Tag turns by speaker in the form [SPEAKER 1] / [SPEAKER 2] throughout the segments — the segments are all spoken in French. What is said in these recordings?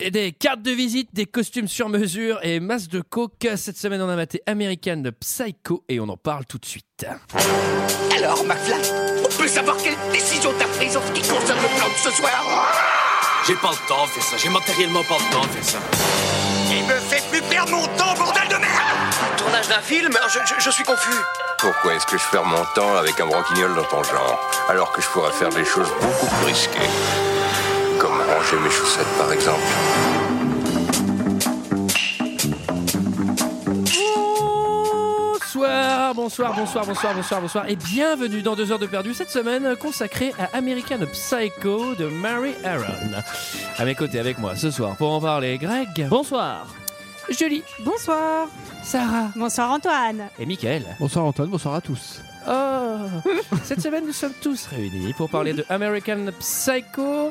[SPEAKER 1] Et des cartes de visite, des costumes sur mesure et masse de coke. Cette semaine, on a maté American Psycho et on en parle tout de suite.
[SPEAKER 2] Alors, McFly, on peut savoir quelle décision t'as prise en ce qui concerne le plan de ce soir
[SPEAKER 3] J'ai pas le temps de faire ça, j'ai matériellement pas le temps de faire ça.
[SPEAKER 2] Il me fait plus perdre mon temps, bordel de merde
[SPEAKER 4] Tournage d'un film je, je- je suis confus.
[SPEAKER 5] Pourquoi est-ce que je perds mon temps avec un broquignol dans ton genre, alors que je pourrais faire des choses beaucoup plus risquées Comme ranger mes chaussettes, par exemple.
[SPEAKER 1] Bonsoir, bonsoir, bonsoir, bonsoir, bonsoir, bonsoir et bienvenue dans 2 heures de perdu cette semaine consacrée à American Psycho de Mary Aaron. À mes côtés avec moi ce soir pour en parler, Greg. Bonsoir. Julie,
[SPEAKER 6] Bonsoir.
[SPEAKER 1] Sarah
[SPEAKER 6] Bonsoir Antoine.
[SPEAKER 1] et Michael.
[SPEAKER 7] Bonsoir Antoine, bonsoir à tous.
[SPEAKER 1] Oh Cette semaine, nous sommes tous réunis pour parler de American Psycho.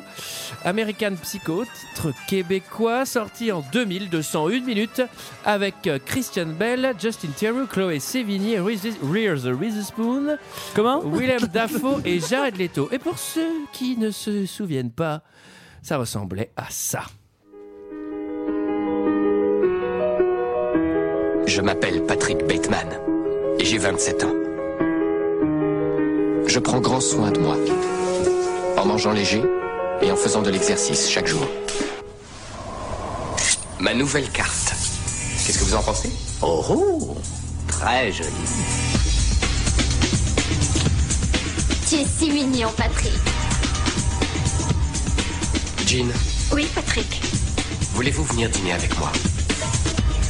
[SPEAKER 1] American Psycho, titre québécois, sorti en 2000, 201 minutes, avec euh, Christian Bell, Justin Theroux, Chloé Sevigny, Reese- Reese Witherspoon, comment Willem Dafoe et Jared Leto. Et pour ceux qui ne se souviennent pas, ça ressemblait à ça.
[SPEAKER 2] Je m'appelle Patrick Bateman et j'ai 27 ans. Je prends grand soin de moi en mangeant léger et en faisant de l'exercice chaque jour. Ma nouvelle carte. Qu'est-ce que vous en pensez Oh oh Très jolie.
[SPEAKER 8] Tu es si mignon, Patrick.
[SPEAKER 2] Jean,
[SPEAKER 8] Oui, Patrick.
[SPEAKER 2] voulez-vous venir dîner avec moi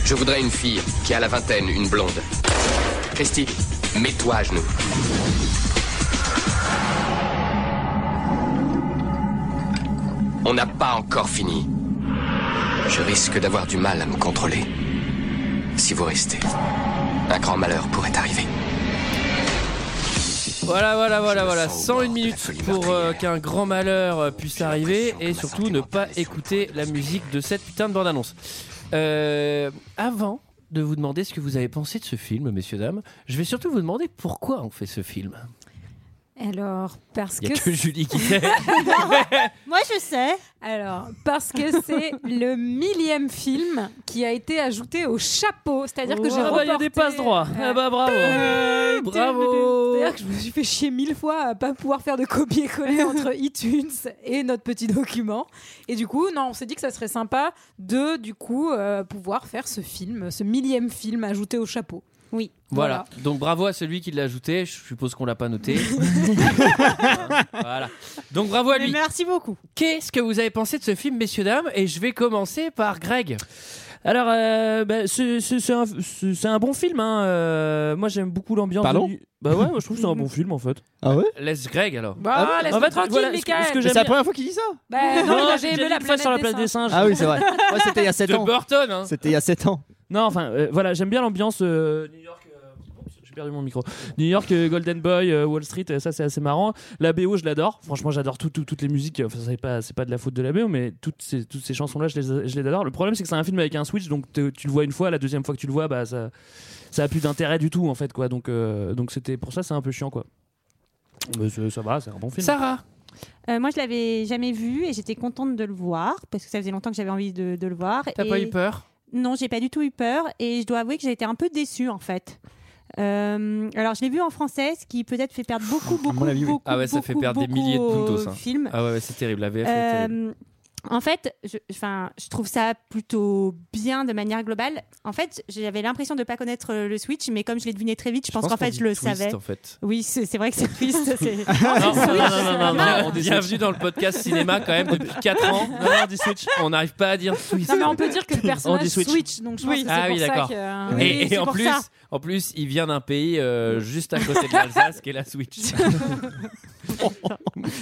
[SPEAKER 2] Je voudrais une fille qui a la vingtaine, une blonde. Christy, mets-toi à genoux. On n'a pas encore fini. Je risque d'avoir du mal à me contrôler. Si vous restez, un grand malheur pourrait arriver.
[SPEAKER 1] Voilà, voilà, voilà,
[SPEAKER 2] Je me
[SPEAKER 1] voilà.
[SPEAKER 2] sens au
[SPEAKER 1] 101
[SPEAKER 2] bord de la
[SPEAKER 1] minutes
[SPEAKER 2] folie
[SPEAKER 1] pour
[SPEAKER 2] meurtrière.
[SPEAKER 1] euh, qu'un grand malheur euh, puisse
[SPEAKER 2] J'ai
[SPEAKER 1] arriver
[SPEAKER 2] l'impression que
[SPEAKER 1] et
[SPEAKER 2] ma
[SPEAKER 1] surtout
[SPEAKER 2] santé
[SPEAKER 1] ne pas
[SPEAKER 2] mentale est sur
[SPEAKER 1] écouter la musique de cette putain de bande-annonce. Euh, avant de vous demander ce que vous avez pensé de ce film, messieurs, dames, je vais surtout vous demander pourquoi on fait ce film.
[SPEAKER 6] Alors, parce
[SPEAKER 1] Il
[SPEAKER 6] que.
[SPEAKER 1] n'y a que Julie qui fait.
[SPEAKER 9] Moi, je sais.
[SPEAKER 6] Alors, parce que c'est le millième film qui a été ajouté au chapeau. C'est-à-dire que j'ai
[SPEAKER 1] Ah bah, il y a
[SPEAKER 6] reporté-
[SPEAKER 1] des passes droits. Ah
[SPEAKER 6] Euh,
[SPEAKER 1] bah bravo. Bravo.
[SPEAKER 6] C'est-à-dire que je me suis fait chier mille fois à pas pouvoir faire de copier-coller entre iTunes et notre petit document. Et du coup, non, on s'est dit que ça serait sympa de, du coup, euh, pouvoir faire ce film, ce millième film ajouté au chapeau.
[SPEAKER 9] Oui.
[SPEAKER 1] Voilà. Donc bravo à celui qui l'a ajouté. Je suppose qu'on l'a pas noté. voilà. Donc bravo à
[SPEAKER 9] Mais
[SPEAKER 1] lui.
[SPEAKER 9] merci beaucoup.
[SPEAKER 1] Qu'est-ce que vous avez pensé de ce film, messieurs, dames Et je vais commencer par Greg.
[SPEAKER 10] Alors, euh, bah, c'est c'est- c'est un, c'est- c'est un bon film. Hein. euh, moi, j'aime beaucoup l'ambiance.
[SPEAKER 7] Pardon
[SPEAKER 10] du- Bah ouais, moi, je trouve que c'est un bon film en fait.
[SPEAKER 7] Ah ouais
[SPEAKER 1] Euh, Laisse Greg alors.
[SPEAKER 6] Bah,
[SPEAKER 10] Ah,
[SPEAKER 6] laisse
[SPEAKER 10] en fait,
[SPEAKER 6] tranquille,
[SPEAKER 10] voilà, ce que-
[SPEAKER 6] Mickaël.
[SPEAKER 10] ce que
[SPEAKER 7] Mais C'est
[SPEAKER 10] j'aime
[SPEAKER 7] la
[SPEAKER 10] bien-
[SPEAKER 7] première fois qu'il dit ça
[SPEAKER 6] Bah, non, il
[SPEAKER 10] Non,
[SPEAKER 6] avait
[SPEAKER 10] j'ai
[SPEAKER 6] aimé
[SPEAKER 10] déjà
[SPEAKER 6] la
[SPEAKER 10] dit une fois
[SPEAKER 6] planète
[SPEAKER 10] sur la
[SPEAKER 6] des
[SPEAKER 10] place des
[SPEAKER 6] singes.
[SPEAKER 10] singes.
[SPEAKER 7] Ah oui, c'est vrai. Ouais, c'était il y a 7
[SPEAKER 1] De
[SPEAKER 7] ans.
[SPEAKER 1] Burton, hein.
[SPEAKER 7] C'était il y a 7 ans.
[SPEAKER 10] Non, enfin, euh, voilà, j'aime bien l'ambiance euh, New York. euh, oups, J'ai perdu mon micro. New York, euh, Golden Boy, euh, Wall Street, euh, ça c'est assez marrant. La BO, je l'adore. Franchement, j'adore tout, tout- toutes les musiques. Enfin, c'est pas, c'est pas de la faute de la BO, mais toutes ces, toutes ces chansons-là, je les, je les adore. Le problème, c'est que c'est un film avec un switch, donc te- tu le vois une fois, la deuxième fois que tu le vois, bah ça, ça a plus d'intérêt du tout en fait, quoi. Donc, euh, donc c'était pour ça, c'est un peu chiant, quoi. Mais c'est- ça va, c'est un bon film.
[SPEAKER 1] Sarah.
[SPEAKER 9] Euh, moi, je l'avais jamais vu et j'étais contente de le voir parce que ça faisait longtemps que j'avais envie de, de le voir.
[SPEAKER 1] T'as
[SPEAKER 9] Et-
[SPEAKER 1] pas eu peur
[SPEAKER 9] Non, j'ai pas du tout eu peur et je dois avouer que j'ai été un peu déçue en fait. Euh, alors, je l'ai vu en français, ce qui peut-être fait perdre beaucoup, beaucoup,
[SPEAKER 7] avis, oui.
[SPEAKER 9] beaucoup,
[SPEAKER 1] Ah ouais, ça fait
[SPEAKER 9] beaucoup,
[SPEAKER 1] perdre des
[SPEAKER 9] beaucoup
[SPEAKER 1] milliers de
[SPEAKER 9] au
[SPEAKER 1] puntos, hein.
[SPEAKER 9] film.
[SPEAKER 1] Ah ouais, ouais, c'est terrible, la VF. est terrible.
[SPEAKER 9] Euh, en fait, je, enfin, je trouve ça plutôt bien de manière globale. En fait, j'avais l'impression de ne pas connaître le Switch, mais comme je l'ai deviné très vite, je pense, qu'en
[SPEAKER 1] qu'on
[SPEAKER 9] fait,
[SPEAKER 1] dit
[SPEAKER 9] je le
[SPEAKER 1] twist,
[SPEAKER 9] savais.
[SPEAKER 1] en fait.
[SPEAKER 9] Oui, c'est c'est vrai que c'est triste. c'est-
[SPEAKER 1] Non, non, non, non, non, non,
[SPEAKER 9] Ah,
[SPEAKER 1] non, Bienvenue dans le podcast cinéma quand même depuis 4 ans. On n'arrive pas à dire twist.
[SPEAKER 6] Non, mais on peut dire que le personnage
[SPEAKER 10] dit
[SPEAKER 6] switch.
[SPEAKER 10] Switch.
[SPEAKER 6] donc je pense
[SPEAKER 9] Oui.
[SPEAKER 6] que c'est
[SPEAKER 1] Ah
[SPEAKER 6] pour
[SPEAKER 1] oui,
[SPEAKER 6] ça
[SPEAKER 1] d'accord.
[SPEAKER 6] que... euh,
[SPEAKER 9] Oui,
[SPEAKER 1] et et
[SPEAKER 9] c'est
[SPEAKER 1] en
[SPEAKER 9] pour
[SPEAKER 1] plus,
[SPEAKER 9] ça.
[SPEAKER 1] en plus, il vient d'un pays euh, juste à côté de l'Alsace, qui est la Switch.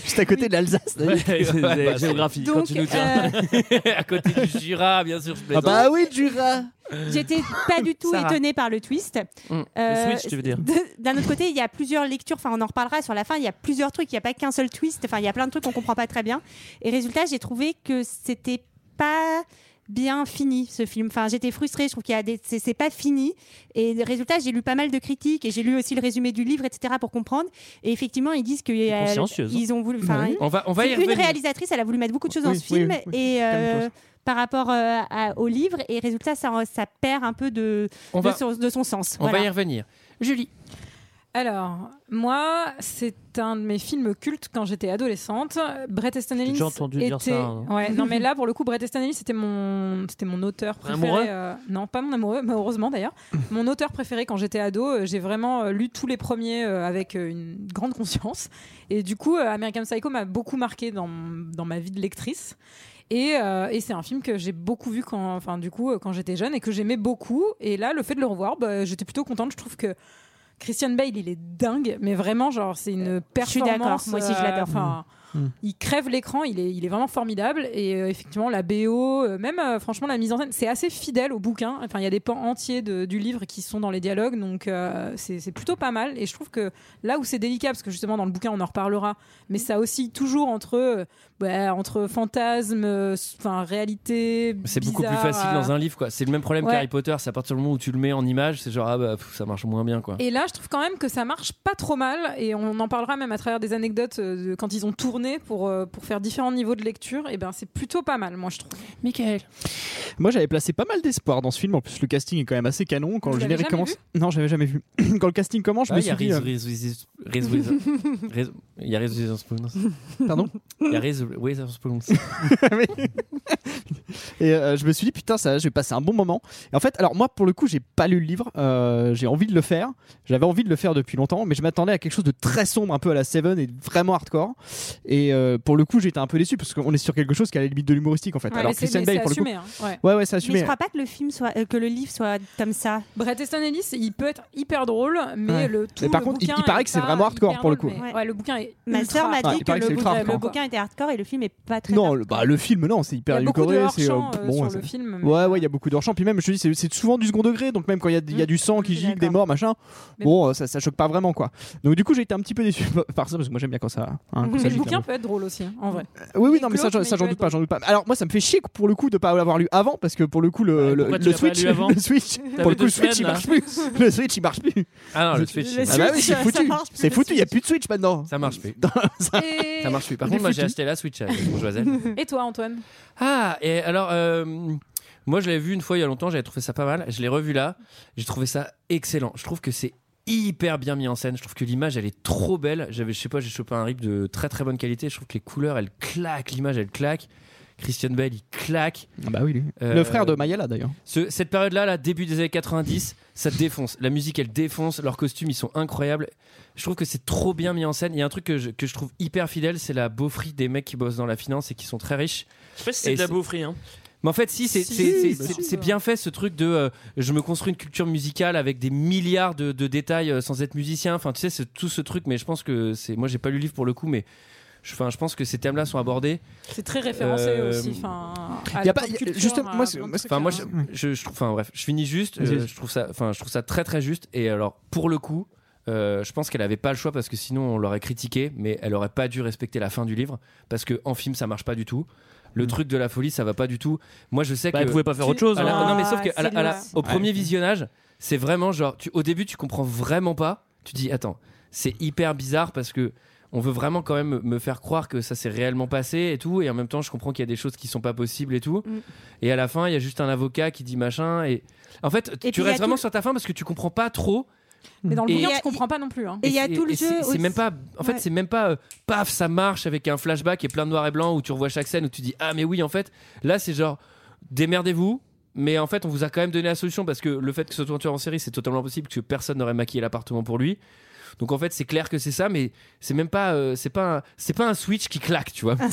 [SPEAKER 7] Juste à côté de l'Alsace. t'as
[SPEAKER 10] Ouais,
[SPEAKER 7] dit.
[SPEAKER 10] c'est- c'est-
[SPEAKER 1] bah, c'est-
[SPEAKER 10] géographie. quand
[SPEAKER 9] Donc,
[SPEAKER 10] tu nous tiens.
[SPEAKER 9] euh,
[SPEAKER 1] à côté du Jura, bien sûr. Je
[SPEAKER 7] Ah
[SPEAKER 1] plaisante.
[SPEAKER 7] bah oui, du rat.
[SPEAKER 9] j'étais pas du tout
[SPEAKER 1] Sarah.
[SPEAKER 9] étonnée par le twist.
[SPEAKER 1] Mm,
[SPEAKER 9] Euh,
[SPEAKER 10] le Switch, tu veux dire.
[SPEAKER 9] de- D'un autre côté, il y a plusieurs lectures. Enfin, on en reparlera sur la fin. Il y a plusieurs trucs. Il n'y a pas qu'un seul twist. Enfin, il y a plein de trucs qu'on comprend pas très bien. Et résultat, j'ai trouvé que c'était pas bien fini ce film. Enfin, j'étais frustrée. Je trouve qu'il y a des, c'est c'est pas fini. Et résultat, j'ai lu pas mal de critiques et j'ai lu aussi le résumé du livre, etc., pour comprendre. Et effectivement, ils disent que euh,
[SPEAKER 10] consciencieuse, hein.
[SPEAKER 9] ils ont voulu. Enfin,
[SPEAKER 1] On va, on va
[SPEAKER 9] c'est
[SPEAKER 1] y
[SPEAKER 9] une
[SPEAKER 1] revenir.
[SPEAKER 9] réalisatrice, elle a voulu mettre beaucoup de choses dans
[SPEAKER 7] Oui,
[SPEAKER 9] ce film
[SPEAKER 7] oui, oui,
[SPEAKER 9] et euh, par rapport euh, à- au livre et résultat ça, ça perd un peu de,
[SPEAKER 1] On
[SPEAKER 9] de,
[SPEAKER 1] va-
[SPEAKER 9] son, de son sens.
[SPEAKER 1] On
[SPEAKER 9] Voilà.
[SPEAKER 1] va y revenir. Julie.
[SPEAKER 6] Alors, moi, c'est un de mes films cultes quand j'étais adolescente. Bret Easton Ellis
[SPEAKER 10] déjà entendu
[SPEAKER 6] était...
[SPEAKER 10] dire ça, hein.
[SPEAKER 6] Ouais, non mais là pour le coup, Bret Easton Ellis c'était mon, c'était mon auteur
[SPEAKER 10] Un
[SPEAKER 6] préféré.
[SPEAKER 10] amoureux
[SPEAKER 6] euh, Non, pas mon amoureux, mais heureusement d'ailleurs. mon auteur préféré quand j'étais ado. euh, J'ai vraiment euh, lu tous les premiers euh, avec euh, une grande conscience. Et du coup, euh, American Psycho m'a beaucoup marqué dans, dans ma vie de lectrice. Et, euh, et c'est un film que j'ai beaucoup vu quand, enfin, du coup, euh, quand j'étais jeune et que j'aimais beaucoup. Et là, le fait de le revoir, bah, j'étais plutôt contente. Je trouve que Christian Bale, il est dingue, mais vraiment, genre, c'est une
[SPEAKER 9] Euh, je suis d'accord.
[SPEAKER 6] performance. euh,
[SPEAKER 9] Moi aussi, je l'adore.
[SPEAKER 6] enfin,
[SPEAKER 7] Mm.
[SPEAKER 6] Il crève l'écran, il est, il est vraiment formidable. Et euh, effectivement, la BO, euh, même euh, franchement, la mise en scène, c'est assez fidèle au bouquin. Enfin, il y a des pans entiers de- du livre qui sont dans les dialogues, donc euh, c'est c'est plutôt pas mal. Et je trouve que là où c'est délicat, parce que justement, dans le bouquin, on en reparlera, mais ça oscille toujours entre, euh, bah, entre fantasme, euh, s- enfin, réalité.
[SPEAKER 1] C'est beaucoup plus facile
[SPEAKER 9] euh,
[SPEAKER 1] dans un livre, quoi. C'est le même problème
[SPEAKER 6] Ouais.
[SPEAKER 1] qu'Harry Potter. C'est à partir du moment où tu le mets en image, c'est genre, ah bah, pff, ça marche moins bien, quoi.
[SPEAKER 6] Et là, je trouve quand même que ça marche pas trop mal, et on en parlera même à travers des anecdotes euh, de quand ils ont tourné pour, euh, pour faire différents niveaux de lecture. Et ben, c'est plutôt pas mal, moi je trouve.
[SPEAKER 1] Michael.
[SPEAKER 11] Moi, j'avais placé pas mal d'espoir dans ce film. En plus, le casting est quand même assez canon. Quand
[SPEAKER 6] Vous
[SPEAKER 11] le
[SPEAKER 6] l'avez
[SPEAKER 11] générique
[SPEAKER 6] jamais
[SPEAKER 11] commence. Non, j'avais jamais vu. quand le casting commence, je
[SPEAKER 1] Ah,
[SPEAKER 11] me
[SPEAKER 1] il y
[SPEAKER 11] suis
[SPEAKER 1] a
[SPEAKER 11] dit.
[SPEAKER 1] Reese
[SPEAKER 11] euh,
[SPEAKER 1] Reese- Reese- Reese- Reese- Il y a Reese Witherspoon.
[SPEAKER 7] Pardon
[SPEAKER 1] Il y a Reese Witherspoon.
[SPEAKER 11] Et euh, je me suis dit, putain, ça, j'ai passé un bon moment. Et en fait, alors moi, pour le coup, j'ai pas lu le livre. Euh, j'ai envie de le faire. J'avais envie de le faire depuis longtemps, mais je m'attendais à quelque chose de très sombre, un peu à la Seven et vraiment hardcore. Et euh, pour le coup, j'étais un peu déçu parce qu'on est sur quelque chose qui a la limite de l'humoristique en fait.
[SPEAKER 6] Ouais,
[SPEAKER 11] alors
[SPEAKER 6] mais c'est-
[SPEAKER 11] Christian
[SPEAKER 6] mais
[SPEAKER 11] Bale,
[SPEAKER 6] c'est
[SPEAKER 11] pour le coup.
[SPEAKER 6] assumé, hein, ouais.
[SPEAKER 11] Ouais, ouais, c'est
[SPEAKER 9] Mais je
[SPEAKER 11] assumé.
[SPEAKER 9] crois pas que le film soit, euh, que le livre soit comme ça.
[SPEAKER 6] Bret Easton Ellis, il peut être hyper drôle, mais
[SPEAKER 11] Ouais.
[SPEAKER 6] le tout.
[SPEAKER 11] Mais par
[SPEAKER 6] le
[SPEAKER 11] contre, il-
[SPEAKER 6] bouquin
[SPEAKER 11] il paraît
[SPEAKER 6] est
[SPEAKER 11] que c'est
[SPEAKER 6] pas
[SPEAKER 11] vraiment hardcore,
[SPEAKER 6] hyper
[SPEAKER 11] pour le
[SPEAKER 6] drôle,
[SPEAKER 9] coup.
[SPEAKER 6] mais- ouais, le bouquin est.
[SPEAKER 9] Ma
[SPEAKER 6] ultra
[SPEAKER 9] sœur m'a
[SPEAKER 11] Ah,
[SPEAKER 9] dit
[SPEAKER 11] il
[SPEAKER 9] que
[SPEAKER 11] paraît que
[SPEAKER 9] le,
[SPEAKER 11] c'est ultra
[SPEAKER 9] bouquin-
[SPEAKER 11] hardcore.
[SPEAKER 9] le bouquin était hardcore et le film est pas très.
[SPEAKER 11] Non,
[SPEAKER 9] hardcore.
[SPEAKER 11] le, bah, le film, non, c'est
[SPEAKER 6] Il y
[SPEAKER 11] hyper
[SPEAKER 6] a beaucoup de
[SPEAKER 11] édulcoré.
[SPEAKER 6] hors
[SPEAKER 11] C'est euh,
[SPEAKER 6] champ
[SPEAKER 11] bon,
[SPEAKER 6] sur
[SPEAKER 11] ça-
[SPEAKER 6] le film. euh. mais-
[SPEAKER 11] Ouais, ouais, il y a beaucoup de hors-champ. Puis même, je te dis, c'est- c'est souvent du second degré. Donc, même quand il y a, il y a du sang qui
[SPEAKER 9] je suis
[SPEAKER 11] gicle, des
[SPEAKER 9] d'accord.
[SPEAKER 11] morts, machin,
[SPEAKER 6] Mais-
[SPEAKER 11] bon, euh, ça, ça choque pas vraiment, quoi. Donc, du coup, j'ai été un petit peu déçu par ça, parce que moi, j'aime bien quand ça. hein, quand
[SPEAKER 6] Mais
[SPEAKER 11] ça
[SPEAKER 6] le
[SPEAKER 11] gicle un
[SPEAKER 6] bouquin
[SPEAKER 11] peu.
[SPEAKER 6] peut être drôle aussi, hein, en vrai.
[SPEAKER 11] Oui, oui,
[SPEAKER 6] est
[SPEAKER 11] non, mais ça,
[SPEAKER 6] glauque,
[SPEAKER 11] j'en-
[SPEAKER 6] mais
[SPEAKER 11] ça,
[SPEAKER 6] il
[SPEAKER 11] j'en
[SPEAKER 6] peut
[SPEAKER 11] doute
[SPEAKER 6] être
[SPEAKER 11] pas, j'en doute pas. Alors, moi, ça me fait chier pour le coup de pas l'avoir lu avant, parce que pour le coup, le, le,
[SPEAKER 10] pourquoi tu
[SPEAKER 11] le
[SPEAKER 10] l'as pas
[SPEAKER 11] Switch,
[SPEAKER 10] lu avant
[SPEAKER 11] le Switch,
[SPEAKER 10] T'avais
[SPEAKER 11] pour le coup,
[SPEAKER 10] deux
[SPEAKER 11] le Switch, il
[SPEAKER 10] semaines,
[SPEAKER 11] marche plus. Le Switch, il marche plus.
[SPEAKER 1] Ah non, le
[SPEAKER 11] Le
[SPEAKER 1] Switch.
[SPEAKER 9] Le
[SPEAKER 1] ah bah
[SPEAKER 11] Ah bah
[SPEAKER 9] Switch,
[SPEAKER 11] oui, c'est
[SPEAKER 9] ça
[SPEAKER 11] foutu.
[SPEAKER 9] marche plus,
[SPEAKER 11] C'est
[SPEAKER 9] le
[SPEAKER 11] foutu, il y a
[SPEAKER 9] Switch.
[SPEAKER 11] plus de Switch maintenant.
[SPEAKER 1] Ça marche plus.
[SPEAKER 6] Et,
[SPEAKER 1] Ça marche plus. Par
[SPEAKER 11] Il
[SPEAKER 1] contre,
[SPEAKER 11] est
[SPEAKER 1] moi j'ai
[SPEAKER 11] foutu.
[SPEAKER 1] acheté la Switch avec Bourgeoiselle.
[SPEAKER 6] et toi, Antoine
[SPEAKER 1] Ah, et alors, euh, moi je l'avais vu une fois il y a longtemps, j'avais trouvé ça pas mal. Je l'ai revu là, j'ai trouvé ça excellent. Je trouve que c'est hyper bien mis en scène. Je trouve que l'image elle est trop belle. J'avais, je sais pas, j'ai chopé un rip de très très bonne qualité. Je trouve que les couleurs elles claquent, l'image elle claque. Christian Bale il claque.
[SPEAKER 11] Ah bah oui, lui.
[SPEAKER 1] Euh,
[SPEAKER 11] Le frère de Mayala, d'ailleurs.
[SPEAKER 1] Ce- cette période-là, là, début des années 90, ça défonce. La musique, elle défonce. Leurs costumes, ils sont incroyables. Je trouve que c'est trop bien mis en scène. Il y a un truc que je, que je trouve hyper fidèle, c'est la beaufrie des mecs qui bossent dans la finance et qui sont très riches.
[SPEAKER 10] Je sais pas si c'est
[SPEAKER 1] Et
[SPEAKER 10] de la
[SPEAKER 1] c'est-
[SPEAKER 10] beaufrie. Hein.
[SPEAKER 1] Mais en fait, si, c'est
[SPEAKER 6] Si,
[SPEAKER 1] c'est- c'est-
[SPEAKER 6] bah
[SPEAKER 1] c'est-
[SPEAKER 6] si.
[SPEAKER 1] c'est bien fait ce truc de euh, je me construis une culture musicale avec des milliards de, de détails euh, sans être musicien. Enfin, tu sais, c'est tout ce truc. Mais je pense que c'est. Moi, j'ai pas lu le livre pour le coup, mais. je- Enfin, je pense que ces thèmes-là sont abordés.
[SPEAKER 6] C'est très référencé
[SPEAKER 1] Euh,
[SPEAKER 6] aussi. Enfin, à
[SPEAKER 11] y a
[SPEAKER 6] la
[SPEAKER 11] pas-
[SPEAKER 6] pop
[SPEAKER 11] y a-
[SPEAKER 6] culture,
[SPEAKER 11] justement,
[SPEAKER 6] à
[SPEAKER 11] moi, c'est-
[SPEAKER 6] plein de
[SPEAKER 11] moi,
[SPEAKER 6] trucs,
[SPEAKER 1] Enfin, moi,
[SPEAKER 6] hein.
[SPEAKER 1] je, je, je trouve. Enfin, bref, je finis juste. euh,
[SPEAKER 11] Vas-y.
[SPEAKER 1] je trouve ça. Enfin, je trouve ça très très juste. Et alors, pour le coup, euh, je pense qu'elle avait pas le choix parce que sinon on l'aurait critiqué, mais elle aurait pas dû respecter la fin du livre parce que en film ça marche pas du tout. Le truc de la folie, ça va pas du tout. Moi, je sais
[SPEAKER 10] Bah,
[SPEAKER 1] que.
[SPEAKER 10] elle pouvait pas faire
[SPEAKER 6] tu-
[SPEAKER 10] autre chose.
[SPEAKER 1] à la-
[SPEAKER 10] hein.
[SPEAKER 1] non, mais sauf que à la-
[SPEAKER 6] c'est
[SPEAKER 1] à la-
[SPEAKER 9] Ah,
[SPEAKER 6] loin.
[SPEAKER 1] au premier visionnage, c'est vraiment genre. Tu, au début, tu comprends vraiment pas. Tu dis, attends, c'est hyper bizarre parce que on veut vraiment quand même me faire croire que ça s'est réellement passé et tout. Et en même temps, je comprends qu'il y a des choses qui sont pas possibles et tout.
[SPEAKER 9] Mm.
[SPEAKER 1] Et à la fin, il y a juste un avocat qui dit machin. Et en fait,
[SPEAKER 9] puis,
[SPEAKER 1] tu
[SPEAKER 9] il y a
[SPEAKER 1] restes vraiment
[SPEAKER 9] tout-
[SPEAKER 1] sur ta fin parce que tu comprends pas trop.
[SPEAKER 6] Mais dans le
[SPEAKER 1] Et-
[SPEAKER 6] bouquin,
[SPEAKER 9] et-
[SPEAKER 6] je comprends pas non plus. hein.
[SPEAKER 9] Et il y a
[SPEAKER 1] c'est-
[SPEAKER 9] tout le
[SPEAKER 1] et
[SPEAKER 9] jeu.
[SPEAKER 1] c'est- C'est
[SPEAKER 9] aussi.
[SPEAKER 1] même pas. En fait,
[SPEAKER 9] Ouais.
[SPEAKER 1] c'est même pas. euh, paf, ça marche avec un flashback et plein de noir et blanc où tu revois chaque scène où tu dis ah mais oui en fait. Là, c'est genre démerdez-vous. Mais en fait, on vous a quand même donné la solution parce que le fait que ce soit un tueur en série, c'est totalement impossible que personne n'aurait maquillé l'appartement pour lui. Donc en fait, c'est clair que c'est ça, mais c'est même pas. euh, c'est pas. un- C'est pas un switch qui claque, tu vois.
[SPEAKER 9] Ah,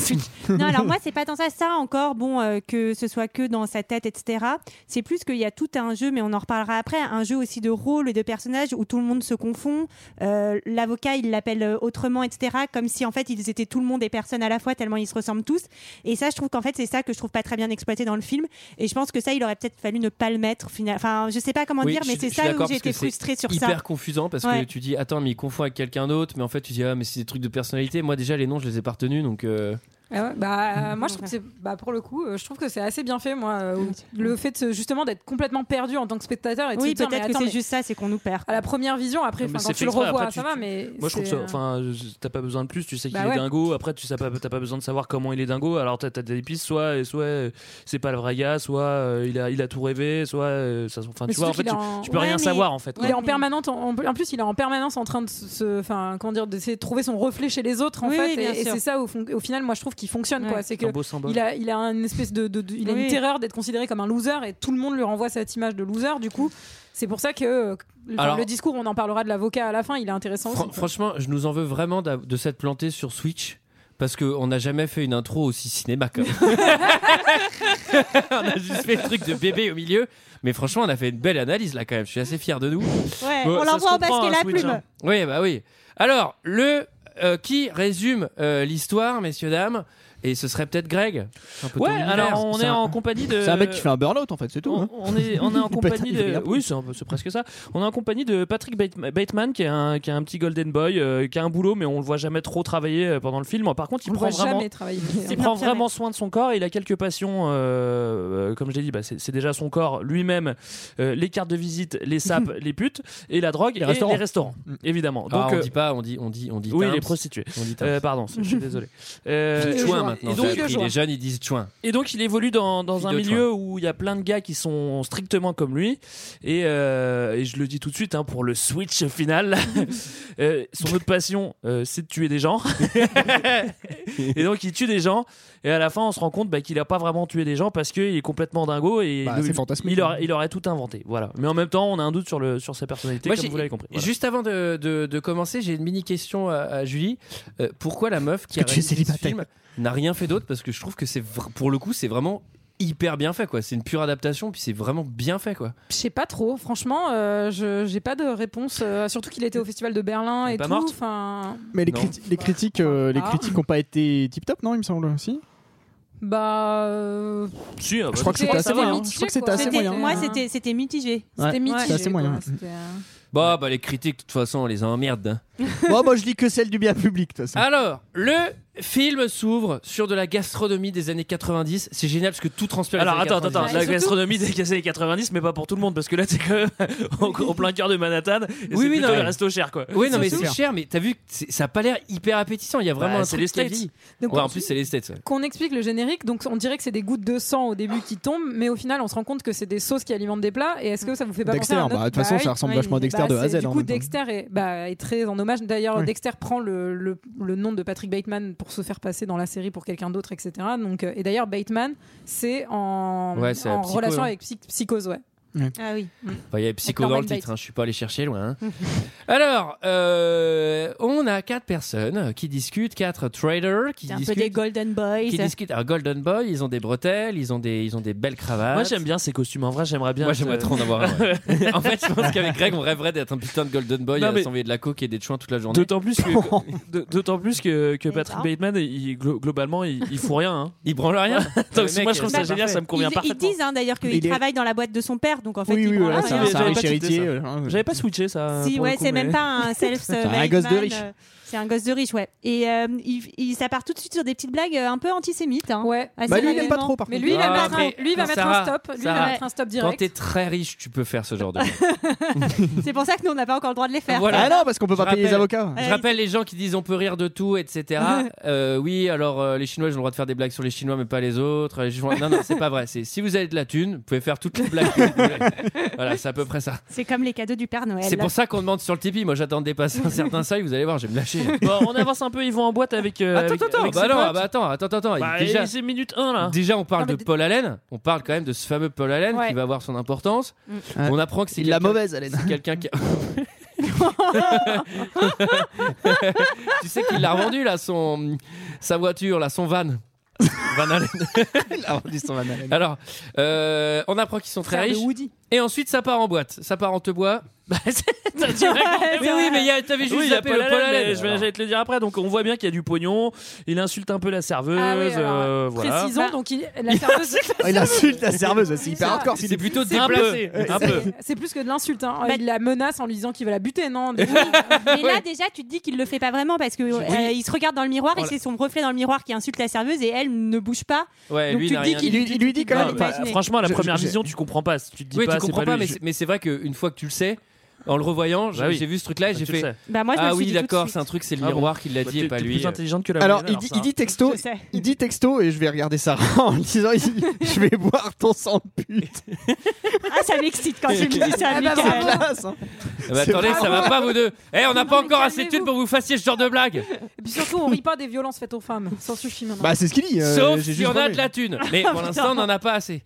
[SPEAKER 9] non, alors moi, c'est pas tant ça. Ça encore, bon, euh, que ce soit que dans sa tête, etc. C'est plus qu'il y a tout un jeu, mais on en reparlera après, un jeu aussi de rôle et de personnages où tout le monde se confond. Euh, L'avocat, il l'appelle euh, autrement, etc. Comme si, en fait, ils étaient tout le monde et personne à la fois, tellement ils se ressemblent tous. Et ça, je trouve qu'en fait, c'est ça que je trouve pas très bien exploité dans le film. Et je pense que ça, il aurait peut-être fallu ne pas le mettre. final- Enfin, je sais pas comment
[SPEAKER 1] Oui,
[SPEAKER 9] dire, mais
[SPEAKER 1] je-
[SPEAKER 9] c'est
[SPEAKER 1] je suis
[SPEAKER 9] ça
[SPEAKER 1] d'accord
[SPEAKER 9] où j'ai
[SPEAKER 1] parce que
[SPEAKER 9] été
[SPEAKER 1] c'est
[SPEAKER 9] frustrée sur
[SPEAKER 1] hyper
[SPEAKER 9] ça.
[SPEAKER 1] confusant parce
[SPEAKER 9] Ouais.
[SPEAKER 1] que tu dis attends mais il confond avec quelqu'un d'autre mais en fait tu dis ah mais c'est des trucs de personnalité moi déjà les noms je les ai pas retenus donc euh,
[SPEAKER 6] Ah ouais, bah, euh, moi, je trouve que c'est, bah, pour le coup, euh, je trouve que c'est assez bien fait, moi. euh, le fait de se- justement d'être complètement perdu en tant que spectateur et de
[SPEAKER 9] Oui,
[SPEAKER 6] se dire,
[SPEAKER 9] peut-être
[SPEAKER 6] mais
[SPEAKER 9] que
[SPEAKER 6] attends,
[SPEAKER 9] c'est
[SPEAKER 6] mais
[SPEAKER 9] juste ça, c'est qu'on nous perd.
[SPEAKER 6] À la première vision, après,
[SPEAKER 10] Non, mais
[SPEAKER 6] enfin,
[SPEAKER 10] c'est
[SPEAKER 6] quand
[SPEAKER 10] fait
[SPEAKER 6] tu le
[SPEAKER 10] exprès,
[SPEAKER 6] revois,
[SPEAKER 10] après,
[SPEAKER 6] ça
[SPEAKER 10] tu-
[SPEAKER 6] va,
[SPEAKER 10] tu-
[SPEAKER 6] mais.
[SPEAKER 10] Moi, je trouve
[SPEAKER 6] c'est,
[SPEAKER 10] ça.
[SPEAKER 6] euh,
[SPEAKER 10] Enfin, je- t'as pas besoin de plus. Tu sais qu'il
[SPEAKER 6] Bah
[SPEAKER 10] est
[SPEAKER 6] ouais.
[SPEAKER 10] dingo. Après, tu sais pas, t'as pas besoin de savoir comment il est dingo. Alors, t'as t'as des pistes. Soit, et soit euh, c'est pas le vrai gars. Soit euh, il a, il a tout rêvé. Soit, euh, ça, enfin,
[SPEAKER 6] Mais
[SPEAKER 10] tu vois. En fait,
[SPEAKER 6] surtout
[SPEAKER 10] tu,
[SPEAKER 6] qu'il est en-
[SPEAKER 10] tu peux
[SPEAKER 6] Ouais,
[SPEAKER 10] rien
[SPEAKER 6] mais
[SPEAKER 10] savoir en fait.
[SPEAKER 6] Il est en permanente, en, en plus, il est en permanence en train de se- se, enfin, comment dire, d'essayer de trouver son reflet chez les autres, en
[SPEAKER 9] Oui,
[SPEAKER 6] fait.
[SPEAKER 9] oui, bien
[SPEAKER 6] et et
[SPEAKER 9] sûr.
[SPEAKER 6] c'est ça, au, fond- au final, moi, je trouve qu'il fonctionne,
[SPEAKER 9] Ouais.
[SPEAKER 6] quoi. C'est que
[SPEAKER 10] Un beau symbole.
[SPEAKER 6] il a, il a une espèce de, de- de- il a
[SPEAKER 9] Oui.
[SPEAKER 6] une terreur d'être considéré comme un loser, et tout le monde lui renvoie cette image de loser. Du coup, c'est pour ça que euh, enfin,
[SPEAKER 1] Alors-
[SPEAKER 6] le discours, on en parlera de l'avocat à la fin, il est intéressant.
[SPEAKER 1] Fran-
[SPEAKER 6] aussi, quoi.
[SPEAKER 1] franchement, je nous en veux vraiment d'a- de s'être planté sur Switch. Parce qu'on n'a jamais fait une intro aussi cinéma quand même. on a juste fait le truc de bébé au milieu. Mais franchement, on a fait une belle analyse là quand même. Je suis assez fier de nous.
[SPEAKER 9] Ouais,
[SPEAKER 1] Bon, ça
[SPEAKER 9] on
[SPEAKER 1] se
[SPEAKER 9] l'envoie
[SPEAKER 1] comprend,
[SPEAKER 9] au basket
[SPEAKER 1] hein,
[SPEAKER 9] la
[SPEAKER 1] Switch,
[SPEAKER 9] plume.
[SPEAKER 1] hein. Oui, bah oui. Alors, le euh, qui résume euh, l'histoire, messieurs, dames Et ce serait peut-être Greg. Un peu ton
[SPEAKER 10] Ouais.
[SPEAKER 1] univers.
[SPEAKER 10] Alors, on
[SPEAKER 1] C'est
[SPEAKER 10] est
[SPEAKER 1] un-
[SPEAKER 10] en compagnie de.
[SPEAKER 11] C'est un
[SPEAKER 1] euh,
[SPEAKER 11] mec qui fait un burn-out en fait, c'est tout.
[SPEAKER 10] On,
[SPEAKER 11] hein.
[SPEAKER 10] on est, on est en
[SPEAKER 11] Il peut être-
[SPEAKER 10] compagnie
[SPEAKER 11] il fait
[SPEAKER 10] de.
[SPEAKER 11] bien.
[SPEAKER 10] Oui, c'est un peu- c'est presque ça. On est en compagnie de Patrick Bate- Bateman, qui est un, qui est un petit Golden Boy, euh, qui a un boulot, mais on le voit jamais trop travailler euh, pendant le film. Par contre, il
[SPEAKER 6] on le
[SPEAKER 10] prend
[SPEAKER 6] voit
[SPEAKER 10] vraiment.
[SPEAKER 6] jamais travailler.
[SPEAKER 10] Il
[SPEAKER 9] Non,
[SPEAKER 10] prend
[SPEAKER 9] jamais.
[SPEAKER 10] vraiment soin de son corps et il a quelques passions, euh, euh, comme je l'ai dit, bah, c'est c'est déjà son corps lui-même, euh, les cartes de visite, les sapes, les putes, et la drogue, et
[SPEAKER 11] restaurants.
[SPEAKER 10] les restaurants, évidemment.
[SPEAKER 1] Ah,
[SPEAKER 10] Donc,
[SPEAKER 1] on
[SPEAKER 10] euh,
[SPEAKER 1] dit pas, on dit, on dit, on dit.
[SPEAKER 10] oui,
[SPEAKER 1] timps.
[SPEAKER 10] les prostituées.
[SPEAKER 1] On dit timps.
[SPEAKER 10] Euh, pardon, je suis désolé. Euh,
[SPEAKER 1] Chouin, maintenant.
[SPEAKER 10] et donc-
[SPEAKER 1] ça a pris. les jeunes, ils disent chouin.
[SPEAKER 10] et donc il évolue dans, dans un
[SPEAKER 1] Fille de
[SPEAKER 10] milieu où il y a plein de gars qui sont strictement comme lui. Et, euh, et je le dis tout de suite, hein, pour le switch final, euh, son autre passion, euh, c'est de tuer des gens. et donc il tue des gens. Et à la fin, on se rend compte bah, qu'il n'a pas vraiment tué des gens parce qu'il est complètement dingo et
[SPEAKER 11] Bah,
[SPEAKER 10] il-
[SPEAKER 11] c'est
[SPEAKER 10] il,
[SPEAKER 11] fantasmique.
[SPEAKER 10] il aurait, il aurait tout inventé. Voilà. Mais en même temps, on a un doute sur, le, sur sa personnalité,
[SPEAKER 1] Moi,
[SPEAKER 10] comme
[SPEAKER 1] j'ai-
[SPEAKER 10] vous l'avez compris. Voilà.
[SPEAKER 1] Juste avant de, de- de commencer, j'ai une mini question à, à Julie. Euh, pourquoi la meuf qui a
[SPEAKER 11] Parce que tu es
[SPEAKER 1] réalisé ce
[SPEAKER 11] célibataire.
[SPEAKER 1] film n'a rien fait d'autre Parce que je trouve que c'est vr- pour le coup, c'est vraiment hyper bien fait quoi. C'est une pure adaptation, puis c'est vraiment bien fait quoi.
[SPEAKER 6] Je sais pas trop, franchement, euh, je j'ai pas de réponse. euh, surtout qu'il était au festival de Berlin
[SPEAKER 10] Elle est
[SPEAKER 6] et
[SPEAKER 10] pas
[SPEAKER 6] tout.
[SPEAKER 10] morte
[SPEAKER 6] Enfin,
[SPEAKER 11] Mais les,
[SPEAKER 1] Non.
[SPEAKER 11] criti- les critiques, euh, les
[SPEAKER 6] Ah.
[SPEAKER 11] critiques n'ont pas été tip top, non Il me semble aussi.
[SPEAKER 6] bah, euh,
[SPEAKER 10] Si, ah, bah,
[SPEAKER 11] Je crois que
[SPEAKER 6] c'est-
[SPEAKER 11] c'était assez
[SPEAKER 6] c'était
[SPEAKER 11] moyen.
[SPEAKER 6] mitigé,
[SPEAKER 11] Je crois que
[SPEAKER 6] quoi.
[SPEAKER 11] c'était assez
[SPEAKER 9] C'était-
[SPEAKER 11] moyen.
[SPEAKER 9] Moi, c'était c'était mitigé.
[SPEAKER 11] Ouais,
[SPEAKER 6] c'était mitigé.
[SPEAKER 11] c'était assez
[SPEAKER 6] quoi.
[SPEAKER 11] moyen.
[SPEAKER 6] C'était, euh,
[SPEAKER 1] Bah bah les critiques de toute façon, on les emmerde. hein.
[SPEAKER 11] Moi, moi, je dis que celle du bien public, de toute façon.
[SPEAKER 1] Alors, le film s'ouvre sur de la gastronomie des années 90. C'est génial parce que tout transpire. les
[SPEAKER 10] Alors
[SPEAKER 1] années
[SPEAKER 10] attends, attends,
[SPEAKER 1] 90.
[SPEAKER 10] attends, la gastronomie des années 90, mais pas pour tout le monde, parce que là t'es quand même au, au plein cœur de Manhattan, et c'est
[SPEAKER 1] oui, non,
[SPEAKER 10] plutôt le
[SPEAKER 1] mais-
[SPEAKER 10] resto cher quoi.
[SPEAKER 1] Oui, non, mais
[SPEAKER 11] C'est
[SPEAKER 1] c'est
[SPEAKER 11] sûr.
[SPEAKER 1] cher, mais t'as vu, que c'est- ça a pas l'air hyper appétissant. Il y a vraiment
[SPEAKER 10] Bah,
[SPEAKER 1] un
[SPEAKER 10] c'est
[SPEAKER 1] truc
[SPEAKER 10] les
[SPEAKER 1] qui
[SPEAKER 10] States.
[SPEAKER 1] vieillit.
[SPEAKER 6] donc,
[SPEAKER 1] Ouais,
[SPEAKER 6] on-
[SPEAKER 1] en plus, c'est les States. ouais.
[SPEAKER 6] qu'on explique le générique, donc on dirait que c'est des gouttes de sang au début qui tombent, mais au final, on se rend compte que c'est des sauces qui alimentent des plats. Et est-ce que ça vous fait pas
[SPEAKER 11] Dexter,
[SPEAKER 6] penser à un
[SPEAKER 11] bah, de
[SPEAKER 6] autre-
[SPEAKER 11] toute façon,
[SPEAKER 6] oui,
[SPEAKER 11] ça ressemble
[SPEAKER 6] oui,
[SPEAKER 11] vachement à
[SPEAKER 6] bah,
[SPEAKER 11] Dexter de
[SPEAKER 6] c'est-
[SPEAKER 11] A à Z, hein,
[SPEAKER 6] Du
[SPEAKER 11] en
[SPEAKER 6] coup,
[SPEAKER 11] même temps.
[SPEAKER 6] Dexter est, bah, est très en hommage. D'ailleurs,
[SPEAKER 11] Oui.
[SPEAKER 6] Dexter prend le, le- le nom de Patrick Bateman pour se faire passer dans la série pour quelqu'un d'autre, etc. Donc, euh, et d'ailleurs, Bateman, c'est en,
[SPEAKER 1] Ouais, c'est
[SPEAKER 6] en
[SPEAKER 1] Psycho,
[SPEAKER 6] relation
[SPEAKER 1] hein.
[SPEAKER 6] avec Psy- Psychose, ouais. Mm.
[SPEAKER 9] Ah oui.
[SPEAKER 1] Enfin, il y avait psycho dans
[SPEAKER 6] Avec Norman
[SPEAKER 1] le titre,
[SPEAKER 6] Bates.
[SPEAKER 1] hein, je suis pas allé chercher loin. hein. Alors, euh, on a quatre personnes qui discutent, quatre traders qui
[SPEAKER 9] C'est un peu des
[SPEAKER 1] discutent.
[SPEAKER 9] Golden Boys.
[SPEAKER 1] qui discutent. Alors, Golden Boy, ils ont des bretelles, ils ont des, ils ont des belles cravates.
[SPEAKER 10] Moi j'aime bien ces costumes, en vrai j'aimerais bien.
[SPEAKER 1] Moi,
[SPEAKER 10] être,
[SPEAKER 1] j'aimerais
[SPEAKER 10] euh,
[SPEAKER 1] trop en avoir un. ouais. en fait, je pense qu'avec Greg, on rêverait d'être un putain de Golden Boy
[SPEAKER 10] Non,
[SPEAKER 1] à
[SPEAKER 10] mais-
[SPEAKER 1] s'envoyer de la coke et des chouins toute la journée.
[SPEAKER 10] D'autant plus que, d- d'autant plus que, que
[SPEAKER 9] Et
[SPEAKER 10] Patrick
[SPEAKER 9] ça.
[SPEAKER 10] Bateman, il, glo- globalement, il, il fout rien. hein.
[SPEAKER 1] Ils branlent rien.
[SPEAKER 10] Donc,
[SPEAKER 1] Le mec,
[SPEAKER 10] moi je trouve ça
[SPEAKER 1] c'est
[SPEAKER 10] génial,
[SPEAKER 1] parfait.
[SPEAKER 10] ça me convient
[SPEAKER 9] Ils, ils
[SPEAKER 10] parfaitement.
[SPEAKER 9] disent hein, d'ailleurs qu'il
[SPEAKER 11] Il est-
[SPEAKER 9] travaille dans la boîte de son père, donc en fait,
[SPEAKER 11] Oui,
[SPEAKER 9] il
[SPEAKER 11] oui,
[SPEAKER 9] prend
[SPEAKER 11] voilà,
[SPEAKER 9] la-
[SPEAKER 11] c'est
[SPEAKER 10] oui,
[SPEAKER 11] un- c'est un
[SPEAKER 10] j'avais
[SPEAKER 11] riche
[SPEAKER 10] pas tilté,
[SPEAKER 11] héritier.
[SPEAKER 10] ça.
[SPEAKER 11] euh, hein.
[SPEAKER 10] J'avais pas switché ça.
[SPEAKER 9] Si,
[SPEAKER 10] pour le
[SPEAKER 9] ouais,
[SPEAKER 10] coup,
[SPEAKER 9] c'est
[SPEAKER 10] mais-
[SPEAKER 9] même pas un self
[SPEAKER 11] un gosse de
[SPEAKER 9] Ah,
[SPEAKER 11] riche.
[SPEAKER 9] C'est un gosse de riche, ouais. Et euh, il, il- ça part tout de suite sur des petites blagues euh, un peu antisémites. hein.
[SPEAKER 6] Ouais.
[SPEAKER 9] Assez
[SPEAKER 11] Bah, lui, il aime
[SPEAKER 9] rapidement.
[SPEAKER 11] pas trop, par
[SPEAKER 6] Mais
[SPEAKER 11] contre.
[SPEAKER 6] lui, il va
[SPEAKER 1] Ah,
[SPEAKER 6] mettre, un,
[SPEAKER 1] mais-
[SPEAKER 6] lui, il va
[SPEAKER 1] non,
[SPEAKER 6] mettre
[SPEAKER 1] Sarah,
[SPEAKER 6] un stop. Lui, il
[SPEAKER 1] Sarah,
[SPEAKER 6] va mettre un stop
[SPEAKER 1] Quand
[SPEAKER 6] direct.
[SPEAKER 1] t'es très riche, tu peux faire ce genre de.
[SPEAKER 9] C'est pour ça que nous, on n'a pas encore le droit de les faire.
[SPEAKER 1] Voilà.
[SPEAKER 11] Ah non, parce qu'on peut
[SPEAKER 1] Je
[SPEAKER 11] pas payer les
[SPEAKER 1] rappelle. Ah,
[SPEAKER 11] avocats.
[SPEAKER 1] Je rappelle les gens qui disent on peut rire de tout, etc. Euh, oui, alors euh, les Chinois, ils ont le droit de faire des blagues sur les Chinois, mais pas les autres. Les Chinois- Non, non, c'est pas vrai. C'est si vous avez de la thune, vous pouvez faire toutes les blagues. que vous voulez. voilà, c'est à peu près ça.
[SPEAKER 9] C'est comme les cadeaux du Père Noël.
[SPEAKER 1] C'est pour ça qu'on demande sur le Tipeee. Moi, j'attends de dépasser un certain seuil. Vous allez voir, je vais me lâcher.
[SPEAKER 10] Bon, on avance un peu, ils vont en boîte avec. euh,
[SPEAKER 1] attends,
[SPEAKER 10] avec-
[SPEAKER 1] attends,
[SPEAKER 10] avec
[SPEAKER 1] bah
[SPEAKER 10] ses
[SPEAKER 1] non,
[SPEAKER 10] potes.
[SPEAKER 1] ah bah attends, attends, attends.
[SPEAKER 10] Bah,
[SPEAKER 1] déjà,
[SPEAKER 10] et c'est minute 1 là.
[SPEAKER 1] déjà, on parle
[SPEAKER 6] hein. Non, mais
[SPEAKER 1] de
[SPEAKER 6] d-
[SPEAKER 1] Paul Allen. On parle quand même de ce fameux Paul Allen
[SPEAKER 6] Ouais. Mm.
[SPEAKER 1] qui va avoir son importance. On apprend que c'est
[SPEAKER 11] C'est de la
[SPEAKER 1] quelqu'un-
[SPEAKER 11] mauvaise, Hélène.
[SPEAKER 1] C'est quelqu'un qui. tu sais qu'il l'a revendu là, son sa voiture là, son van. Van Allen.
[SPEAKER 11] Il a rendu son Van Halen.
[SPEAKER 1] Alors, euh, on apprend qu'ils sont très
[SPEAKER 6] Frère de
[SPEAKER 1] riches.
[SPEAKER 6] Woody.
[SPEAKER 1] Et ensuite, ça part en boîte. Ça part en te bois.
[SPEAKER 10] T'as direct-
[SPEAKER 1] Mais oui, mais il y a- t'avais juste
[SPEAKER 10] Oui, il y a
[SPEAKER 1] zappé
[SPEAKER 10] Paul
[SPEAKER 1] le Paul
[SPEAKER 10] Allen, mais
[SPEAKER 1] Allen.
[SPEAKER 10] je vais, j'allais te le dire après. Donc on voit bien qu'il y a du pognon. Il insulte un peu la serveuse.
[SPEAKER 6] Ah oui, alors,
[SPEAKER 10] euh, voilà.
[SPEAKER 6] Précisons,
[SPEAKER 9] Bah,
[SPEAKER 6] donc il- la serveuse.
[SPEAKER 11] Il insulte la serveuse, c'est hyper hardcore.
[SPEAKER 1] C'est plutôt
[SPEAKER 10] Un peu,
[SPEAKER 1] déplacé.
[SPEAKER 10] un peu.
[SPEAKER 6] C'est plus que de l'insulte. hein.
[SPEAKER 9] Bah,
[SPEAKER 6] Il la menace en lui disant qu'il va la buter, non
[SPEAKER 9] Mais là, déjà, tu te dis qu'il le fait pas vraiment parce que euh, il se regarde dans le miroir
[SPEAKER 1] Voilà.
[SPEAKER 9] et c'est son reflet dans le miroir qui insulte la serveuse et elle ne bouge pas.
[SPEAKER 1] Ouais,
[SPEAKER 9] Donc
[SPEAKER 1] lui,
[SPEAKER 9] tu
[SPEAKER 1] n'a
[SPEAKER 9] te dis
[SPEAKER 1] rien
[SPEAKER 9] qu'il
[SPEAKER 1] dit.
[SPEAKER 11] Il, il lui dit quand
[SPEAKER 9] Non,
[SPEAKER 11] même.
[SPEAKER 9] mais-
[SPEAKER 11] bah,
[SPEAKER 9] imaginer.
[SPEAKER 10] Franchement, à la
[SPEAKER 11] Je-
[SPEAKER 10] première
[SPEAKER 11] je-
[SPEAKER 10] vision, tu comprends pas. Tu te dis
[SPEAKER 1] Oui,
[SPEAKER 10] pas,
[SPEAKER 1] tu comprends
[SPEAKER 10] c'est
[SPEAKER 1] pas,
[SPEAKER 10] lui,
[SPEAKER 1] mais
[SPEAKER 10] je-
[SPEAKER 1] c'est- mais c'est vrai qu'une fois que tu le sais, en le revoyant,
[SPEAKER 10] Bah
[SPEAKER 1] j'ai
[SPEAKER 10] oui.
[SPEAKER 1] j'ai vu ce truc-là et j'ai
[SPEAKER 10] tu le
[SPEAKER 1] fait
[SPEAKER 10] sais.
[SPEAKER 9] Bah moi, je me
[SPEAKER 1] Ah
[SPEAKER 9] suis
[SPEAKER 1] oui,
[SPEAKER 9] dit tout de
[SPEAKER 1] d'accord,
[SPEAKER 9] suite.
[SPEAKER 1] c'est un truc, c'est le
[SPEAKER 10] Ah bon.
[SPEAKER 1] miroir qui l'a
[SPEAKER 10] Bah,
[SPEAKER 1] dit
[SPEAKER 10] t'es-
[SPEAKER 1] et pas
[SPEAKER 10] t'es
[SPEAKER 1] lui.
[SPEAKER 10] plus
[SPEAKER 1] euh.
[SPEAKER 10] intelligente que la
[SPEAKER 11] Alors,
[SPEAKER 10] moyenne,
[SPEAKER 11] il dit,
[SPEAKER 10] ça,
[SPEAKER 11] il
[SPEAKER 10] hein.
[SPEAKER 11] dit texto,
[SPEAKER 9] Je sais.
[SPEAKER 11] il dit texto, et je vais regarder ça en lui disant Je vais boire ton sang de pute.
[SPEAKER 9] Ah, ça m'excite quand tu me dis ça.
[SPEAKER 6] Ah bah,
[SPEAKER 9] Mickaël.
[SPEAKER 6] bravo.
[SPEAKER 11] Classe, hein.
[SPEAKER 1] Ah bah,
[SPEAKER 11] C'est
[SPEAKER 1] attendez,
[SPEAKER 6] vrai.
[SPEAKER 1] ça va pas vous deux. Eh, on n'a
[SPEAKER 6] Non,
[SPEAKER 1] pas
[SPEAKER 6] mais
[SPEAKER 1] encore assez de
[SPEAKER 6] calmez-vous.
[SPEAKER 1] thunes pour que vous fassiez ce genre de blague.
[SPEAKER 6] Et puis surtout, on rit pas des violences faites aux femmes. Sans suffit maintenant.
[SPEAKER 11] Bah, c'est ce qu'il dit. euh,
[SPEAKER 1] Sauf
[SPEAKER 11] j'ai
[SPEAKER 1] si
[SPEAKER 11] juste
[SPEAKER 1] on a
[SPEAKER 11] relu.
[SPEAKER 1] de la thune. Mais pour l'instant, on n'en a pas assez.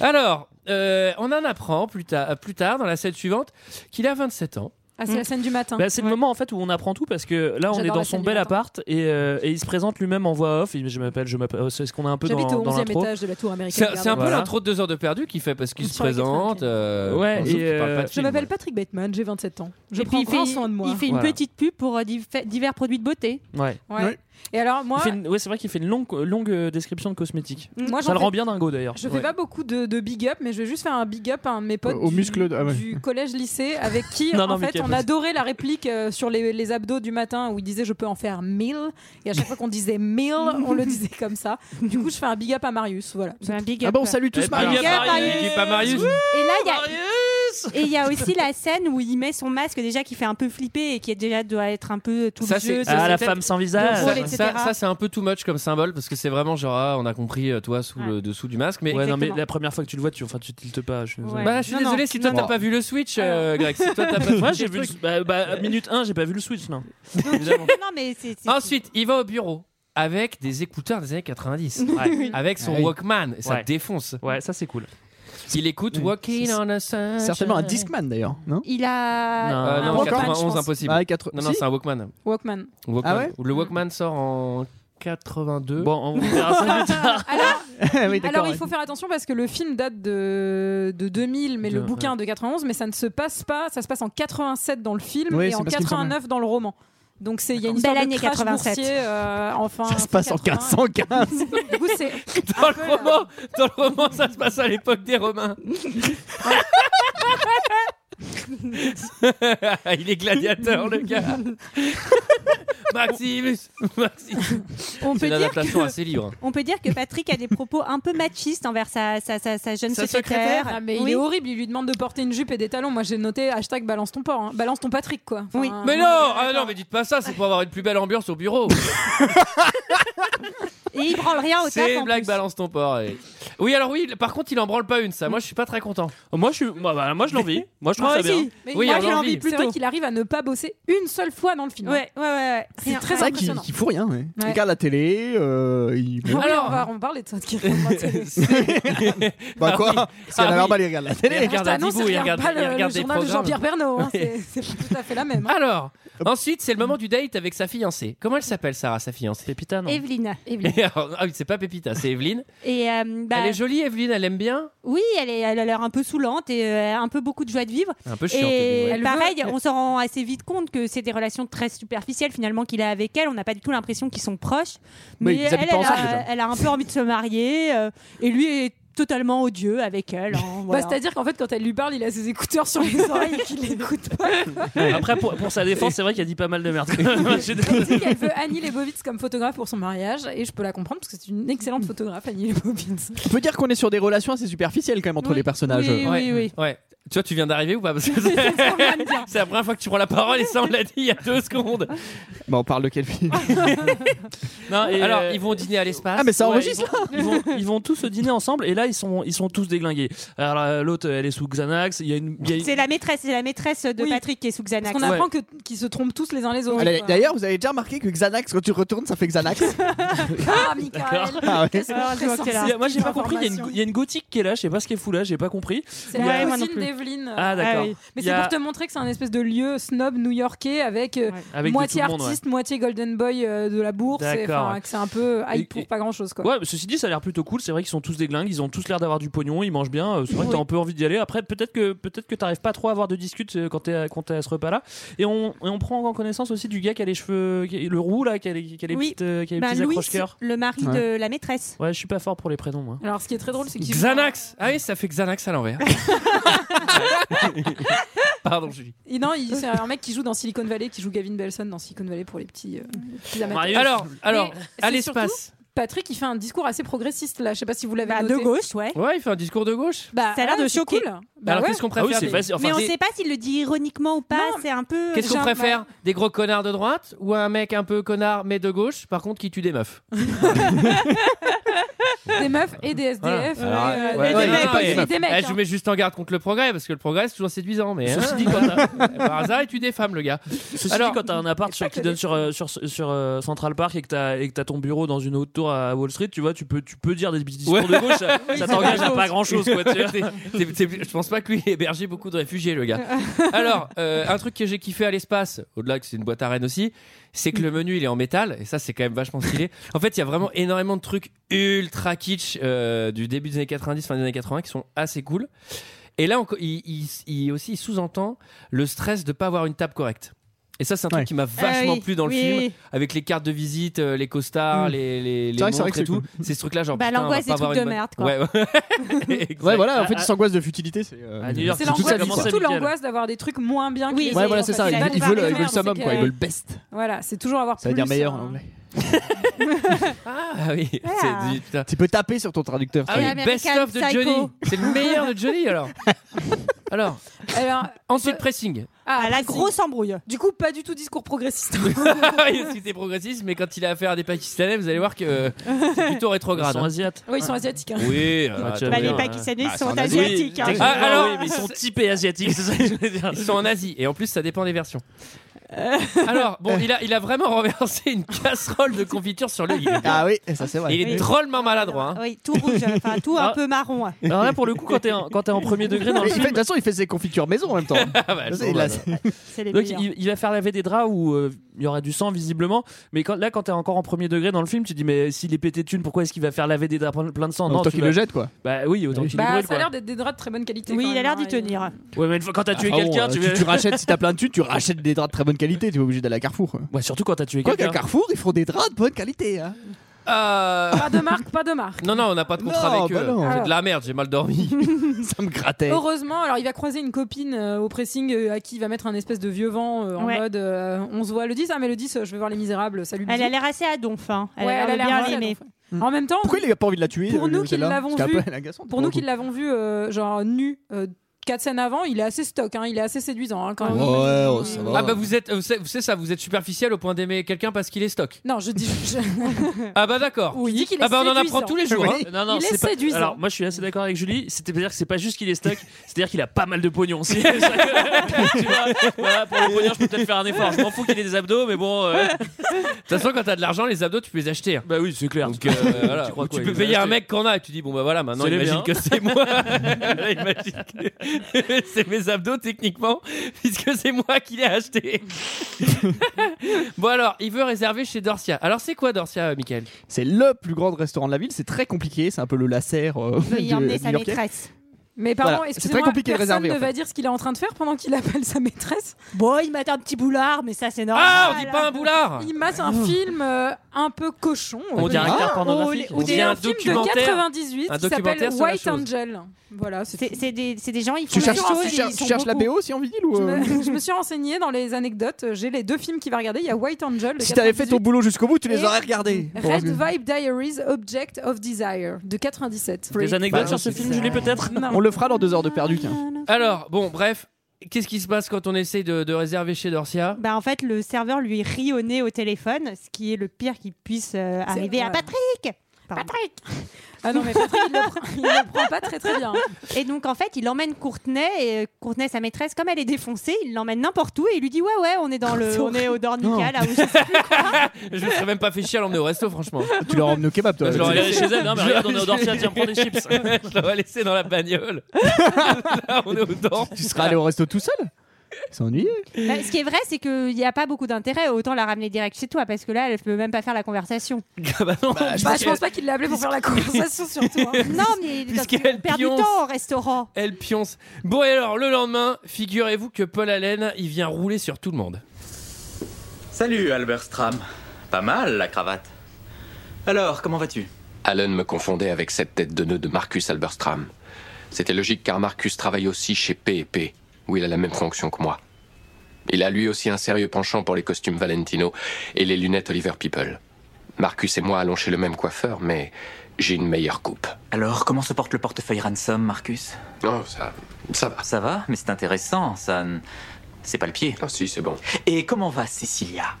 [SPEAKER 1] Alors, euh, on en apprend plus tard, plus tard dans la scène suivante qu'il a 27 ans.
[SPEAKER 6] ah, c'est la scène du matin.
[SPEAKER 10] Bah, c'est le moment en fait où on apprend tout parce que là on est
[SPEAKER 6] J'adore
[SPEAKER 10] dans
[SPEAKER 6] la
[SPEAKER 10] son
[SPEAKER 6] scène
[SPEAKER 10] bel
[SPEAKER 6] du matin.
[SPEAKER 10] appart et, euh, et il se présente lui-même en voix off. Il- Je m'appelle, je m'appelle. C'est ce qu'on a un peu
[SPEAKER 6] J'habite
[SPEAKER 10] dans,
[SPEAKER 6] au
[SPEAKER 10] dans
[SPEAKER 6] 11 e
[SPEAKER 10] l'intro.
[SPEAKER 6] étage de la tour américaine.
[SPEAKER 1] C'est c'est un peu
[SPEAKER 10] Voilà.
[SPEAKER 1] l'intro de deux heures de perdu qu'il fait parce qu'il
[SPEAKER 6] Sur
[SPEAKER 1] se
[SPEAKER 6] les
[SPEAKER 1] présente.
[SPEAKER 6] 95.
[SPEAKER 1] euh,
[SPEAKER 10] Ouais,
[SPEAKER 1] sauf qu'il
[SPEAKER 10] et,
[SPEAKER 1] parle pas de
[SPEAKER 10] euh,
[SPEAKER 6] Je
[SPEAKER 1] film.
[SPEAKER 6] m'appelle Patrick Bateman, j'ai 27 ans. Je
[SPEAKER 9] Et puis
[SPEAKER 6] prends
[SPEAKER 9] il
[SPEAKER 6] grand
[SPEAKER 9] fait,
[SPEAKER 6] soin de moi.
[SPEAKER 9] il fait une
[SPEAKER 10] Voilà.
[SPEAKER 9] petite pub pour euh, dif- divers produits de beauté.
[SPEAKER 10] Ouais.
[SPEAKER 6] Ouais.
[SPEAKER 11] Oui.
[SPEAKER 6] Et alors, moi,
[SPEAKER 10] Il fait une- ouais, c'est vrai qu'il fait une longue, longue euh, description de cosmétiques.
[SPEAKER 6] moi
[SPEAKER 10] Ça
[SPEAKER 6] j'en
[SPEAKER 10] le
[SPEAKER 6] fais-
[SPEAKER 10] rend bien dingo d'ailleurs.
[SPEAKER 6] Je fais pas beaucoup de, de big up, mais je vais juste faire un big up à un de mes potes
[SPEAKER 11] Au- au
[SPEAKER 6] du,
[SPEAKER 11] muscle de- ah ouais.
[SPEAKER 6] du collège-lycée avec qui,
[SPEAKER 10] Non,
[SPEAKER 6] en
[SPEAKER 10] non,
[SPEAKER 6] fait,
[SPEAKER 10] Mickaël,
[SPEAKER 6] on
[SPEAKER 10] vas-y.
[SPEAKER 6] adorait la réplique euh, sur les, les abdos du matin où il disait je peux en faire mille. Et à chaque fois qu'on disait mille, on le disait comme ça. Du coup, je fais un big up à Marius. Voilà.
[SPEAKER 9] C'est un big
[SPEAKER 11] Ah
[SPEAKER 9] up.
[SPEAKER 11] bon, on salue tous
[SPEAKER 1] Eh, pas
[SPEAKER 11] Marius.
[SPEAKER 9] Marius.
[SPEAKER 1] Marius, il dit pas Marius.
[SPEAKER 9] Et là, il y a- et il y a aussi la scène où il met son masque déjà qui fait un peu flipper et qui est déjà doit être un peu tout
[SPEAKER 1] Ça,
[SPEAKER 9] vieux.
[SPEAKER 1] c'est-
[SPEAKER 10] Ah, la
[SPEAKER 1] c'était-
[SPEAKER 10] femme sans
[SPEAKER 9] Le rôle,
[SPEAKER 10] visage.
[SPEAKER 1] Ça,
[SPEAKER 9] etc.
[SPEAKER 1] ça, ça, c'est un peu too much comme symbole parce que c'est vraiment genre ah, on a compris euh, toi sous le dessous du masque mais
[SPEAKER 10] Ouais, non, mais
[SPEAKER 9] Exactement.
[SPEAKER 10] la première fois que tu le vois, tu, enfin, tu tiltes pas. Je suis désolé.
[SPEAKER 9] Ouais.
[SPEAKER 1] bah, je suis
[SPEAKER 9] Non,
[SPEAKER 1] désolé
[SPEAKER 9] non,
[SPEAKER 1] si toi
[SPEAKER 9] non,
[SPEAKER 1] t'as
[SPEAKER 11] non.
[SPEAKER 1] pas vu le switch euh, Greg si toi t'as pas
[SPEAKER 10] Moi,
[SPEAKER 1] vu
[SPEAKER 10] j'ai
[SPEAKER 1] le Euh,
[SPEAKER 10] vu
[SPEAKER 1] truc.
[SPEAKER 10] le- bah, bah, minute 1, j'ai pas vu le switch, non. Évidemment.
[SPEAKER 9] non mais c'est. c'est-
[SPEAKER 1] ensuite il va au bureau avec des écouteurs des années 90
[SPEAKER 10] Ouais.
[SPEAKER 1] avec son
[SPEAKER 11] Ah oui.
[SPEAKER 1] Walkman et ça
[SPEAKER 10] Ouais.
[SPEAKER 1] défonce
[SPEAKER 10] Ouais, ça c'est cool.
[SPEAKER 1] il écoute
[SPEAKER 11] Oui.
[SPEAKER 1] Walking
[SPEAKER 11] C'est-
[SPEAKER 1] on a Sunshine
[SPEAKER 11] Certainement un Discman d'ailleurs, non
[SPEAKER 9] Il a.
[SPEAKER 10] Non.
[SPEAKER 6] Ah,
[SPEAKER 1] Euh,
[SPEAKER 9] un
[SPEAKER 1] non
[SPEAKER 9] Walkman, je
[SPEAKER 1] 91
[SPEAKER 9] pense.
[SPEAKER 1] impossible
[SPEAKER 11] Ah, quatre-
[SPEAKER 1] non non
[SPEAKER 11] si
[SPEAKER 1] c'est un Walkman,
[SPEAKER 6] Walkman.
[SPEAKER 1] Walkman.
[SPEAKER 11] Ah ouais
[SPEAKER 1] le Walkman sort en 82
[SPEAKER 10] Bon, on verra ça plus tard.
[SPEAKER 6] Ah, Alors,
[SPEAKER 11] Ah Oui, d'accord,
[SPEAKER 6] alors, il faut faire attention parce que le film date de, de 2000, mais le
[SPEAKER 10] De-
[SPEAKER 6] bouquin de 91, mais ça ne se passe pas. Ça se passe en 87 dans le film
[SPEAKER 11] Oui,
[SPEAKER 6] et
[SPEAKER 11] c'est
[SPEAKER 6] en
[SPEAKER 11] parce qu'il me semblait.
[SPEAKER 6] 89 dans le roman. Donc c'est il y a une
[SPEAKER 9] Belle
[SPEAKER 6] histoire
[SPEAKER 9] année
[SPEAKER 6] de crash
[SPEAKER 9] 87.
[SPEAKER 6] boursier, euh, enfin
[SPEAKER 11] Ça se passe en
[SPEAKER 6] 1500
[SPEAKER 11] 1515.
[SPEAKER 6] Du coup c'est
[SPEAKER 1] dans
[SPEAKER 6] un
[SPEAKER 1] le
[SPEAKER 6] peu, euh,
[SPEAKER 1] roman dans le roman ça se passe à l'époque des Romains il est gladiateur le gars Maximus, Maximus.
[SPEAKER 9] On
[SPEAKER 1] c'est
[SPEAKER 9] peut
[SPEAKER 1] une
[SPEAKER 9] dire
[SPEAKER 1] adaptation
[SPEAKER 9] que
[SPEAKER 1] assez libre
[SPEAKER 9] On peut dire que Patrick a des propos un peu machistes envers sa, sa, sa, sa jeune
[SPEAKER 1] Sa
[SPEAKER 9] secrétaire.
[SPEAKER 1] secrétaire,
[SPEAKER 6] Ah, mais il
[SPEAKER 9] Oui.
[SPEAKER 6] est horrible, il lui demande de porter une jupe et des talons. Moi j'ai noté hashtag balance ton porc, hein. balance ton Patrick quoi. Enfin, euh,
[SPEAKER 9] Oui.
[SPEAKER 1] mais non ah non mais dites pas ça c'est pour avoir une plus belle ambiance au bureau
[SPEAKER 9] Et il branle rien au taf
[SPEAKER 1] c'est
[SPEAKER 9] en
[SPEAKER 1] blague
[SPEAKER 9] plus.
[SPEAKER 1] balance ton porc et- oui alors oui par contre il en branle pas une ça moi je suis pas très content
[SPEAKER 10] Moi, je suis, bah, bah, moi, je l'envie. Moi, je trouve
[SPEAKER 9] Moi
[SPEAKER 10] ça bien.
[SPEAKER 9] aussi.
[SPEAKER 6] Mais
[SPEAKER 1] Oui,
[SPEAKER 6] moi,
[SPEAKER 1] on
[SPEAKER 6] j'ai
[SPEAKER 1] l'envie.
[SPEAKER 6] envie. C'est
[SPEAKER 9] plutôt.
[SPEAKER 6] vrai qu'il arrive à ne pas bosser une seule fois dans le film. hein.
[SPEAKER 9] Ouais, ouais, ouais, ouais.
[SPEAKER 6] C'est
[SPEAKER 9] Rien-
[SPEAKER 6] très
[SPEAKER 11] C'est vrai qu'il
[SPEAKER 6] impressionnant.
[SPEAKER 11] qu'il fout rien. ouais. Il
[SPEAKER 6] Ouais.
[SPEAKER 11] regarde la télé, euh, il.
[SPEAKER 6] Oui,
[SPEAKER 1] Alors-
[SPEAKER 6] on va on va parler de ça. qui regarde la télé.
[SPEAKER 11] Bah
[SPEAKER 1] Ah
[SPEAKER 11] quoi
[SPEAKER 1] oui.
[SPEAKER 11] Si elle a
[SPEAKER 1] Ah
[SPEAKER 11] l'air
[SPEAKER 1] oui.
[SPEAKER 11] mal, il regarde la télé.
[SPEAKER 1] Il regarde
[SPEAKER 6] Ah,
[SPEAKER 1] à
[SPEAKER 6] non,
[SPEAKER 1] Dibou,
[SPEAKER 6] ça
[SPEAKER 1] il regarde,
[SPEAKER 6] pas
[SPEAKER 1] il
[SPEAKER 6] le,
[SPEAKER 1] regarde
[SPEAKER 6] le
[SPEAKER 1] des
[SPEAKER 6] journal de
[SPEAKER 1] programmes.
[SPEAKER 6] Jean-Pierre Pernaut. hein. C'est c'est pas tout à fait la même. hein.
[SPEAKER 1] Alors, ensuite, c'est le moment du date avec sa fiancée. Comment elle s'appelle, Sarah, sa fiancée
[SPEAKER 10] Pépita, non.
[SPEAKER 9] Evelyne.
[SPEAKER 1] Ah oui, c'est pas Pépita, c'est Evelyne.
[SPEAKER 9] Et euh, bah,
[SPEAKER 1] Elle est jolie, Evelyne, elle aime bien.
[SPEAKER 9] oui, elle, est, elle a l'air un peu saoulante et euh, un peu beaucoup de joie de vivre.
[SPEAKER 1] Un peu chiante.
[SPEAKER 9] Et
[SPEAKER 1] Evelyne, ouais.
[SPEAKER 6] Elle
[SPEAKER 9] pareil, on s'en rend assez vite compte que c'est des relations très superficielles finalement qu'il a avec elle. On n'a pas du tout l'impression qu'ils sont proches. Mais
[SPEAKER 11] Oui, ils
[SPEAKER 9] elle,
[SPEAKER 11] habitent pas
[SPEAKER 9] elle,
[SPEAKER 11] ensemble,
[SPEAKER 9] a,
[SPEAKER 11] déjà.
[SPEAKER 9] elle a un peu envie de se marier euh, et lui est totalement odieux avec elle. hein,
[SPEAKER 6] Bah,
[SPEAKER 9] voilà.
[SPEAKER 6] C'est-à-dire qu'en fait, quand elle lui parle, il a ses écouteurs sur les oreilles et qu'il n'écoute pas.
[SPEAKER 10] Après, pour, pour sa défense, c'est vrai qu'elle dit pas mal de merde. J'ai-
[SPEAKER 6] Elle dit qu'elle veut Annie Leibovitz comme photographe pour son mariage et je peux la comprendre parce que c'est une excellente photographe, Annie Leibovitz.
[SPEAKER 11] On peut dire qu'on est sur des relations assez superficielles quand même entre
[SPEAKER 9] Oui.
[SPEAKER 11] les personnages.
[SPEAKER 9] Oui, oui, oui.
[SPEAKER 1] Ouais. Tu vois, tu viens d'arriver ou pas Parce que c'est c'est la première fois que tu prends la parole et ça, on l'a dit il y a deux secondes.
[SPEAKER 11] Bah on parle de quel film
[SPEAKER 10] Non, et,
[SPEAKER 1] Alors,
[SPEAKER 10] euh,
[SPEAKER 1] ils vont dîner à l'espace.
[SPEAKER 11] Ah mais ça
[SPEAKER 10] Ouais,
[SPEAKER 11] enregistre là
[SPEAKER 10] ils, vont, ils vont tous se dîner ensemble et là ils sont ils sont tous déglingués. Alors euh, l'autre elle est sous Xanax, il y a une il y a une-
[SPEAKER 9] C'est la maîtresse, c'est la maîtresse euh, de
[SPEAKER 6] Oui.
[SPEAKER 9] Patrick qui est sous Xanax.
[SPEAKER 6] Parce qu'on
[SPEAKER 10] Ouais.
[SPEAKER 6] apprend que- qu'ils se trompent tous les uns les autres.
[SPEAKER 11] Allez,
[SPEAKER 6] quoi.
[SPEAKER 11] D'ailleurs vous avez déjà remarqué que Xanax quand tu retournes ça fait Xanax
[SPEAKER 6] Ah, Michael
[SPEAKER 11] Ah ouais.
[SPEAKER 6] Qu'est-ce que
[SPEAKER 9] Alors, je vois que t'es là.
[SPEAKER 6] c'est
[SPEAKER 10] Il y a- moi j'ai pas compris, il y, a une, il y a une gothique qui est là, je sais pas ce qu'elle fout là, j'ai pas compris.
[SPEAKER 6] C'est
[SPEAKER 9] Ouais,
[SPEAKER 6] la
[SPEAKER 9] moi non
[SPEAKER 6] cousine
[SPEAKER 9] plus.
[SPEAKER 6] des Evelyn.
[SPEAKER 10] Ah, d'accord. Ah oui.
[SPEAKER 6] Mais
[SPEAKER 10] Il
[SPEAKER 6] c'est
[SPEAKER 10] y a-
[SPEAKER 6] pour te montrer que c'est un espèce de lieu snob new-yorkais avec, euh,
[SPEAKER 10] Avec de
[SPEAKER 6] moitié
[SPEAKER 10] tout le monde,
[SPEAKER 6] artiste, moitié golden boy euh, de la bourse. et,
[SPEAKER 10] D'accord,
[SPEAKER 6] enfin,
[SPEAKER 10] ouais.
[SPEAKER 6] que c'est un peu
[SPEAKER 10] Et-
[SPEAKER 6] hype pour pas grand-chose. quoi.
[SPEAKER 10] Ouais, mais ceci dit, ça a l'air plutôt cool. C'est vrai qu'ils sont tous des glingues, ils ont tous l'air d'avoir du pognon, ils mangent bien. Euh, C'est vrai que t'as
[SPEAKER 6] Oui.
[SPEAKER 10] un peu envie d'y aller. Après, peut-être que peut-être que t'arrives pas trop à avoir de discute euh, quand t'es à- quand t'es à ce repas-là. Et on, et on prend en connaissance aussi du gars qui a les cheveux, qui- le roux là, qui a les, qui a les
[SPEAKER 9] Oui.
[SPEAKER 10] petites, euh, qui a les
[SPEAKER 9] Bah,
[SPEAKER 10] petits
[SPEAKER 9] Louis,
[SPEAKER 10] accroche-cœurs.
[SPEAKER 9] le mari
[SPEAKER 10] Ouais.
[SPEAKER 9] de la maîtresse.
[SPEAKER 10] Ouais, je suis pas fort pour les prénoms, moi.
[SPEAKER 6] Alors, ce qui est très drôle, c'est qu'il.
[SPEAKER 1] Xanax Ah oui, ça fait Xanax à l'envers. Pardon, Julie.
[SPEAKER 6] Et non, il- c'est un mec qui joue dans Silicon Valley, qui joue Gavin Belson dans Silicon Valley pour les petits, euh, les petits amateurs.
[SPEAKER 1] Marius. Alors, alors,
[SPEAKER 6] Mais
[SPEAKER 1] à
[SPEAKER 6] c'est
[SPEAKER 1] l'espace.
[SPEAKER 6] surtout, Patrick, il fait un discours assez progressiste là. Je sais pas si vous l'avez
[SPEAKER 9] Bah, de
[SPEAKER 6] noté.
[SPEAKER 9] gauche, ouais.
[SPEAKER 1] Ouais, il fait un discours de gauche.
[SPEAKER 6] Bah,
[SPEAKER 9] Ça a l'air
[SPEAKER 6] ouais,
[SPEAKER 9] de
[SPEAKER 6] c'est
[SPEAKER 9] choquer.
[SPEAKER 6] cool. Bah
[SPEAKER 1] alors,
[SPEAKER 6] ouais.
[SPEAKER 1] qu'est-ce qu'on
[SPEAKER 10] Ah
[SPEAKER 1] préfère
[SPEAKER 10] oui, c'est
[SPEAKER 1] des-
[SPEAKER 10] facile. Enfin,
[SPEAKER 9] mais on
[SPEAKER 10] c'est-
[SPEAKER 9] sait pas s'il le dit ironiquement ou pas. C'est un peu.
[SPEAKER 1] Qu'est-ce qu'on
[SPEAKER 9] genre-
[SPEAKER 1] préfère Des gros connards de droite ou un mec un peu connard mais de gauche, par contre qui tue des meufs
[SPEAKER 6] Des meufs et des SDF.
[SPEAKER 1] Voilà.
[SPEAKER 6] et, euh,
[SPEAKER 1] Alors, ouais,
[SPEAKER 6] et
[SPEAKER 1] ouais,
[SPEAKER 6] des
[SPEAKER 1] non,
[SPEAKER 6] mecs,
[SPEAKER 1] non, mais-
[SPEAKER 6] et des mecs,
[SPEAKER 1] Eh,
[SPEAKER 6] hein.
[SPEAKER 1] Je vous mets juste en garde contre le progrès parce que le progrès c'est toujours séduisant, mais hein,
[SPEAKER 10] Ceci dit, quand t'as-
[SPEAKER 1] par hasard il tue des femmes, le gars.
[SPEAKER 10] Ceci
[SPEAKER 1] Alors-
[SPEAKER 10] dit, quand t'as un appart sur- qui donne sur, euh, sur, sur euh, Central Park et que t'as et que t'as ton bureau dans une haute tour à Wall Street, tu vois, tu peux, tu peux dire des petits discours
[SPEAKER 1] Ouais.
[SPEAKER 10] de gauche, ça, ça t'engage à pas grand chose, quoi. tu vois.
[SPEAKER 1] C'est- c'est- c'est- je pense pas que lui ait hébergé beaucoup de réfugiés, le gars. Alors, euh, un truc que j'ai kiffé à l'espace, au-delà que c'est une boîte à rennes aussi, c'est que le menu il est en métal, et ça c'est quand même vachement stylé. En fait, il y a vraiment énormément de trucs ultra kitsch euh, du début des années 90, fin des années 80 qui sont assez cool. Et là, on co- il, il- il aussi il sous-entend le stress de pas avoir une table correcte. Et ça, c'est un truc
[SPEAKER 11] Ouais.
[SPEAKER 1] qui m'a vachement
[SPEAKER 9] Ah oui,
[SPEAKER 1] plu dans le
[SPEAKER 9] oui,
[SPEAKER 1] film,
[SPEAKER 9] oui.
[SPEAKER 1] avec les cartes de visite, euh, les costards,
[SPEAKER 11] Mm.
[SPEAKER 1] les, les, les
[SPEAKER 11] C'est vrai que
[SPEAKER 1] montres
[SPEAKER 11] c'est vrai que
[SPEAKER 1] et
[SPEAKER 11] c'est
[SPEAKER 1] tout.
[SPEAKER 11] cool.
[SPEAKER 1] Ces trucs-là, genre,
[SPEAKER 9] Bah,
[SPEAKER 1] putain, on va pas
[SPEAKER 9] l'angoisse des
[SPEAKER 1] avoir
[SPEAKER 9] trucs
[SPEAKER 1] une
[SPEAKER 9] de
[SPEAKER 1] bonne-
[SPEAKER 9] merde, quoi.
[SPEAKER 1] Ouais, ouais. Exact.
[SPEAKER 11] Ouais, voilà, en
[SPEAKER 10] À-
[SPEAKER 11] fait, ils
[SPEAKER 10] à-
[SPEAKER 11] s'angoissent de futilité. C'est euh,
[SPEAKER 10] à New York,
[SPEAKER 6] C'est
[SPEAKER 11] toute
[SPEAKER 10] l'angoisse
[SPEAKER 6] l'angoisse-
[SPEAKER 11] sa vie,
[SPEAKER 10] du
[SPEAKER 11] quoi.
[SPEAKER 10] commence à
[SPEAKER 6] surtout
[SPEAKER 10] Miguel.
[SPEAKER 6] l'angoisse d'avoir des trucs moins bien que
[SPEAKER 9] Oui,
[SPEAKER 6] les
[SPEAKER 9] ouais,
[SPEAKER 6] autres,
[SPEAKER 11] voilà,
[SPEAKER 6] en
[SPEAKER 11] c'est
[SPEAKER 6] fait.
[SPEAKER 11] ça.
[SPEAKER 6] pas
[SPEAKER 11] Ils,
[SPEAKER 6] nous
[SPEAKER 11] ils veulent,
[SPEAKER 6] parler
[SPEAKER 11] ils
[SPEAKER 6] de
[SPEAKER 11] veulent
[SPEAKER 6] merde,
[SPEAKER 11] summum,
[SPEAKER 6] c'est
[SPEAKER 11] quoi.
[SPEAKER 6] que-
[SPEAKER 11] Ils veulent best.
[SPEAKER 6] Voilà, c'est toujours avoir
[SPEAKER 11] Ça veut dire
[SPEAKER 6] plus,
[SPEAKER 11] meilleur
[SPEAKER 6] hein.
[SPEAKER 11] en anglais.
[SPEAKER 1] Ah oui, c'est du- putain.
[SPEAKER 11] Tu peux taper sur ton traducteur.
[SPEAKER 1] Ah
[SPEAKER 11] ça
[SPEAKER 1] oui,
[SPEAKER 11] y est.
[SPEAKER 9] American
[SPEAKER 1] best of de
[SPEAKER 9] Psycho.
[SPEAKER 1] Johnny. C'est le meilleur de Johnny alors. Alors,
[SPEAKER 6] Alors,
[SPEAKER 1] ensuite pressing.
[SPEAKER 9] Ah, la grosse embrouille.
[SPEAKER 6] ben, ah, Du coup, pas du tout discours progressiste.
[SPEAKER 1] Parce qu'il était progressiste, mais quand il a affaire à des Pakistanais, vous allez voir que euh, c'est plutôt
[SPEAKER 10] Ils
[SPEAKER 1] rétrograde.
[SPEAKER 10] sont
[SPEAKER 1] hein.
[SPEAKER 10] asiates.
[SPEAKER 6] Oui, ils sont asiatiques. hein.
[SPEAKER 1] Oui,
[SPEAKER 10] Bah, tu
[SPEAKER 1] attends,
[SPEAKER 10] vas
[SPEAKER 9] Bah, les
[SPEAKER 10] ouais.
[SPEAKER 9] Pakistanais
[SPEAKER 11] Bah, c'est
[SPEAKER 9] sont
[SPEAKER 11] un Asie.
[SPEAKER 9] asiatiques. hein.
[SPEAKER 10] Techniquement,
[SPEAKER 1] Ah, alors-
[SPEAKER 10] oui, mais ils sont typés asiatiques, c'est ça que je voulais dire.
[SPEAKER 1] Ils sont en Asie et en plus ça dépend des versions.
[SPEAKER 9] Euh.
[SPEAKER 1] Alors bon, il a, il a vraiment renversé une casserole de confiture sur le lit.
[SPEAKER 11] Ah oui, ça c'est vrai.
[SPEAKER 1] Il est
[SPEAKER 9] Oui.
[SPEAKER 1] drôlement maladroit. hein.
[SPEAKER 9] Oui, tout rouge, enfin tout un
[SPEAKER 10] Ah.
[SPEAKER 9] peu marron. hein.
[SPEAKER 10] Alors là, pour le coup, quand t'es en, quand t'es en premier degré dans
[SPEAKER 11] Mais
[SPEAKER 10] le
[SPEAKER 11] il fait- De
[SPEAKER 10] film,
[SPEAKER 11] toute façon, il fait ses confitures maison en même temps.
[SPEAKER 1] Ah bah,
[SPEAKER 11] Ça, c'est- là, c'est-
[SPEAKER 9] C'est les
[SPEAKER 10] Donc
[SPEAKER 9] meilleurs.
[SPEAKER 10] il, il va faire laver des draps où euh, il y aura du sang visiblement, mais quand, là quand t'es encore en premier degré dans le film, tu te dis mais s'il est pété de thunes, pourquoi est-ce qu'il va faire laver des draps plein- plein de sang
[SPEAKER 11] Autant
[SPEAKER 10] tu
[SPEAKER 11] qu'il
[SPEAKER 10] vas-
[SPEAKER 11] le jette, quoi.
[SPEAKER 10] Bah oui, autant
[SPEAKER 11] Oui.
[SPEAKER 10] qu'il le
[SPEAKER 6] Bah,
[SPEAKER 10] brûle,
[SPEAKER 6] ça a
[SPEAKER 10] quoi.
[SPEAKER 6] l'air d'être des draps de très bonne qualité.
[SPEAKER 9] Oui,
[SPEAKER 6] quand
[SPEAKER 9] il a
[SPEAKER 6] même,
[SPEAKER 9] l'air
[SPEAKER 6] hein,
[SPEAKER 9] d'y
[SPEAKER 6] et-
[SPEAKER 9] tenir.
[SPEAKER 10] Ouais, mais une fois- quand t'as tué
[SPEAKER 11] Ah bon,
[SPEAKER 10] quelqu'un,
[SPEAKER 11] euh,
[SPEAKER 10] tu, veux-
[SPEAKER 11] tu rachètes, si t'as plein de thunes, tu rachètes des draps de très bonne qualité. T'es pas obligé d'aller à Carrefour. quoi.
[SPEAKER 10] Ouais, surtout quand t'as tué
[SPEAKER 11] Quoi qu'à
[SPEAKER 10] quelqu'un.
[SPEAKER 11] Carrefour, ils font des draps de bonne qualité. hein.
[SPEAKER 1] Euh,
[SPEAKER 6] Pas de marque, pas de marque.
[SPEAKER 1] Non non, on n'a pas de contrat
[SPEAKER 11] Non,
[SPEAKER 1] avec
[SPEAKER 11] bah
[SPEAKER 1] eux.
[SPEAKER 11] non.
[SPEAKER 1] C'est de la merde, j'ai mal dormi.
[SPEAKER 11] Ça me grattait.
[SPEAKER 6] Heureusement, alors il va croiser une copine euh, au pressing euh, à qui il va mettre un espèce de vieux vent euh, en
[SPEAKER 9] Ouais.
[SPEAKER 6] mode euh, on se voit le 10, ah mais le 10, euh, je vais voir les misérables, salut.
[SPEAKER 9] Elle
[SPEAKER 6] bisous.
[SPEAKER 9] a l'air assez à donf. hein. Elle
[SPEAKER 6] Ouais,
[SPEAKER 9] a l'air de
[SPEAKER 6] assez
[SPEAKER 9] bien l'aimer.
[SPEAKER 6] adorable. En même temps,
[SPEAKER 11] Pourquoi il a pas envie de la tuer
[SPEAKER 6] Pour
[SPEAKER 11] euh,
[SPEAKER 6] nous qui
[SPEAKER 11] celle-là
[SPEAKER 6] l'avons
[SPEAKER 11] Parce qu'elle
[SPEAKER 6] vue.
[SPEAKER 11] est un peu agaçante,
[SPEAKER 6] pour nous
[SPEAKER 11] le
[SPEAKER 6] qui
[SPEAKER 11] coup.
[SPEAKER 6] l'avons vu euh, genre nu, euh, quatre scènes avant, il est assez stock, hein, il est assez séduisant hein, quand même.
[SPEAKER 11] Ouais, oh, ça va.
[SPEAKER 1] Ah bah vous êtes, vous savez, vous savez ça, vous êtes superficiel au point d'aimer quelqu'un parce qu'il est stock.
[SPEAKER 6] Non, je dis. Je...
[SPEAKER 1] Ah bah d'accord.
[SPEAKER 6] Oui. Je dis qu'il Hum. est
[SPEAKER 1] Ah bah on en apprend
[SPEAKER 6] séduisant.
[SPEAKER 1] tous les jours. hein.
[SPEAKER 10] Non, non,
[SPEAKER 6] Il est
[SPEAKER 10] c'est pas-
[SPEAKER 6] séduisant.
[SPEAKER 10] Alors, moi je suis assez d'accord avec Julie, c'est-à-dire que c'est pas juste qu'il est stock, c'est-à-dire qu'il a pas mal de pognon aussi. tu vois, voilà, pour le pognon, je peux peut-être faire un effort. Je m'en fous qu'il ait des abdos, mais bon. euh,
[SPEAKER 1] De toute façon, quand t'as de l'argent, les abdos, tu peux les acheter. hein.
[SPEAKER 10] Bah oui, c'est clair.
[SPEAKER 1] Donc, euh, voilà.
[SPEAKER 10] Tu crois
[SPEAKER 1] Ou tu
[SPEAKER 10] quoi,
[SPEAKER 1] peux
[SPEAKER 10] il
[SPEAKER 1] payer
[SPEAKER 10] va
[SPEAKER 1] un
[SPEAKER 10] acheter.
[SPEAKER 1] mec qu'on a et tu dis, bon bah voilà, maintenant
[SPEAKER 10] C'est les
[SPEAKER 1] imagine
[SPEAKER 10] miens.
[SPEAKER 1] que c'est moi. Là, imagine que c'est mes abdos techniquement, puisque c'est moi qui l'ai acheté. bon alors, il veut réserver chez Dorcia. Alors c'est quoi Dorcia, euh, Michael
[SPEAKER 11] C'est le plus grand restaurant de la ville. C'est très compliqué. C'est un peu le lacère. euh,
[SPEAKER 9] Il peut y
[SPEAKER 11] de-
[SPEAKER 9] emmener sa
[SPEAKER 11] new-yorkais.
[SPEAKER 9] maîtresse.
[SPEAKER 6] Mais pardon,
[SPEAKER 11] Voilà, c'est
[SPEAKER 6] excusez-moi,
[SPEAKER 11] très compliqué de
[SPEAKER 6] personne
[SPEAKER 11] réserver,
[SPEAKER 6] ne
[SPEAKER 11] en
[SPEAKER 6] va dire ce qu'il est en train de faire pendant qu'il appelle sa maîtresse.
[SPEAKER 9] Bon, il m'a un petit boulard, mais ça c'est normal.
[SPEAKER 1] Ah, on dit pas un boulard
[SPEAKER 6] Il masse
[SPEAKER 11] Oh.
[SPEAKER 6] un film euh, un peu cochon.
[SPEAKER 1] On dirait un
[SPEAKER 11] Ah,
[SPEAKER 1] carton
[SPEAKER 9] pornographique.
[SPEAKER 1] on
[SPEAKER 6] Ou
[SPEAKER 1] dit
[SPEAKER 6] des
[SPEAKER 1] un
[SPEAKER 6] un film
[SPEAKER 1] documentaire.
[SPEAKER 6] de 98
[SPEAKER 1] Un
[SPEAKER 6] qui
[SPEAKER 1] documentaire
[SPEAKER 6] s'appelle
[SPEAKER 1] sur la
[SPEAKER 6] White
[SPEAKER 1] chose.
[SPEAKER 6] Angel. Voilà, c'est
[SPEAKER 9] C'est
[SPEAKER 6] tout.
[SPEAKER 9] c'est des, c'est des gens, ils
[SPEAKER 11] Tu
[SPEAKER 9] font la
[SPEAKER 11] cherches,
[SPEAKER 9] chose,
[SPEAKER 11] tu
[SPEAKER 9] ils
[SPEAKER 11] cherches-
[SPEAKER 9] sont
[SPEAKER 11] tu cherches la
[SPEAKER 9] beaucoup.
[SPEAKER 11] BO si en vinyle ou
[SPEAKER 6] Je
[SPEAKER 11] euh,
[SPEAKER 6] me, je me suis renseignée dans les anecdotes. J'ai les deux films qu'il va regarder. Il y a White Angel. de
[SPEAKER 11] Si t'avais fait ton
[SPEAKER 6] 98,
[SPEAKER 11] boulot jusqu'au bout, tu les
[SPEAKER 6] Et-
[SPEAKER 11] aurais regardés.
[SPEAKER 6] Red Vibe Diaries, Object of Desire de 97.
[SPEAKER 10] Des anecdotes
[SPEAKER 11] Bah,
[SPEAKER 10] sur ce
[SPEAKER 11] c'est
[SPEAKER 10] film,
[SPEAKER 11] ça.
[SPEAKER 10] Julie, peut-être
[SPEAKER 6] Non.
[SPEAKER 11] On le fera dans deux heures de perdu. tiens.
[SPEAKER 1] Alors, bon, bref, qu'est-ce qui se passe quand on essaye de, de réserver chez Dorcia
[SPEAKER 9] Bah en fait, le serveur lui rit au nez au téléphone, ce qui est le pire qui puisse euh, arriver à
[SPEAKER 6] ouais.
[SPEAKER 9] Patrick. Pardon.
[SPEAKER 6] Patrick Ah non, mais Patrick, il le prend, il le prend pas très très bien.
[SPEAKER 9] Et donc en fait, il emmène Courtenay et euh, Courtenay, sa maîtresse, comme elle est défoncée, il l'emmène n'importe où et il lui dit ouais ouais, on est dans le, on est au Dornica là où je sais plus quoi.
[SPEAKER 1] Je me serais même pas fait chier à l'emmener au resto, franchement.
[SPEAKER 11] Tu leur emmenes au kebab, toi.
[SPEAKER 1] je l'aurais
[SPEAKER 10] allé
[SPEAKER 1] laissé
[SPEAKER 10] chez elle, non, mais
[SPEAKER 1] je
[SPEAKER 10] regarde, on est au
[SPEAKER 1] l'aurais-
[SPEAKER 10] Dorcia, tiens, prends des chips.
[SPEAKER 1] je l'aurais laissé dans la bagnole. Là, on est au Dorcia.
[SPEAKER 11] Tu seras allé au resto tout seul C'est ennuyeux.
[SPEAKER 9] Bah, ce qui est vrai, c'est qu'il n'y a pas beaucoup d'intérêt. Autant la ramener direct chez toi parce que là, elle peut même pas faire la conversation.
[SPEAKER 1] Ah bah non,
[SPEAKER 6] Bah, je,
[SPEAKER 1] puisqu'elle-
[SPEAKER 6] pense pas qu'il l'a appelé pour faire la conversation surtout. hein.
[SPEAKER 9] Non, mais
[SPEAKER 1] Puisqu'elle
[SPEAKER 9] on perd du
[SPEAKER 1] pionce.
[SPEAKER 9] temps au restaurant.
[SPEAKER 1] Elle pionce. Bon, et alors, le lendemain, figurez-vous que Paul Allen, il vient rouler sur tout le monde.
[SPEAKER 12] Salut, Albert Stram. Pas mal, la cravate. Alors, comment vas-tu
[SPEAKER 2] Allen me confondait avec cette tête de nœud de Marcus Alberstram. C'était logique car Marcus travaille aussi chez P&P, où il a la même fonction que moi. Il a lui aussi un sérieux penchant pour les costumes Valentino et les lunettes Oliver People. Marcus et moi allons chez le même coiffeur, mais j'ai une meilleure coupe.
[SPEAKER 12] Alors, comment se porte le portefeuille ransom, Marcus
[SPEAKER 2] Oh, ça, ça va.
[SPEAKER 12] Ah, Ça va, mais c'est intéressant, ça... n- C'est pas le pied.
[SPEAKER 2] Ah si, c'est bon.
[SPEAKER 12] Et comment va Cecilia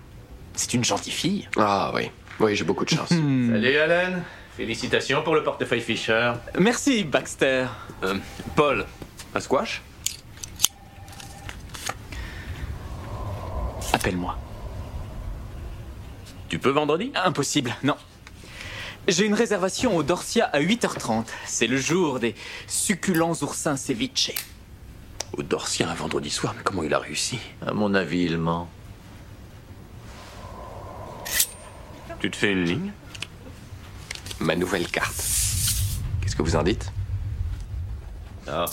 [SPEAKER 12] C'est une gentille fille.
[SPEAKER 2] Ah oui, oui, j'ai beaucoup de chance.
[SPEAKER 13] Salut
[SPEAKER 10] Bah,
[SPEAKER 13] Alan, félicitations pour le portefeuille Fisher.
[SPEAKER 12] Merci, Baxter.
[SPEAKER 13] Euh, Paul, un squash
[SPEAKER 12] Appelle-moi.
[SPEAKER 13] Tu peux vendredi
[SPEAKER 12] Impossible, non. J'ai une réservation au Dorcia à 8h30. C'est le jour des succulents oursins ceviche.
[SPEAKER 13] Au Dorcien un vendredi soir, mais comment il a réussi À mon avis, il ment. Tu te fais une ligne
[SPEAKER 2] Ma nouvelle carte. Qu'est-ce que vous en dites
[SPEAKER 13] oh.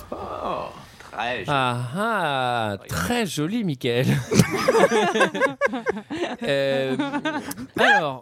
[SPEAKER 13] très
[SPEAKER 1] Ah ah, très joli, Michael. Euh, alors,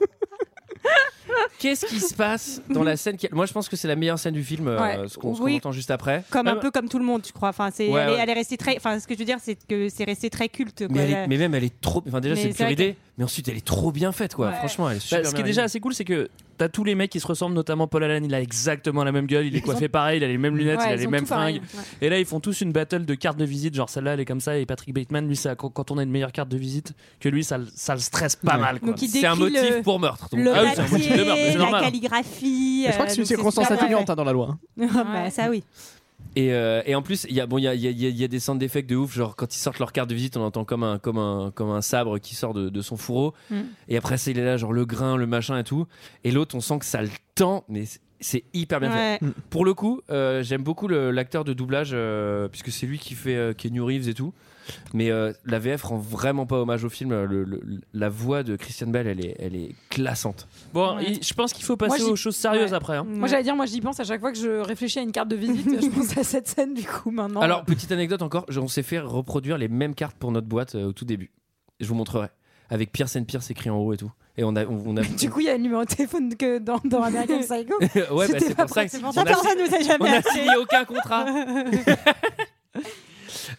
[SPEAKER 1] qu'est-ce qui se passe dans la scène qui- Moi, je pense que c'est la meilleure scène du film, euh,
[SPEAKER 9] Ouais.
[SPEAKER 1] ce qu'on ce qu'on
[SPEAKER 9] Oui.
[SPEAKER 1] entend juste après.
[SPEAKER 9] Comme
[SPEAKER 1] Ah
[SPEAKER 9] un
[SPEAKER 1] bah-
[SPEAKER 9] peu comme tout le monde, je crois. Enfin, c'est,
[SPEAKER 1] Ouais,
[SPEAKER 9] elle, est-
[SPEAKER 1] ouais.
[SPEAKER 9] elle est restée très. Enfin, ce que je veux dire, c'est que c'est resté très culte.
[SPEAKER 1] Mais,
[SPEAKER 9] quoi.
[SPEAKER 1] elle est- mais même, elle est trop. Enfin, déjà,
[SPEAKER 9] Mais
[SPEAKER 1] c'est une
[SPEAKER 9] c'est vrai
[SPEAKER 1] pure idée, mais ensuite, elle est trop bien faite, quoi.
[SPEAKER 9] Ouais.
[SPEAKER 1] Franchement, elle est
[SPEAKER 10] Bah,
[SPEAKER 1] super
[SPEAKER 10] ce qui
[SPEAKER 1] bien
[SPEAKER 10] est
[SPEAKER 1] réalisée.
[SPEAKER 10] déjà assez cool, c'est que t'as tous les mecs qui se ressemblent, notamment Paul Allen. Il a exactement la même gueule, il est coiffé pareil, il a les mêmes lunettes,
[SPEAKER 6] Ouais,
[SPEAKER 10] il a
[SPEAKER 6] ils
[SPEAKER 10] les
[SPEAKER 6] ont
[SPEAKER 10] mêmes
[SPEAKER 6] tout pareil,
[SPEAKER 10] fringues. Et là, ils font tous une battle de cartes de visite. Genre celle-là, elle est comme ça. Et Patrick Bateman, lui, ça, quand- quand on a une meilleure carte de visite que lui, ça, le- ça le stresse pas mal. quoi.
[SPEAKER 9] Donc, il C'est un décrit motif le- pour
[SPEAKER 1] meurtre.
[SPEAKER 9] Le
[SPEAKER 10] Ah oui, c'est un motif de meurtre,
[SPEAKER 9] papier,
[SPEAKER 10] c'est
[SPEAKER 9] la
[SPEAKER 10] normal.
[SPEAKER 9] calligraphie. euh,
[SPEAKER 11] Je crois que c'est une circonstance atténuante hein, dans la loi. hein.
[SPEAKER 9] bah, ça oui.
[SPEAKER 1] Et, euh, et en plus, il y a bon, il y a, il y a- il y a- il y a des sound d'effets de ouf. Genre quand ils sortent leur carte de visite, on entend comme un comme un comme un sabre qui sort de, de son fourreau.
[SPEAKER 10] Mm.
[SPEAKER 1] Et après, c'est il est là, genre le grain, le machin et tout. Et l'autre, on sent que ça le tend, mais c'est- c'est hyper bien
[SPEAKER 9] Ouais.
[SPEAKER 1] fait.
[SPEAKER 9] Mm.
[SPEAKER 1] Pour le coup, euh, j'aime beaucoup le- l'acteur de doublage euh, puisque c'est lui qui fait euh, qui est New Reeves et tout. Mais euh, la VF rend vraiment pas hommage au film. Le- le- la voix de Christian Bell, elle est elle est classante.
[SPEAKER 10] Bon,
[SPEAKER 6] Ouais.
[SPEAKER 10] il- je pense qu'il faut
[SPEAKER 6] Moi,
[SPEAKER 10] passer
[SPEAKER 6] j'y-
[SPEAKER 10] aux choses sérieuses après. hein.
[SPEAKER 6] Moi j'allais dire, moi j'y pense à chaque fois que je réfléchis à une carte de visite, je pense à cette scène du coup maintenant.
[SPEAKER 1] Alors, petite anecdote encore, je- on s'est fait reproduire les mêmes cartes pour notre boîte euh, au tout début. Je vous montrerai. Avec Pierce and Pierce écrit en haut et tout. Et on a. On, on a...
[SPEAKER 6] du coup, il y a le numéro de téléphone que dans, dans American Psycho.
[SPEAKER 1] ouais, bah,
[SPEAKER 6] C'était
[SPEAKER 1] c'est
[SPEAKER 6] pas
[SPEAKER 1] pour ça que.
[SPEAKER 6] forcément
[SPEAKER 1] on
[SPEAKER 6] ça.
[SPEAKER 1] a-
[SPEAKER 6] Personne nous a jamais
[SPEAKER 1] on a
[SPEAKER 6] appelé.
[SPEAKER 1] signé aucun contrat.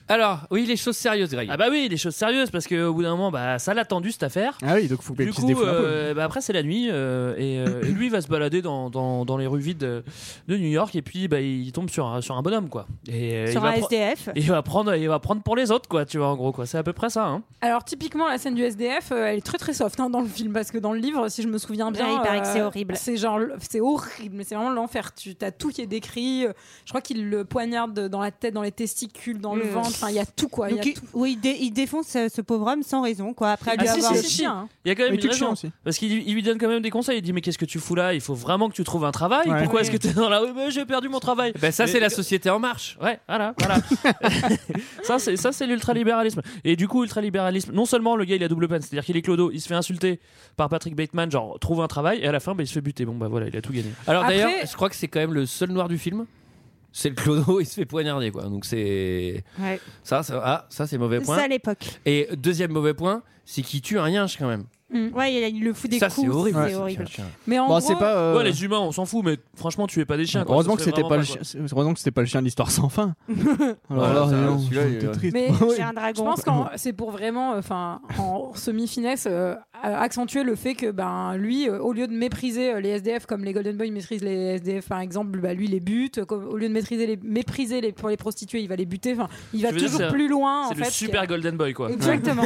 [SPEAKER 1] Alors, oui, les choses sérieuses, Greg.
[SPEAKER 10] Ah bah oui, les choses sérieuses parce que au bout d'un moment, bah ça l'a tendu cette affaire.
[SPEAKER 11] Ah oui, donc faut que
[SPEAKER 10] Du
[SPEAKER 11] les
[SPEAKER 10] coup, euh, bah, après c'est la nuit euh, et, euh, et lui il va se balader dans, dans, dans les rues vides euh, de New York et puis bah, il tombe sur un, sur un bonhomme quoi. Et, euh,
[SPEAKER 9] Sur
[SPEAKER 10] il va
[SPEAKER 9] un
[SPEAKER 10] pre-
[SPEAKER 9] SDF.
[SPEAKER 10] Il va prendre il va prendre pour les autres quoi, tu vois en gros quoi. C'est à peu près ça. Hein.
[SPEAKER 6] Alors typiquement la scène du SDF, euh, elle est très très soft hein, dans le film parce que dans le livre, si je me souviens bien, euh,
[SPEAKER 9] Ouais, il paraît que c'est horrible.
[SPEAKER 6] C'est genre c'est horrible, mais c'est vraiment l'enfer. Tu as tout qui est décrit. euh, Je crois qu'il le poignarde dans la tête, dans les testicules, dans le
[SPEAKER 9] Mm.
[SPEAKER 6] ventre. Enfin, il y a tout quoi. Il y a
[SPEAKER 9] Donc, il,
[SPEAKER 6] tout.
[SPEAKER 9] oui, il, dé- il défonce ce, ce pauvre homme sans raison, quoi. Après lui
[SPEAKER 6] Ah, si,
[SPEAKER 9] avoir.
[SPEAKER 6] si, si, si, hein.
[SPEAKER 10] Il y a quand même
[SPEAKER 11] Mais
[SPEAKER 10] une
[SPEAKER 11] tu le
[SPEAKER 10] raison
[SPEAKER 11] chiens aussi.
[SPEAKER 10] parce qu'il il lui donne quand même des conseils. Il dit mais qu'est-ce que tu fous là Il faut vraiment que tu trouves un travail.
[SPEAKER 11] Ouais.
[SPEAKER 10] Pourquoi
[SPEAKER 11] Oui.
[SPEAKER 10] est-ce que t'es dans la rue Bah, J'ai perdu mon travail.
[SPEAKER 1] Bah, ça,
[SPEAKER 10] Mais- euh,
[SPEAKER 1] c'est la société en marche.
[SPEAKER 10] Ouais, voilà, voilà. ça, c'est ça, c'est l'ultralibéralisme. Et du coup, ultralibéralisme. Non seulement le gars il a double peine, c'est-à-dire qu'il est clodo, il se fait insulter par Patrick Bateman, genre trouve un travail, et à la fin, bah, il se fait buter. Bon bah voilà, il a tout gagné.
[SPEAKER 1] Alors
[SPEAKER 6] Après-
[SPEAKER 1] d'ailleurs, je crois que c'est quand même le seul noir du film. C'est le clodo, il se fait poignarder, quoi. Donc c'est.
[SPEAKER 9] Ouais.
[SPEAKER 1] Ça, ça, ah, ça c'est mauvais point.
[SPEAKER 9] Ça à l'époque.
[SPEAKER 1] Et deuxième mauvais point, c'est qu'il tue un yinche quand même.
[SPEAKER 9] Ouais, il, il le fout des
[SPEAKER 1] ça,
[SPEAKER 9] coups.
[SPEAKER 1] c'est horrible.
[SPEAKER 9] C'est horrible.
[SPEAKER 6] Mm. Mais en
[SPEAKER 11] Bon,
[SPEAKER 6] gros,
[SPEAKER 11] c'est pas. euh,
[SPEAKER 10] Ouais, les humains, on s'en fout, mais franchement, tu es pas des chiens. quoi.
[SPEAKER 11] Heureusement que
[SPEAKER 10] Ça se fait
[SPEAKER 11] c'était
[SPEAKER 10] vraiment
[SPEAKER 11] pas, le
[SPEAKER 10] quoi.
[SPEAKER 11] chien. Heureusement que c'était pas le chien d'histoire sans fin. Alors
[SPEAKER 1] Voilà,
[SPEAKER 11] là,
[SPEAKER 1] ça,
[SPEAKER 11] non,
[SPEAKER 1] celui-là, il-
[SPEAKER 11] c'était triste. Ah
[SPEAKER 6] Mais
[SPEAKER 11] Ouais.
[SPEAKER 9] J'ai un
[SPEAKER 6] Je
[SPEAKER 9] dragon.
[SPEAKER 6] pense que c'est pour vraiment, euh, enfin, en semi-finesse, euh, euh, accentuer le fait que, ben, lui, euh, au lieu de mépriser euh, les SDF comme les Golden Boys maîtrisent les SDF, par exemple, bah, lui les bute. euh, comme- au lieu de maîtriser les mépriser les, pour les prostituées, il va les buter. Enfin, il va
[SPEAKER 10] Je veux dire,
[SPEAKER 6] toujours
[SPEAKER 10] c'est un-
[SPEAKER 6] plus loin. en
[SPEAKER 10] C'est le
[SPEAKER 6] fait,
[SPEAKER 10] super
[SPEAKER 6] que-
[SPEAKER 10] Golden Boy, quoi.
[SPEAKER 6] Exactement.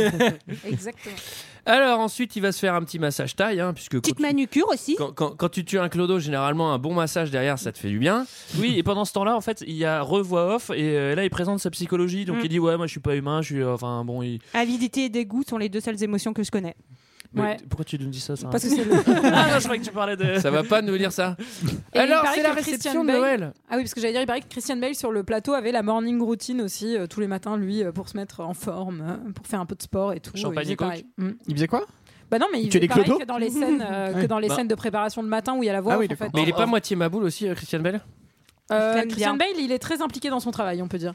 [SPEAKER 6] Exactement.
[SPEAKER 1] Alors ensuite, il va se faire un petit massage taille, hein, puisque
[SPEAKER 9] Petite manucure aussi.
[SPEAKER 1] quand, quand- quand tu tues un clodo, généralement un bon massage derrière, ça te fait du bien.
[SPEAKER 10] Oui, et pendant ce temps-là, en fait, il y a revoix off et euh, là, il présente sa psychologie. Donc,
[SPEAKER 9] Mm.
[SPEAKER 10] il dit Ouais, moi, je suis pas humain, je suis. euh, Enfin, bon, il.
[SPEAKER 9] Avidité et dégoût sont les deux seules émotions que je connais.
[SPEAKER 10] Mais
[SPEAKER 9] Ouais.
[SPEAKER 10] Pourquoi tu nous dis ça, ça
[SPEAKER 9] Parce que c'est le-
[SPEAKER 10] Ah non, je croyais que tu parlais de.
[SPEAKER 1] Ça va pas nous dire ça
[SPEAKER 6] Et
[SPEAKER 1] Alors,
[SPEAKER 6] il paraît
[SPEAKER 1] c'est la
[SPEAKER 6] que
[SPEAKER 1] réception
[SPEAKER 6] Christian
[SPEAKER 1] de
[SPEAKER 6] Bale-
[SPEAKER 1] Noël.
[SPEAKER 6] Ah oui, parce que j'allais dire, il paraît que Christian Bale sur le plateau avait la morning routine aussi euh, tous les matins, lui, euh, pour se mettre en forme, euh, pour faire un peu de sport et tout.
[SPEAKER 11] Champagne
[SPEAKER 6] Il faisait
[SPEAKER 11] et Coke.
[SPEAKER 6] pareil. Mm.
[SPEAKER 11] Il faisait quoi
[SPEAKER 6] Bah non, mais il
[SPEAKER 11] tuait
[SPEAKER 6] faisait
[SPEAKER 11] des
[SPEAKER 6] pareil
[SPEAKER 11] clodos
[SPEAKER 6] que dans les scènes, euh,
[SPEAKER 1] Ouais.
[SPEAKER 6] que dans les
[SPEAKER 1] Bah.
[SPEAKER 6] scènes de préparation le matin où il y a la voix.
[SPEAKER 1] Ah oui,
[SPEAKER 6] off, en fait.
[SPEAKER 1] Mais il est pas moitié maboule aussi, euh, Christian Bale
[SPEAKER 6] Euh,
[SPEAKER 9] Je l'aime
[SPEAKER 6] Christian
[SPEAKER 9] bien.
[SPEAKER 6] Bale, il est très impliqué dans son travail, on peut dire.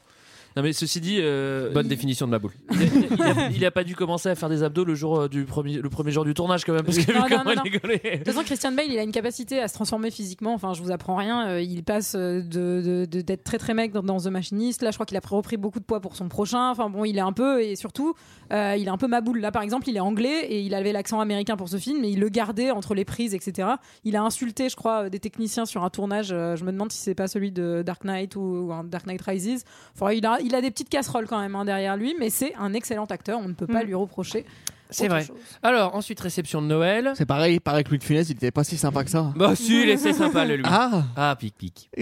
[SPEAKER 10] Non, mais ceci dit. euh,
[SPEAKER 1] Bonne définition de maboule.
[SPEAKER 10] il, a, il a pas dû commencer à faire des abdos le jour euh, du premier, le premier jour du tournage, quand même, parce que
[SPEAKER 6] Non,
[SPEAKER 10] vu
[SPEAKER 6] non,
[SPEAKER 10] comment
[SPEAKER 6] non,
[SPEAKER 10] il rigolait.
[SPEAKER 6] De toute façon, Christian Bale, il a une capacité à se transformer physiquement. Enfin, je vous apprends rien. Euh, Il passe euh, de de- de- d'être très très mec dans, dans The Machinist. Là, je crois qu'il a repris beaucoup de poids pour son prochain. Enfin bon, il est un peu et surtout, euh, il est un peu maboule. Là, par exemple, il est anglais et il avait l'accent américain pour ce film, mais il le gardait entre les prises, etc. Il a insulté, je crois, euh, des techniciens sur un tournage. Euh, Je me demande si c'est pas celui de Dark Knight ou, ou un Dark Knight Rises. Enfin, il a il a des petites casseroles quand même hein, derrière lui, mais c'est un excellent acteur. On ne peut pas lui reprocher.
[SPEAKER 1] C'est
[SPEAKER 6] autre
[SPEAKER 1] vrai.
[SPEAKER 6] chose.
[SPEAKER 1] Alors, ensuite, réception de Noël.
[SPEAKER 7] C'est pareil, pareil que Louis de Funès, il était pas si sympa que ça.
[SPEAKER 1] Bah, si, il est c'est sympa, le lui.
[SPEAKER 7] Ah.
[SPEAKER 1] ah pic, pic.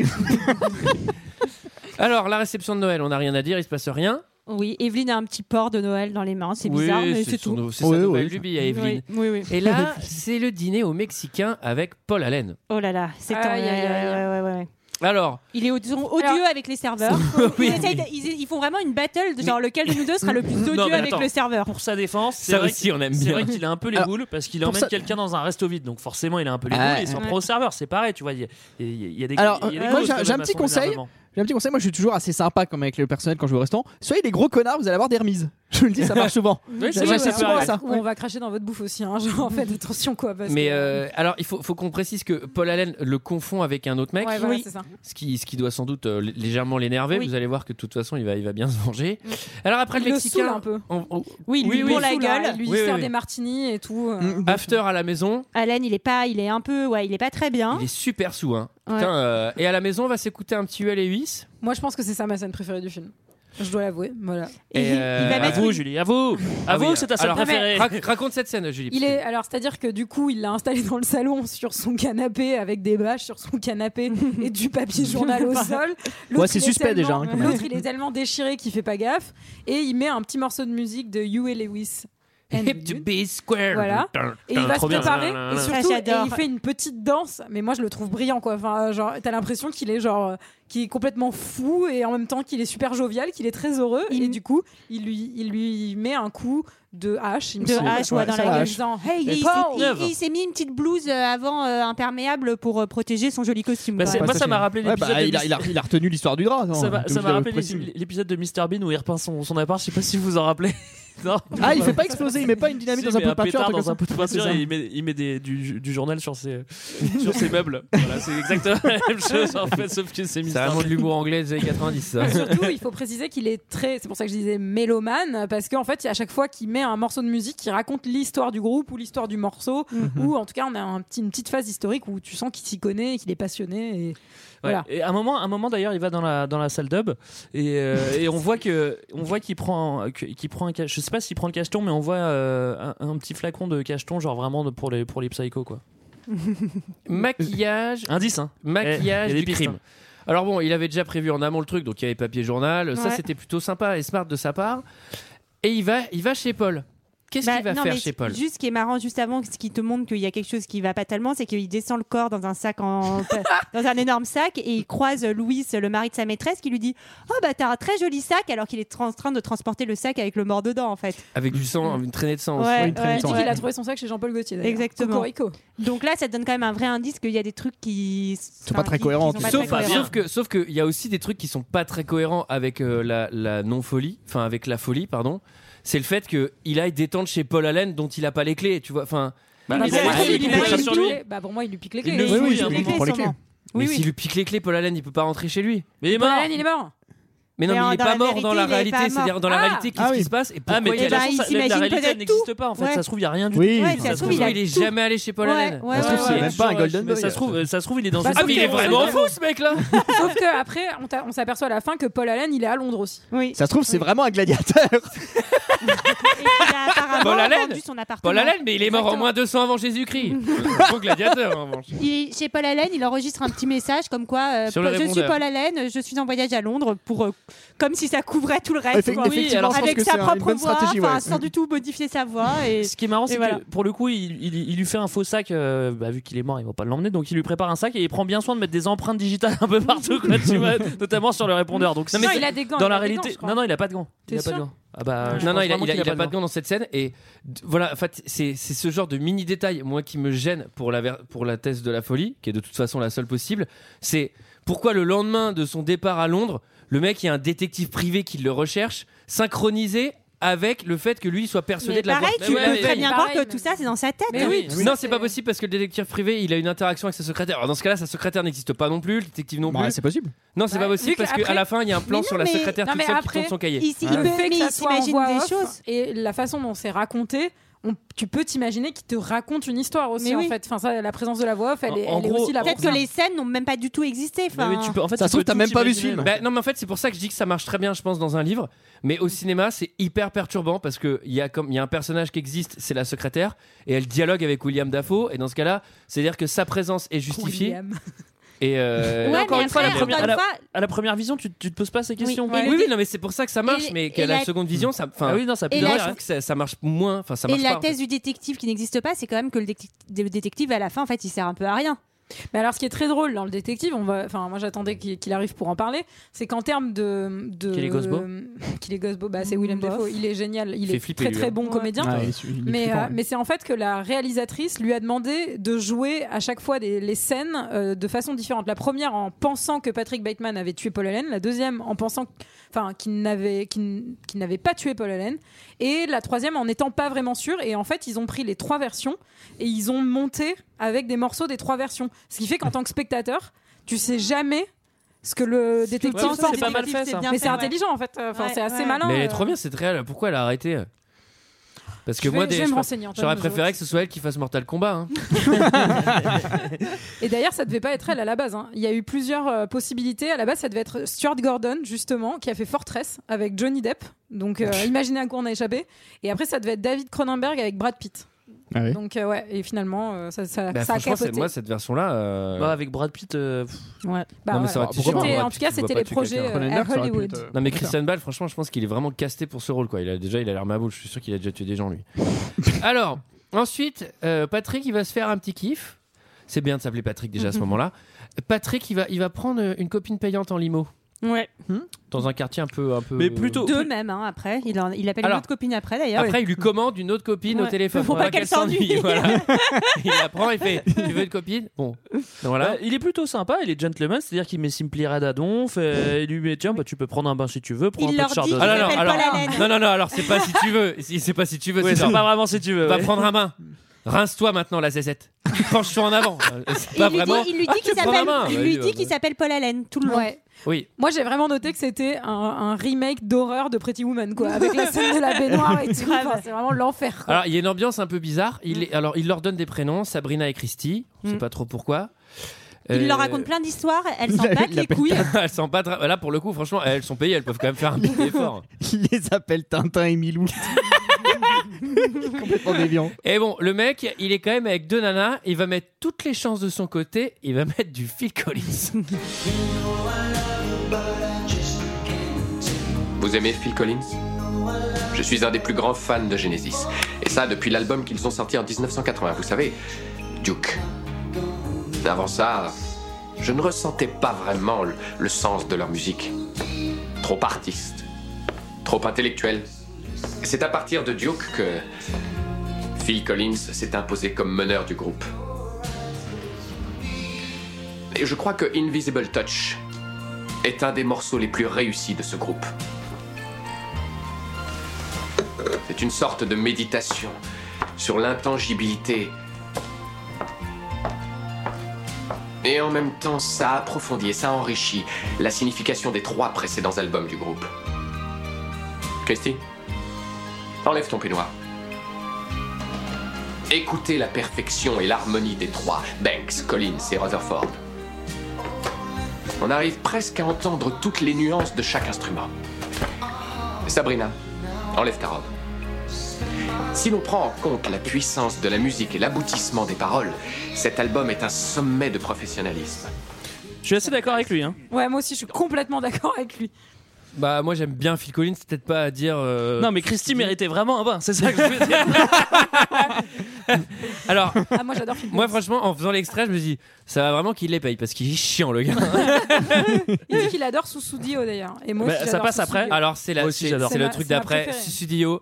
[SPEAKER 1] Alors, la réception de Noël, on n'a rien à dire, il se passe rien.
[SPEAKER 9] Oui, Evelyne a un petit porc de Noël dans les mains, c'est bizarre,
[SPEAKER 1] Oui,
[SPEAKER 9] mais
[SPEAKER 1] c'est
[SPEAKER 9] c'est
[SPEAKER 1] son
[SPEAKER 9] tout.
[SPEAKER 1] nou- c'est sa nouvelle lubie à Evelyne.
[SPEAKER 9] Oui, oui, oui.
[SPEAKER 1] Et là, c'est le dîner au Mexicain avec Paul Allen.
[SPEAKER 9] Oh là là, c'est
[SPEAKER 6] Aïe, aïe, aïe.
[SPEAKER 9] Ouais, ouais, ouais, ouais.
[SPEAKER 1] Alors,
[SPEAKER 9] Il est ils sont odieux avec les serveurs. Ils, essayent de- ils- ils font vraiment une battle de genre lequel de nous deux sera le plus odieux
[SPEAKER 10] Non, mais
[SPEAKER 9] avec
[SPEAKER 10] attends.
[SPEAKER 9] le serveur.
[SPEAKER 10] Pour sa défense, c'est
[SPEAKER 1] Ça
[SPEAKER 10] vrai
[SPEAKER 1] aussi,
[SPEAKER 10] qu'il-
[SPEAKER 1] on aime
[SPEAKER 10] C'est
[SPEAKER 1] bien.
[SPEAKER 10] vrai qu'il a un peu les
[SPEAKER 1] Alors,
[SPEAKER 10] boules parce qu'il
[SPEAKER 1] pour
[SPEAKER 10] emmène
[SPEAKER 1] ça- Ah.
[SPEAKER 10] quelqu'un dans un resto vide, donc forcément il a un peu les
[SPEAKER 7] Ouais.
[SPEAKER 10] boules. et Il s'en
[SPEAKER 7] Ouais.
[SPEAKER 10] prend au serveur, c'est pareil, tu vois. Il y a, il y a- il y a des.
[SPEAKER 7] Alors,
[SPEAKER 10] il y a des
[SPEAKER 7] moi j'ai
[SPEAKER 10] causes, quand
[SPEAKER 7] j'ai un
[SPEAKER 10] même, à
[SPEAKER 7] petit
[SPEAKER 10] son
[SPEAKER 7] conseil.
[SPEAKER 10] énervement.
[SPEAKER 7] J'ai un petit conseil. Moi, je suis toujours assez sympa quand même avec le personnel quand je vais au restaurant. Soyez des gros connards, vous allez avoir des remises. Je vous le dis, ça marche souvent.
[SPEAKER 10] Oui,
[SPEAKER 7] J'ai- j'ai
[SPEAKER 10] vrai, ça
[SPEAKER 7] souvent
[SPEAKER 10] arrive.
[SPEAKER 7] ça.
[SPEAKER 6] Ou on va cracher dans votre bouffe aussi, hein, genre en fait attention quoi. Parce
[SPEAKER 1] mais
[SPEAKER 6] que-
[SPEAKER 1] euh, alors, il faut, faut qu'on précise que Paul Allen le confond avec un autre mec,
[SPEAKER 6] Ouais, voilà,
[SPEAKER 9] oui.
[SPEAKER 6] c'est ça.
[SPEAKER 1] ce, qui, ce qui doit sans doute euh, légèrement l'énerver.
[SPEAKER 9] Oui.
[SPEAKER 1] Vous allez voir que de toute façon, il va, il va bien se venger. Alors, après
[SPEAKER 6] Il
[SPEAKER 1] le
[SPEAKER 6] le
[SPEAKER 1] Mexicain.
[SPEAKER 6] saoule un peu.
[SPEAKER 1] on- on-
[SPEAKER 9] Oui, il
[SPEAKER 1] Oui, oui.
[SPEAKER 9] lui bourre la
[SPEAKER 6] Sous la-
[SPEAKER 9] gueule.
[SPEAKER 6] il lui
[SPEAKER 1] Oui,
[SPEAKER 6] sert
[SPEAKER 1] oui.
[SPEAKER 6] des martinis et tout.
[SPEAKER 7] Mm.
[SPEAKER 6] euh.
[SPEAKER 1] after à la maison,
[SPEAKER 9] Alan, il est pas, il est un peu, ouais, il est pas très bien.
[SPEAKER 1] il est super sous. Hein.
[SPEAKER 9] Ouais.
[SPEAKER 1] Putain, euh, et à la maison, on va s'écouter un petit UL et 8.
[SPEAKER 6] Moi, je pense que c'est ça ma scène préférée du film. Je dois l'avouer. Voilà.
[SPEAKER 9] Et
[SPEAKER 1] Et,
[SPEAKER 9] il-
[SPEAKER 1] euh,
[SPEAKER 9] il va
[SPEAKER 1] à
[SPEAKER 10] À
[SPEAKER 9] mettre
[SPEAKER 10] vous,
[SPEAKER 9] une-
[SPEAKER 10] Julie, à vous. À
[SPEAKER 1] Ah oui,
[SPEAKER 10] vous, c'est ta scène
[SPEAKER 1] alors-
[SPEAKER 10] préférée.
[SPEAKER 1] Rac- raconte cette scène, Julie.
[SPEAKER 6] Il
[SPEAKER 1] parce que-
[SPEAKER 6] est alors, c'est-à-dire que du coup, il l'a installé dans le salon sur son canapé avec des bâches sur son canapé et du papier journal au sol. L'autre,
[SPEAKER 7] Ouais, c'est
[SPEAKER 6] il est
[SPEAKER 7] suspect déjà,
[SPEAKER 6] tellement-
[SPEAKER 7] hein, quand même.
[SPEAKER 6] L'autre, il est tellement déchiré qu'il fait pas gaffe et il met un petit morceau de musique de Huey Lewis. and
[SPEAKER 1] Hip to
[SPEAKER 6] Dude.
[SPEAKER 1] be square.
[SPEAKER 6] Voilà. Et il va se
[SPEAKER 10] Trop bien. Ah,
[SPEAKER 6] préparer
[SPEAKER 10] Nan, nan,
[SPEAKER 6] et
[SPEAKER 10] nan.
[SPEAKER 6] surtout
[SPEAKER 9] Ça, Ah, j'adore.
[SPEAKER 6] et il fait une petite danse mais moi je le trouve brillant quoi enfin euh, genre t'as l'impression qu'il est genre euh, qu'il est complètement fou et en même temps qu'il est super jovial qu'il est très heureux
[SPEAKER 9] Il-
[SPEAKER 6] et du coup il lui il lui met un coup de hache il me
[SPEAKER 9] de
[SPEAKER 6] semble,
[SPEAKER 9] hache, ouais,
[SPEAKER 7] Ouais,
[SPEAKER 9] Ah, dans
[SPEAKER 7] ça
[SPEAKER 9] la
[SPEAKER 6] en
[SPEAKER 9] gueule.
[SPEAKER 7] hache.
[SPEAKER 6] disant
[SPEAKER 9] Hey, il,
[SPEAKER 10] Et
[SPEAKER 9] s'est-
[SPEAKER 10] pas
[SPEAKER 9] il-
[SPEAKER 10] neuve.
[SPEAKER 9] il s'est mis une petite blouse euh, avant euh, imperméable pour euh, protéger son joli costume.
[SPEAKER 10] Bah,
[SPEAKER 9] quoi.
[SPEAKER 10] c'est- moi, ça m'a rappelé
[SPEAKER 7] Ouais,
[SPEAKER 10] l'épisode.
[SPEAKER 7] bah,
[SPEAKER 10] de
[SPEAKER 7] il, a,
[SPEAKER 10] Miss-
[SPEAKER 7] il a- il a retenu l'histoire du drap. non,
[SPEAKER 10] Ça m'a-
[SPEAKER 7] donc
[SPEAKER 10] ça
[SPEAKER 7] je
[SPEAKER 10] m'a
[SPEAKER 7] le
[SPEAKER 10] rappelé
[SPEAKER 7] précise.
[SPEAKER 10] l'ép- l'épisode de Mr Bean où il repeint son, son appart. Je sais pas si vous vous en rappelez. Non.
[SPEAKER 7] Ah, il fait pas exploser, il met pas une dynamite
[SPEAKER 10] Si,
[SPEAKER 7] dans un
[SPEAKER 10] mais
[SPEAKER 7] pot de peinture.
[SPEAKER 10] pétard
[SPEAKER 7] un truc
[SPEAKER 10] dans un pot de
[SPEAKER 7] comme ça.
[SPEAKER 10] peinture et il met, il met des, du, du journal sur ses, sur ses meubles. Voilà, c'est exactement la même chose en fait, sauf que c'est
[SPEAKER 1] C'est
[SPEAKER 10] Mister
[SPEAKER 1] vraiment de l'humour anglais des années 90, ça.
[SPEAKER 6] surtout il faut préciser qu'il est très c'est pour ça que je disais mélomane parce qu'en fait à chaque fois qu'il met un morceau de musique il raconte l'histoire du groupe ou l'histoire du morceau
[SPEAKER 9] Mhm.
[SPEAKER 6] ou en tout cas on a un petit, une petite phase historique où tu sens qu'il s'y connaît et qu'il est passionné et
[SPEAKER 10] Ouais.
[SPEAKER 6] Voilà.
[SPEAKER 10] Et à un moment, un moment d'ailleurs, il va dans la dans la salle d'ub et, euh, et on voit que on voit qu'il prend que- qu'il prend un ca- je sais pas s'il prend le cacheton, mais on voit euh, un, un petit flacon de cacheton, genre vraiment de- pour les pour les psychos quoi.
[SPEAKER 1] Maquillage,
[SPEAKER 10] Indice hein.
[SPEAKER 1] maquillage
[SPEAKER 10] Eh, il y a des
[SPEAKER 1] du
[SPEAKER 10] pistes,
[SPEAKER 1] crime.
[SPEAKER 10] hein.
[SPEAKER 1] Alors bon, il avait déjà prévu en amont le truc, donc il y avait papier journal. Ça,
[SPEAKER 9] Ouais.
[SPEAKER 1] c'était plutôt sympa et smart de sa part. Et il va, il va chez Paul. Qu'est-ce
[SPEAKER 9] Bah,
[SPEAKER 1] qu'il va
[SPEAKER 9] non,
[SPEAKER 1] faire
[SPEAKER 9] mais
[SPEAKER 1] chez Paul
[SPEAKER 9] Juste ce qui est marrant juste avant, ce qui te montre qu'il y a quelque chose qui va pas tellement, c'est qu'il descend le corps dans un sac, en... dans un énorme sac, et il croise Louis, le mari de sa maîtresse, qui lui dit Oh bah t'as un très joli sac, alors qu'il est tra- en train de transporter le sac avec le mort dedans en fait.
[SPEAKER 1] Avec du sang, une traînée de sang. aussi.
[SPEAKER 9] Ouais,
[SPEAKER 7] une traînée
[SPEAKER 9] ouais.
[SPEAKER 7] de
[SPEAKER 6] il dit
[SPEAKER 7] sang.
[SPEAKER 6] qu'il a trouvé son sac chez Jean-Paul Gaultier d'ailleurs.
[SPEAKER 9] Exactement.
[SPEAKER 6] Cocorico.
[SPEAKER 9] Donc là, ça te donne quand même un vrai indice qu'il y a des trucs qui sont
[SPEAKER 7] pas très cohérents, tout
[SPEAKER 9] Qui, sont
[SPEAKER 1] Sauf,
[SPEAKER 9] pas très cohérents.
[SPEAKER 1] sauf que, sauf que, il y a aussi des trucs qui sont pas très cohérents avec euh, la, la non folie, enfin avec la folie, pardon. C'est le fait que il aille détendre chez Paul Allen, dont il a pas les clés, tu vois. Enfin,
[SPEAKER 10] Bah,
[SPEAKER 6] Bah,
[SPEAKER 10] il
[SPEAKER 6] pour
[SPEAKER 10] a-
[SPEAKER 6] moi,
[SPEAKER 10] il a-
[SPEAKER 6] il
[SPEAKER 10] il
[SPEAKER 6] lui
[SPEAKER 10] a-
[SPEAKER 6] pique
[SPEAKER 10] il a-
[SPEAKER 6] les
[SPEAKER 10] sur lui.
[SPEAKER 6] clés. Bah, pour moi, il lui pique les
[SPEAKER 10] Il
[SPEAKER 6] clés.
[SPEAKER 10] le
[SPEAKER 6] Il
[SPEAKER 10] fouille,
[SPEAKER 6] lui
[SPEAKER 10] il
[SPEAKER 6] pique
[SPEAKER 10] prend
[SPEAKER 6] les
[SPEAKER 7] les
[SPEAKER 6] clés,
[SPEAKER 7] clés.
[SPEAKER 6] sûrement.
[SPEAKER 1] mais
[SPEAKER 9] Oui, oui.
[SPEAKER 1] s'il lui pique les clés, Paul Allen, il peut pas rentrer chez lui.
[SPEAKER 10] Mais il est
[SPEAKER 6] Paul
[SPEAKER 10] mort.
[SPEAKER 6] Allen, il est mort.
[SPEAKER 1] Mais non,
[SPEAKER 9] Mais
[SPEAKER 1] mais
[SPEAKER 9] en-
[SPEAKER 1] il est
[SPEAKER 9] dans
[SPEAKER 1] pas
[SPEAKER 9] la
[SPEAKER 1] mort
[SPEAKER 9] vérité,
[SPEAKER 1] dans la
[SPEAKER 9] il est
[SPEAKER 1] réalité,
[SPEAKER 9] pas mort.
[SPEAKER 1] c'est-à-dire dans la
[SPEAKER 9] Ah.
[SPEAKER 1] réalité, qu'est-ce
[SPEAKER 9] Ah oui.
[SPEAKER 1] qui se passe Et
[SPEAKER 10] Ah, mais
[SPEAKER 1] de toute
[SPEAKER 10] de toute
[SPEAKER 1] façon, ça-
[SPEAKER 10] façon,
[SPEAKER 1] la, la réalité elle n'existe pas en fait.
[SPEAKER 10] Ouais.
[SPEAKER 1] Ça se trouve, il n'y a rien du
[SPEAKER 10] Oui.
[SPEAKER 1] tout.
[SPEAKER 10] Ouais,
[SPEAKER 1] ça se trouve, il, est jamais allé chez Paul
[SPEAKER 10] Ouais,
[SPEAKER 1] Allen.
[SPEAKER 9] Bah,
[SPEAKER 10] ouais, Ça se trouve, ouais, c'est ouais. même pas
[SPEAKER 9] euh,
[SPEAKER 10] un Golden
[SPEAKER 1] Mais Ça
[SPEAKER 10] Boy. hein.
[SPEAKER 1] se trouve, ça se trouve, il est dans
[SPEAKER 10] Bah,
[SPEAKER 1] une.
[SPEAKER 10] sauf
[SPEAKER 1] Ah, mais il est
[SPEAKER 10] que-
[SPEAKER 1] vraiment
[SPEAKER 10] ouais.
[SPEAKER 1] fou ce mec-là
[SPEAKER 6] Sauf que après, on, t'a- on s'aperçoit à la fin que Paul Allen, il est à Londres aussi.
[SPEAKER 9] Oui.
[SPEAKER 11] Ça se trouve, c'est vraiment un gladiateur.
[SPEAKER 1] Paul Allen
[SPEAKER 9] vendu son appartement.
[SPEAKER 1] Paul Allen, mais il est mort en moins 200 avant Jésus-Christ. Gros gladiateur hein, en revanche.
[SPEAKER 9] Il- chez Paul Allen, il enregistre un petit message comme quoi euh,
[SPEAKER 1] Sur le
[SPEAKER 9] je suis
[SPEAKER 1] répondeur.
[SPEAKER 9] Paul Allen, je suis en voyage à Londres pour euh, comme si ça couvrait tout le reste.
[SPEAKER 10] Effect-
[SPEAKER 9] quoi.
[SPEAKER 10] effectivement, Oui, alors je pense
[SPEAKER 9] avec
[SPEAKER 10] que
[SPEAKER 9] sa
[SPEAKER 10] c'est une
[SPEAKER 9] propre
[SPEAKER 10] bonne
[SPEAKER 9] voix,
[SPEAKER 10] stratégie,
[SPEAKER 9] enfin,
[SPEAKER 10] ouais.
[SPEAKER 9] sans du tout modifier sa voix. Et,
[SPEAKER 10] Ce qui est marrant,
[SPEAKER 9] et
[SPEAKER 10] c'est
[SPEAKER 9] voilà.
[SPEAKER 10] que pour le coup, il, il- il lui fait un faux sac, euh, bah, vu qu'il est mort, il va pas l'emmener, donc il lui prépare un sac et il prend bien soin de mettre des empreintes digitales un peu partout, quoi, tu vois, notamment sur le répondeur. Donc,
[SPEAKER 1] Non, mais
[SPEAKER 10] c'est-
[SPEAKER 1] il a des gants,
[SPEAKER 10] Dans
[SPEAKER 1] il
[SPEAKER 10] la
[SPEAKER 1] a des
[SPEAKER 10] réalité,
[SPEAKER 1] gants, je
[SPEAKER 10] non, non, il a pas de gants.
[SPEAKER 1] T'es
[SPEAKER 10] il a pas de
[SPEAKER 1] sûr
[SPEAKER 10] gants. Ah bah, je
[SPEAKER 1] non, non,
[SPEAKER 10] pense
[SPEAKER 1] il a,
[SPEAKER 10] vraiment
[SPEAKER 1] il a-
[SPEAKER 10] qu'il
[SPEAKER 1] il a pas
[SPEAKER 10] gants.
[SPEAKER 1] de gants dans cette scène. Et d- voilà, en fait, c'est c'est ce genre de mini détail, moi, qui me gêne pour la, ver- pour la thèse de la folie, qui est de toute façon la seule possible. C'est pourquoi le lendemain de son départ à Londres, le mec, il y a un détective privé qui le recherche, synchronisé avec le fait que lui il soit persuadé
[SPEAKER 9] Mais
[SPEAKER 1] de la
[SPEAKER 9] pareil, tu peux très bien voir que tout ça c'est dans sa tête. hein.
[SPEAKER 1] non, c'est pas possible parce que le détective privé, il a une interaction avec sa secrétaire. Alors dans ce cas-là, sa secrétaire n'existe pas non plus, le détective non
[SPEAKER 11] Bah,
[SPEAKER 1] plus.
[SPEAKER 11] c'est possible.
[SPEAKER 1] Non, c'est
[SPEAKER 6] Ouais.
[SPEAKER 1] pas
[SPEAKER 6] Vu
[SPEAKER 1] possible
[SPEAKER 6] que
[SPEAKER 1] parce qu'à
[SPEAKER 6] après-
[SPEAKER 1] la fin, il y a un plan
[SPEAKER 6] Mais
[SPEAKER 1] sur la
[SPEAKER 6] non, mais-
[SPEAKER 1] secrétaire
[SPEAKER 6] non,
[SPEAKER 1] toute
[SPEAKER 6] mais
[SPEAKER 1] seule qui
[SPEAKER 6] après,
[SPEAKER 1] tourne son cahier.
[SPEAKER 9] il- il
[SPEAKER 6] Le
[SPEAKER 9] peut-
[SPEAKER 6] fait
[SPEAKER 9] Ah. mais
[SPEAKER 6] que ça
[SPEAKER 9] il
[SPEAKER 6] soit en
[SPEAKER 9] s'imagine
[SPEAKER 6] voix
[SPEAKER 9] des
[SPEAKER 6] off
[SPEAKER 9] choses.
[SPEAKER 6] et la façon dont c'est raconté, on- tu peux t'imaginer qu'il te raconte une histoire aussi
[SPEAKER 9] Mais oui.
[SPEAKER 6] en fait. Enfin, ça, la présence de la voix off, elle,
[SPEAKER 1] En-
[SPEAKER 6] est,
[SPEAKER 1] en
[SPEAKER 6] elle est
[SPEAKER 1] gros,
[SPEAKER 6] aussi là.
[SPEAKER 9] Peut-être que les scènes n'ont même pas du tout existé. enfin.
[SPEAKER 11] Ça se trouve, t'as même pas vu ce film.
[SPEAKER 1] Bah, non, mais en fait, c'est pour ça que je dis que ça marche très bien, je pense, dans un livre. Mais au cinéma, c'est hyper perturbant parce qu'il y, a comme- il y a un personnage qui existe, c'est la secrétaire, et elle dialogue avec William Dafoe. Et dans ce cas-là, c'est-à-dire que sa présence est justifiée. Et euh,
[SPEAKER 9] Ouais,
[SPEAKER 1] et
[SPEAKER 9] mais après, encore
[SPEAKER 1] à la,
[SPEAKER 9] une fois-
[SPEAKER 10] À la première vision, tu, tu te poses pas ces questions.
[SPEAKER 1] Oui, oui, non, mais c'est pour ça que ça marche,
[SPEAKER 9] Et-
[SPEAKER 1] mais
[SPEAKER 9] et
[SPEAKER 1] qu'à la,
[SPEAKER 9] la-
[SPEAKER 1] seconde vision, ça. Enfin,
[SPEAKER 10] Ah oui, non, ça a
[SPEAKER 9] plus Et
[SPEAKER 1] moi,
[SPEAKER 9] la-
[SPEAKER 1] je trouve que ça, ça marche moins. Enfin, ça
[SPEAKER 9] et
[SPEAKER 1] marche
[SPEAKER 9] la
[SPEAKER 1] pas, en fait.
[SPEAKER 9] thèse du détective qui n'existe pas, c'est quand même que le, détec- le détective à la fin, en fait, il sert un peu à rien.
[SPEAKER 6] Mais alors, ce qui est très drôle dans le détective, on va, enfin, moi j'attendais qu'il qu'il arrive pour en parler, c'est qu'en termes de, de
[SPEAKER 1] Qu'il est gosse beau.
[SPEAKER 6] qu'il est gosse beau, bah, c'est Willem
[SPEAKER 9] Mm, Bof.
[SPEAKER 6] Dafoe, il est génial, il
[SPEAKER 1] Il fait
[SPEAKER 6] est
[SPEAKER 1] flipper,
[SPEAKER 6] très
[SPEAKER 1] lui,
[SPEAKER 6] très
[SPEAKER 1] hein.
[SPEAKER 6] bon
[SPEAKER 1] Ouais.
[SPEAKER 6] comédien.
[SPEAKER 1] Ah, il est- il est
[SPEAKER 6] mais
[SPEAKER 1] flippant,
[SPEAKER 6] euh,
[SPEAKER 1] ouais.
[SPEAKER 6] mais c'est en fait que la réalisatrice lui a demandé de jouer à chaque fois des, les scènes euh, de façon différente. La première en pensant que Patrick Bateman avait tué Paul Allen, la deuxième en pensant, enfin, qu'il n'avait qu'il n- qu'il n'avait pas tué Paul Allen, et la troisième en n'étant pas vraiment sûr. Et en fait, ils ont pris les trois versions et ils ont monté avec des morceaux des trois versions. Ce qui fait qu'en tant que spectateur, tu sais jamais ce que le détective
[SPEAKER 10] Ouais, mais ça,
[SPEAKER 6] pense.
[SPEAKER 10] c'est pas mal fait, ça.
[SPEAKER 6] Mais c'est intelligent en fait. Enfin,
[SPEAKER 9] Ouais,
[SPEAKER 6] c'est assez
[SPEAKER 9] ouais.
[SPEAKER 6] malin.
[SPEAKER 1] Mais elle est
[SPEAKER 6] euh.
[SPEAKER 1] trop bien, cette réelle. Pourquoi elle a arrêté Parce que
[SPEAKER 6] Je vais-
[SPEAKER 1] moi,
[SPEAKER 6] je
[SPEAKER 1] des-
[SPEAKER 6] vais me
[SPEAKER 1] je-
[SPEAKER 6] renseigner, Antoine,
[SPEAKER 1] j'aurais
[SPEAKER 6] nous
[SPEAKER 1] préféré
[SPEAKER 6] autres.
[SPEAKER 1] que ce soit elle qui fasse Mortal Kombat. hein.
[SPEAKER 6] Ah, Et d'ailleurs, ça devait pas être elle à la base. hein. Il y a eu plusieurs euh, possibilités. À la base, ça devait être Stuart Gordon, justement, qui a fait Fortress avec Johnny Depp. Donc, euh, imaginez à quoi on a échappé. Et après, ça devait être David Cronenberg avec Brad Pitt.
[SPEAKER 11] Ah oui.
[SPEAKER 6] Donc, euh, ouais, et finalement, euh, ça, ça,
[SPEAKER 1] Bah,
[SPEAKER 6] ça a
[SPEAKER 1] franchement, c'est-
[SPEAKER 6] capoté.
[SPEAKER 1] moi, cette version-là. euh,
[SPEAKER 10] Bah, avec Brad Pitt. euh, pff.
[SPEAKER 6] Bah,
[SPEAKER 1] non, mais
[SPEAKER 6] voilà.
[SPEAKER 1] ça aurait été
[SPEAKER 6] C'était-
[SPEAKER 1] chiant, Brad
[SPEAKER 6] en
[SPEAKER 1] Pitt,
[SPEAKER 6] tout cas,
[SPEAKER 1] tu vois
[SPEAKER 6] c'était
[SPEAKER 1] pas
[SPEAKER 6] les
[SPEAKER 1] tuer
[SPEAKER 6] projets
[SPEAKER 1] quelqu'un.
[SPEAKER 6] euh, à Hollywood.
[SPEAKER 1] Non mais Christian Bale, franchement, je pense qu'il est vraiment casté pour ce rôle. Quoi. Il a déjà, il a l'air maboule. Je suis sûr qu'il a déjà tué des gens lui. Alors ensuite, euh, Patrick, il va se faire un petit kiff. C'est bien de s'appeler Patrick déjà à ce
[SPEAKER 10] Mhm.
[SPEAKER 1] moment-là. Patrick, il va, il va prendre euh, une copine payante en limo
[SPEAKER 9] Ouais.
[SPEAKER 1] dans un quartier un peu, un peu.
[SPEAKER 10] Mais plutôt-
[SPEAKER 9] Deux même, hein, après. Il, en- il
[SPEAKER 1] Oh.
[SPEAKER 9] appelle
[SPEAKER 1] Alors,
[SPEAKER 9] une autre copine après, d'ailleurs.
[SPEAKER 1] Ah Après, il lui commande une autre copine au
[SPEAKER 9] Ouais.
[SPEAKER 1] téléphone
[SPEAKER 9] Pour pas qu'elle s'ennuie.
[SPEAKER 1] voilà. il la prend, il fait Tu veux une copine Bon, Donc, voilà.
[SPEAKER 10] Bah, il est plutôt sympa, il est gentleman, c'est-à-dire qu'il met Simply Red à donf, euh, il lui met tiens, bah, tu peux prendre un bain si tu veux, prends
[SPEAKER 9] Il
[SPEAKER 10] un peu
[SPEAKER 9] leur
[SPEAKER 10] de
[SPEAKER 9] dit
[SPEAKER 10] chardonnay.
[SPEAKER 9] qu'il Ah, non, non, s'appelle alors- Paul
[SPEAKER 1] Non, non, non, alors c'est pas si tu veux. Si- C'est pas si tu veux.
[SPEAKER 10] Ouais,
[SPEAKER 1] c'est
[SPEAKER 10] c'est
[SPEAKER 1] genre,
[SPEAKER 10] pas vraiment si tu veux.
[SPEAKER 1] Va
[SPEAKER 10] ouais.
[SPEAKER 1] prendre un bain. Rince-toi maintenant, la zézette. Penche-toi en avant. Euh, C'est
[SPEAKER 9] Il
[SPEAKER 1] pas
[SPEAKER 9] lui dit-
[SPEAKER 1] vraiment.
[SPEAKER 9] il lui
[SPEAKER 1] Ah,
[SPEAKER 9] dit
[SPEAKER 1] tu
[SPEAKER 9] qu'il
[SPEAKER 1] prends la
[SPEAKER 9] s'appelle-
[SPEAKER 1] main.
[SPEAKER 9] il
[SPEAKER 1] Ouais,
[SPEAKER 9] lui
[SPEAKER 1] euh,
[SPEAKER 9] dit qu'il s'appelle Paul Allen tout le long.
[SPEAKER 6] Ouais.
[SPEAKER 1] Oui.
[SPEAKER 6] Moi, j'ai vraiment noté que c'était un, un remake d'horreur de Pretty Woman, quoi, avec la scène de la baignoire et tout. Enfin, c'est vraiment l'enfer. quoi.
[SPEAKER 1] Alors, il y a une ambiance un peu bizarre.
[SPEAKER 9] Mm.
[SPEAKER 1] Il est- Alors, il leur donne des prénoms, Sabrina et Christy. Je sais pas trop pourquoi.
[SPEAKER 9] Il
[SPEAKER 1] Euh,
[SPEAKER 9] leur raconte plein d'histoires, elles s'en
[SPEAKER 1] Il
[SPEAKER 9] battent les
[SPEAKER 1] appelle-
[SPEAKER 9] couilles.
[SPEAKER 1] elles sont pas tra- Là, pour le coup, franchement, elles sont payées, elles peuvent quand même faire un petit effort.
[SPEAKER 11] Il les appelle Tintin et Milou. complètement déviant.
[SPEAKER 1] Et bon, le mec, il est quand même avec deux nanas. Il va mettre toutes les chances de son côté. Il va mettre du Phil Collins.
[SPEAKER 2] Vous aimez Phil Collins Je suis un des plus grands fans de Genesis. Et ça, depuis l'album qu'ils ont sorti en 1980, vous savez, Duke. Avant ça, je ne ressentais pas vraiment le, le sens de leur musique. Trop artiste, trop intellectuel. C'est à partir de Duke que Phil Collins s'est imposé comme meneur du groupe. Et je crois que Invisible Touch est un des morceaux les plus réussis de ce groupe. C'est une sorte de méditation sur l'intangibilité Et en même temps, ça approfondit et ça enrichit la signification des trois précédents albums du groupe. Christy, enlève ton peignoir. Écoutez la perfection et l'harmonie des trois, Banks, Collins et Rutherford. On arrive presque à entendre toutes les nuances de chaque instrument. Sabrina, enlève ta robe. Si l'on prend en compte la puissance de la musique et l'aboutissement des paroles, cet album est un sommet de professionnalisme.
[SPEAKER 10] Je suis assez d'accord avec lui. Hein.
[SPEAKER 6] Ouais, moi aussi, je suis complètement d'accord avec lui.
[SPEAKER 1] Bah, moi j'aime bien Phil Collins, c'est peut-être pas à dire. euh,
[SPEAKER 10] Non, mais Christy méritait vraiment un bain, c'est ça que je veux dire.
[SPEAKER 1] Alors,
[SPEAKER 6] Ah, moi, j'adore Phil
[SPEAKER 1] moi franchement, en faisant l'extrait, je me dis, ça va vraiment qu'il les paye parce qu'il est chiant le gars.
[SPEAKER 6] Il dit qu'il adore Soussoudio d'ailleurs. Et moi,
[SPEAKER 1] Bah,
[SPEAKER 6] aussi,
[SPEAKER 1] ça
[SPEAKER 6] j'adore
[SPEAKER 1] passe après
[SPEAKER 6] Soussoudio.
[SPEAKER 1] Alors c'est la- c'est-
[SPEAKER 6] j'adore.
[SPEAKER 1] c'est
[SPEAKER 6] C'est
[SPEAKER 1] le
[SPEAKER 6] ma-
[SPEAKER 1] truc
[SPEAKER 6] c'est ma
[SPEAKER 1] d'après
[SPEAKER 6] préférée.
[SPEAKER 1] Susudio.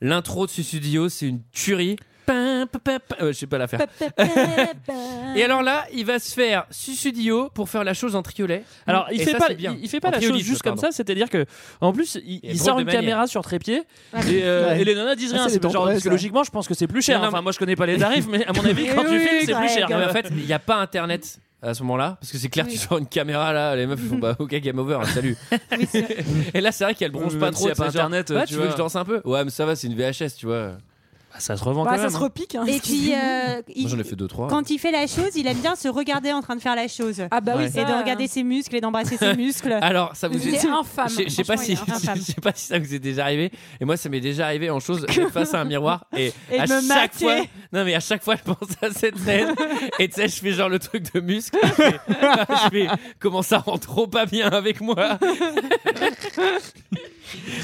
[SPEAKER 1] L'intro de Susudio, c'est une tuerie. Pin, pa, pa, pa. Euh, je sais pas la faire. Et alors là, il va se faire Susudio pour faire la chose en triolet.
[SPEAKER 10] Alors, il
[SPEAKER 1] Et
[SPEAKER 10] fait
[SPEAKER 1] ça,
[SPEAKER 10] pas,
[SPEAKER 1] c'est bien.
[SPEAKER 10] il, il fait pas
[SPEAKER 1] En
[SPEAKER 10] la chose
[SPEAKER 1] triolisme,
[SPEAKER 10] juste comme
[SPEAKER 1] pardon.
[SPEAKER 10] ça. C'est-à-dire que, en plus, il,
[SPEAKER 1] Et
[SPEAKER 10] il
[SPEAKER 1] drôle
[SPEAKER 10] sort
[SPEAKER 1] de
[SPEAKER 10] une
[SPEAKER 1] manière.
[SPEAKER 10] caméra sur trépied et, euh,
[SPEAKER 1] Ouais.
[SPEAKER 10] et les nanas disent
[SPEAKER 1] Ah,
[SPEAKER 10] rien.
[SPEAKER 1] c'est
[SPEAKER 10] C'est
[SPEAKER 1] les
[SPEAKER 10] genre,
[SPEAKER 1] dangereuses,
[SPEAKER 10] parce que
[SPEAKER 1] ça.
[SPEAKER 10] logiquement, je pense que c'est plus cher.
[SPEAKER 1] Mais non,
[SPEAKER 10] Enfin,
[SPEAKER 1] mais-
[SPEAKER 10] moi, je connais pas les tarifs, mais à mon avis, quand tu filmes, c'est plus cher.
[SPEAKER 1] Non, mais en fait, il n'y a pas internet à ce moment-là, parce que c'est clair, tu sors une caméra là, les meufs ils font bah ok, game over, hein, salut. et là, c'est vrai qu'elle bronze
[SPEAKER 10] Oui,
[SPEAKER 1] pas
[SPEAKER 10] même
[SPEAKER 1] trop,
[SPEAKER 10] s'il y a
[SPEAKER 1] c'est
[SPEAKER 10] pas
[SPEAKER 1] genre,
[SPEAKER 10] Internet,
[SPEAKER 1] bah,
[SPEAKER 10] tu
[SPEAKER 1] tu veux que
[SPEAKER 10] vois.
[SPEAKER 1] je danse un peu Ouais, mais ça va, c'est une VHS, tu vois.
[SPEAKER 10] ça se revend
[SPEAKER 6] Bah, ça se repique. hein.
[SPEAKER 9] Et puis, euh, il-
[SPEAKER 1] Moi, j'en ai fait deux, trois.
[SPEAKER 9] quand il fait la chose, il aime bien se regarder en train de faire la chose. Ah
[SPEAKER 1] bah oui, Ouais.
[SPEAKER 9] et de
[SPEAKER 1] ça,
[SPEAKER 9] regarder ses muscles et d'embrasser ses muscles.
[SPEAKER 1] Alors, ça vous
[SPEAKER 9] Il est infâme.
[SPEAKER 1] Je je sais pas si,
[SPEAKER 9] Franchement, il est infâme.
[SPEAKER 1] je sais pas si ça vous est déjà arrivé. Et moi, ça m'est déjà arrivé en chose d'être face à un miroir et,
[SPEAKER 9] Et
[SPEAKER 1] à
[SPEAKER 9] de me
[SPEAKER 1] chaque
[SPEAKER 9] mater.
[SPEAKER 1] fois, non mais à chaque fois, je pense à cette scène. et tu sais, je fais genre le truc de muscle. Je fais, ah, je fais, comment ça rend trop pas bien avec moi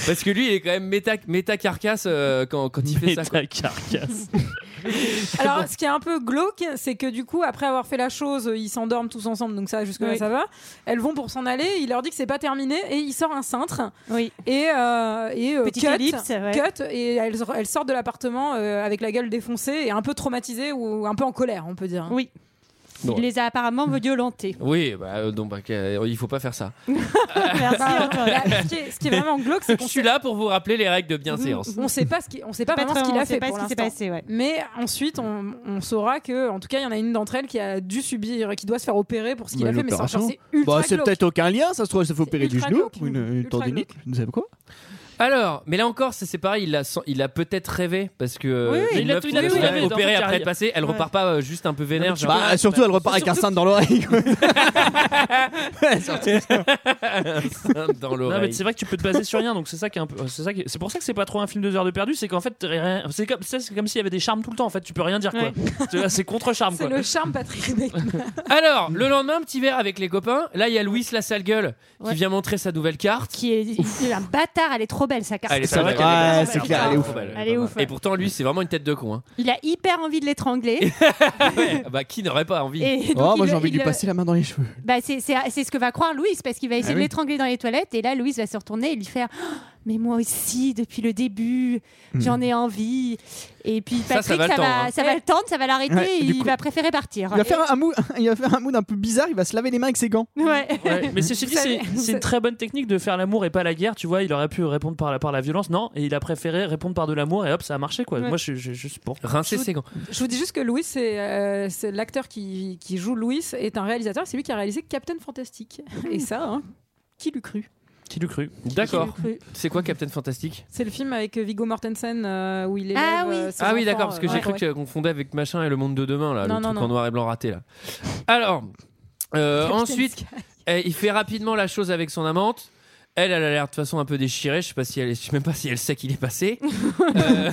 [SPEAKER 1] Parce que lui, il est quand même méta, méta carcasse euh, quand, quand il fait ça. Méta
[SPEAKER 10] carcasse.
[SPEAKER 6] Alors, ce qui est un peu glauque, c'est que du coup, après avoir fait la chose, euh, ils s'endorment tous ensemble, donc ça, jusque-là,
[SPEAKER 9] Oui.
[SPEAKER 6] ça va. Elles vont pour s'en aller, il leur dit que c'est pas terminé, et il sort un cintre.
[SPEAKER 9] Oui.
[SPEAKER 6] Et, euh, et euh,
[SPEAKER 9] Petite
[SPEAKER 6] cut,
[SPEAKER 9] ellipse, ouais.
[SPEAKER 6] cut, et elles, elles sortent de l'appartement euh, avec la gueule défoncée et un peu traumatisées ou un peu en colère, on peut dire.
[SPEAKER 9] Oui.
[SPEAKER 1] Bon.
[SPEAKER 9] Il les a apparemment violentés.
[SPEAKER 1] Oui, bah, euh, donc bah, euh, il faut pas faire ça.
[SPEAKER 9] Merci encore.
[SPEAKER 6] ce, qui est, ce qui est vraiment glauque, c'est
[SPEAKER 1] Je suis là pour vous rappeler les règles de bienséance.
[SPEAKER 6] On sait pas ce qui, on sait pas
[SPEAKER 9] Pas
[SPEAKER 6] vraiment ce
[SPEAKER 9] très-
[SPEAKER 6] qu'il
[SPEAKER 9] on
[SPEAKER 6] a
[SPEAKER 9] sait
[SPEAKER 6] fait
[SPEAKER 9] pas
[SPEAKER 6] pour
[SPEAKER 9] ce qui s'est
[SPEAKER 6] l'instant.
[SPEAKER 9] passé, ouais.
[SPEAKER 6] Mais ensuite, on, on saura que, en tout cas, il y en a une d'entre elles qui a dû subir, qui doit se faire opérer pour ce qu'il a fait. Mais c'est encore- c'est ultra
[SPEAKER 11] Bah, c'est
[SPEAKER 6] glauque.
[SPEAKER 11] peut-être aucun lien, ça se trouve, ça fait opérer du
[SPEAKER 6] ultra
[SPEAKER 11] genou,
[SPEAKER 6] glauque.
[SPEAKER 11] pour une, une tendinite, je ne sais pas quoi.
[SPEAKER 1] Alors, mais là encore, c'est c'est pareil, il a, sen- il a peut-être rêvé parce que euh,
[SPEAKER 11] Oui, oui,
[SPEAKER 1] les
[SPEAKER 11] il a
[SPEAKER 1] meufs
[SPEAKER 11] tout- il a
[SPEAKER 1] qui
[SPEAKER 11] tout
[SPEAKER 1] sont
[SPEAKER 11] rêvé,
[SPEAKER 1] opérées
[SPEAKER 11] dans toute
[SPEAKER 1] après être
[SPEAKER 11] carrière.
[SPEAKER 1] passées, elle
[SPEAKER 11] Ouais.
[SPEAKER 1] repart pas euh, juste un peu vénère. genre,
[SPEAKER 11] Bah,
[SPEAKER 1] ah,
[SPEAKER 11] surtout, elle repart avec un cintre dans l'oreille. quoi.
[SPEAKER 1] dans
[SPEAKER 10] Non, mais
[SPEAKER 1] l'oreille.
[SPEAKER 10] c'est vrai que tu peux te baser sur rien, donc c'est ça qui est un peu. C'est ça qui est- c'est pour ça que c'est pas trop un film de deux heures de perdu, c'est qu'en fait t'as rien- c'est comme c'est comme s'il y avait des charmes tout le temps. En fait, tu peux rien dire quoi.
[SPEAKER 1] Ouais.
[SPEAKER 10] Tu vois, C'est contre charme
[SPEAKER 6] C'est
[SPEAKER 10] quoi.
[SPEAKER 6] le charme Patrick Bateman.
[SPEAKER 1] Alors, le lendemain, petit verre avec les copains. Là, il y a Louis, la sale gueule, qui vient montrer sa nouvelle carte.
[SPEAKER 9] Qui est, il est un bâtard, elle est trop belle sa carte.
[SPEAKER 1] Elle est sale,
[SPEAKER 9] Ouais,
[SPEAKER 1] elle est-
[SPEAKER 9] c'est clair, elle est ouf.
[SPEAKER 1] trop belle.
[SPEAKER 9] Elle est ouf, ouais.
[SPEAKER 1] Et pourtant, lui, c'est vraiment une tête de con. hein.
[SPEAKER 9] Il a hyper envie de l'étrangler.
[SPEAKER 1] Ouais, bah, qui n'aurait pas envie
[SPEAKER 9] Et donc,
[SPEAKER 11] oh, moi
[SPEAKER 9] il-
[SPEAKER 11] j'ai envie de
[SPEAKER 9] il-
[SPEAKER 11] lui passer la main dans les cheveux.
[SPEAKER 9] Bah, c'est c'est- c'est ce que va croire Louise parce qu'il va essayer
[SPEAKER 11] Ah
[SPEAKER 9] de
[SPEAKER 11] oui.
[SPEAKER 9] l'étrangler dans les toilettes et là Louise va se retourner et lui faire Oh, mais moi aussi depuis le début
[SPEAKER 11] Hmm.
[SPEAKER 9] j'en ai envie et puis
[SPEAKER 11] Ça,
[SPEAKER 9] Patrick
[SPEAKER 11] ça va
[SPEAKER 9] ça, va,
[SPEAKER 11] le
[SPEAKER 9] ça,
[SPEAKER 11] temps,
[SPEAKER 9] va,
[SPEAKER 11] hein.
[SPEAKER 9] le tendre ça va l'arrêter
[SPEAKER 11] Ouais, et
[SPEAKER 9] et
[SPEAKER 11] du
[SPEAKER 9] il
[SPEAKER 11] coup-
[SPEAKER 9] va préférer partir
[SPEAKER 11] Il va, faire un mood, il va faire un mood un peu bizarre, il va se laver les mains avec ses gants.
[SPEAKER 9] Ouais.
[SPEAKER 10] Ouais, mais ceci dit, c'est c'est une très bonne technique de faire l'amour et pas la guerre. Tu vois, il aurait pu répondre par la, par la violence, non, et il a préféré répondre par de l'amour et hop, ça a marché quoi.
[SPEAKER 6] Ouais.
[SPEAKER 10] Moi, je je- je suis pour.
[SPEAKER 1] Rincer
[SPEAKER 6] Je vous-
[SPEAKER 1] ses gants.
[SPEAKER 6] Je vous dis juste que Louis, c'est euh, c'est l'acteur qui, qui joue Louis, est un réalisateur. C'est lui qui a réalisé Captain Fantastic. Et ça, hein, qui l'eût cru
[SPEAKER 10] Qui l'eût cru
[SPEAKER 1] D'accord.
[SPEAKER 6] Qui l'eût cru
[SPEAKER 1] C'est quoi Captain Fantastique
[SPEAKER 6] C'est le film avec Viggo Mortensen euh, où il est.
[SPEAKER 9] Ah oui.
[SPEAKER 1] Ah oui, d'accord, parce que j'ai cru que tu confondais avec machin et le monde de demain, là,
[SPEAKER 6] euh, Non,
[SPEAKER 1] le
[SPEAKER 6] non,
[SPEAKER 1] truc
[SPEAKER 6] non.
[SPEAKER 1] en noir et blanc raté, là. Alors, euh,
[SPEAKER 6] Captain
[SPEAKER 1] ensuite, eh, il fait rapidement la chose avec son amante. Elle, elle a l'air de toute façon un peu déchirée. Je sais pas si elle, je sais même pas si elle sait qu'il est passé. Euh,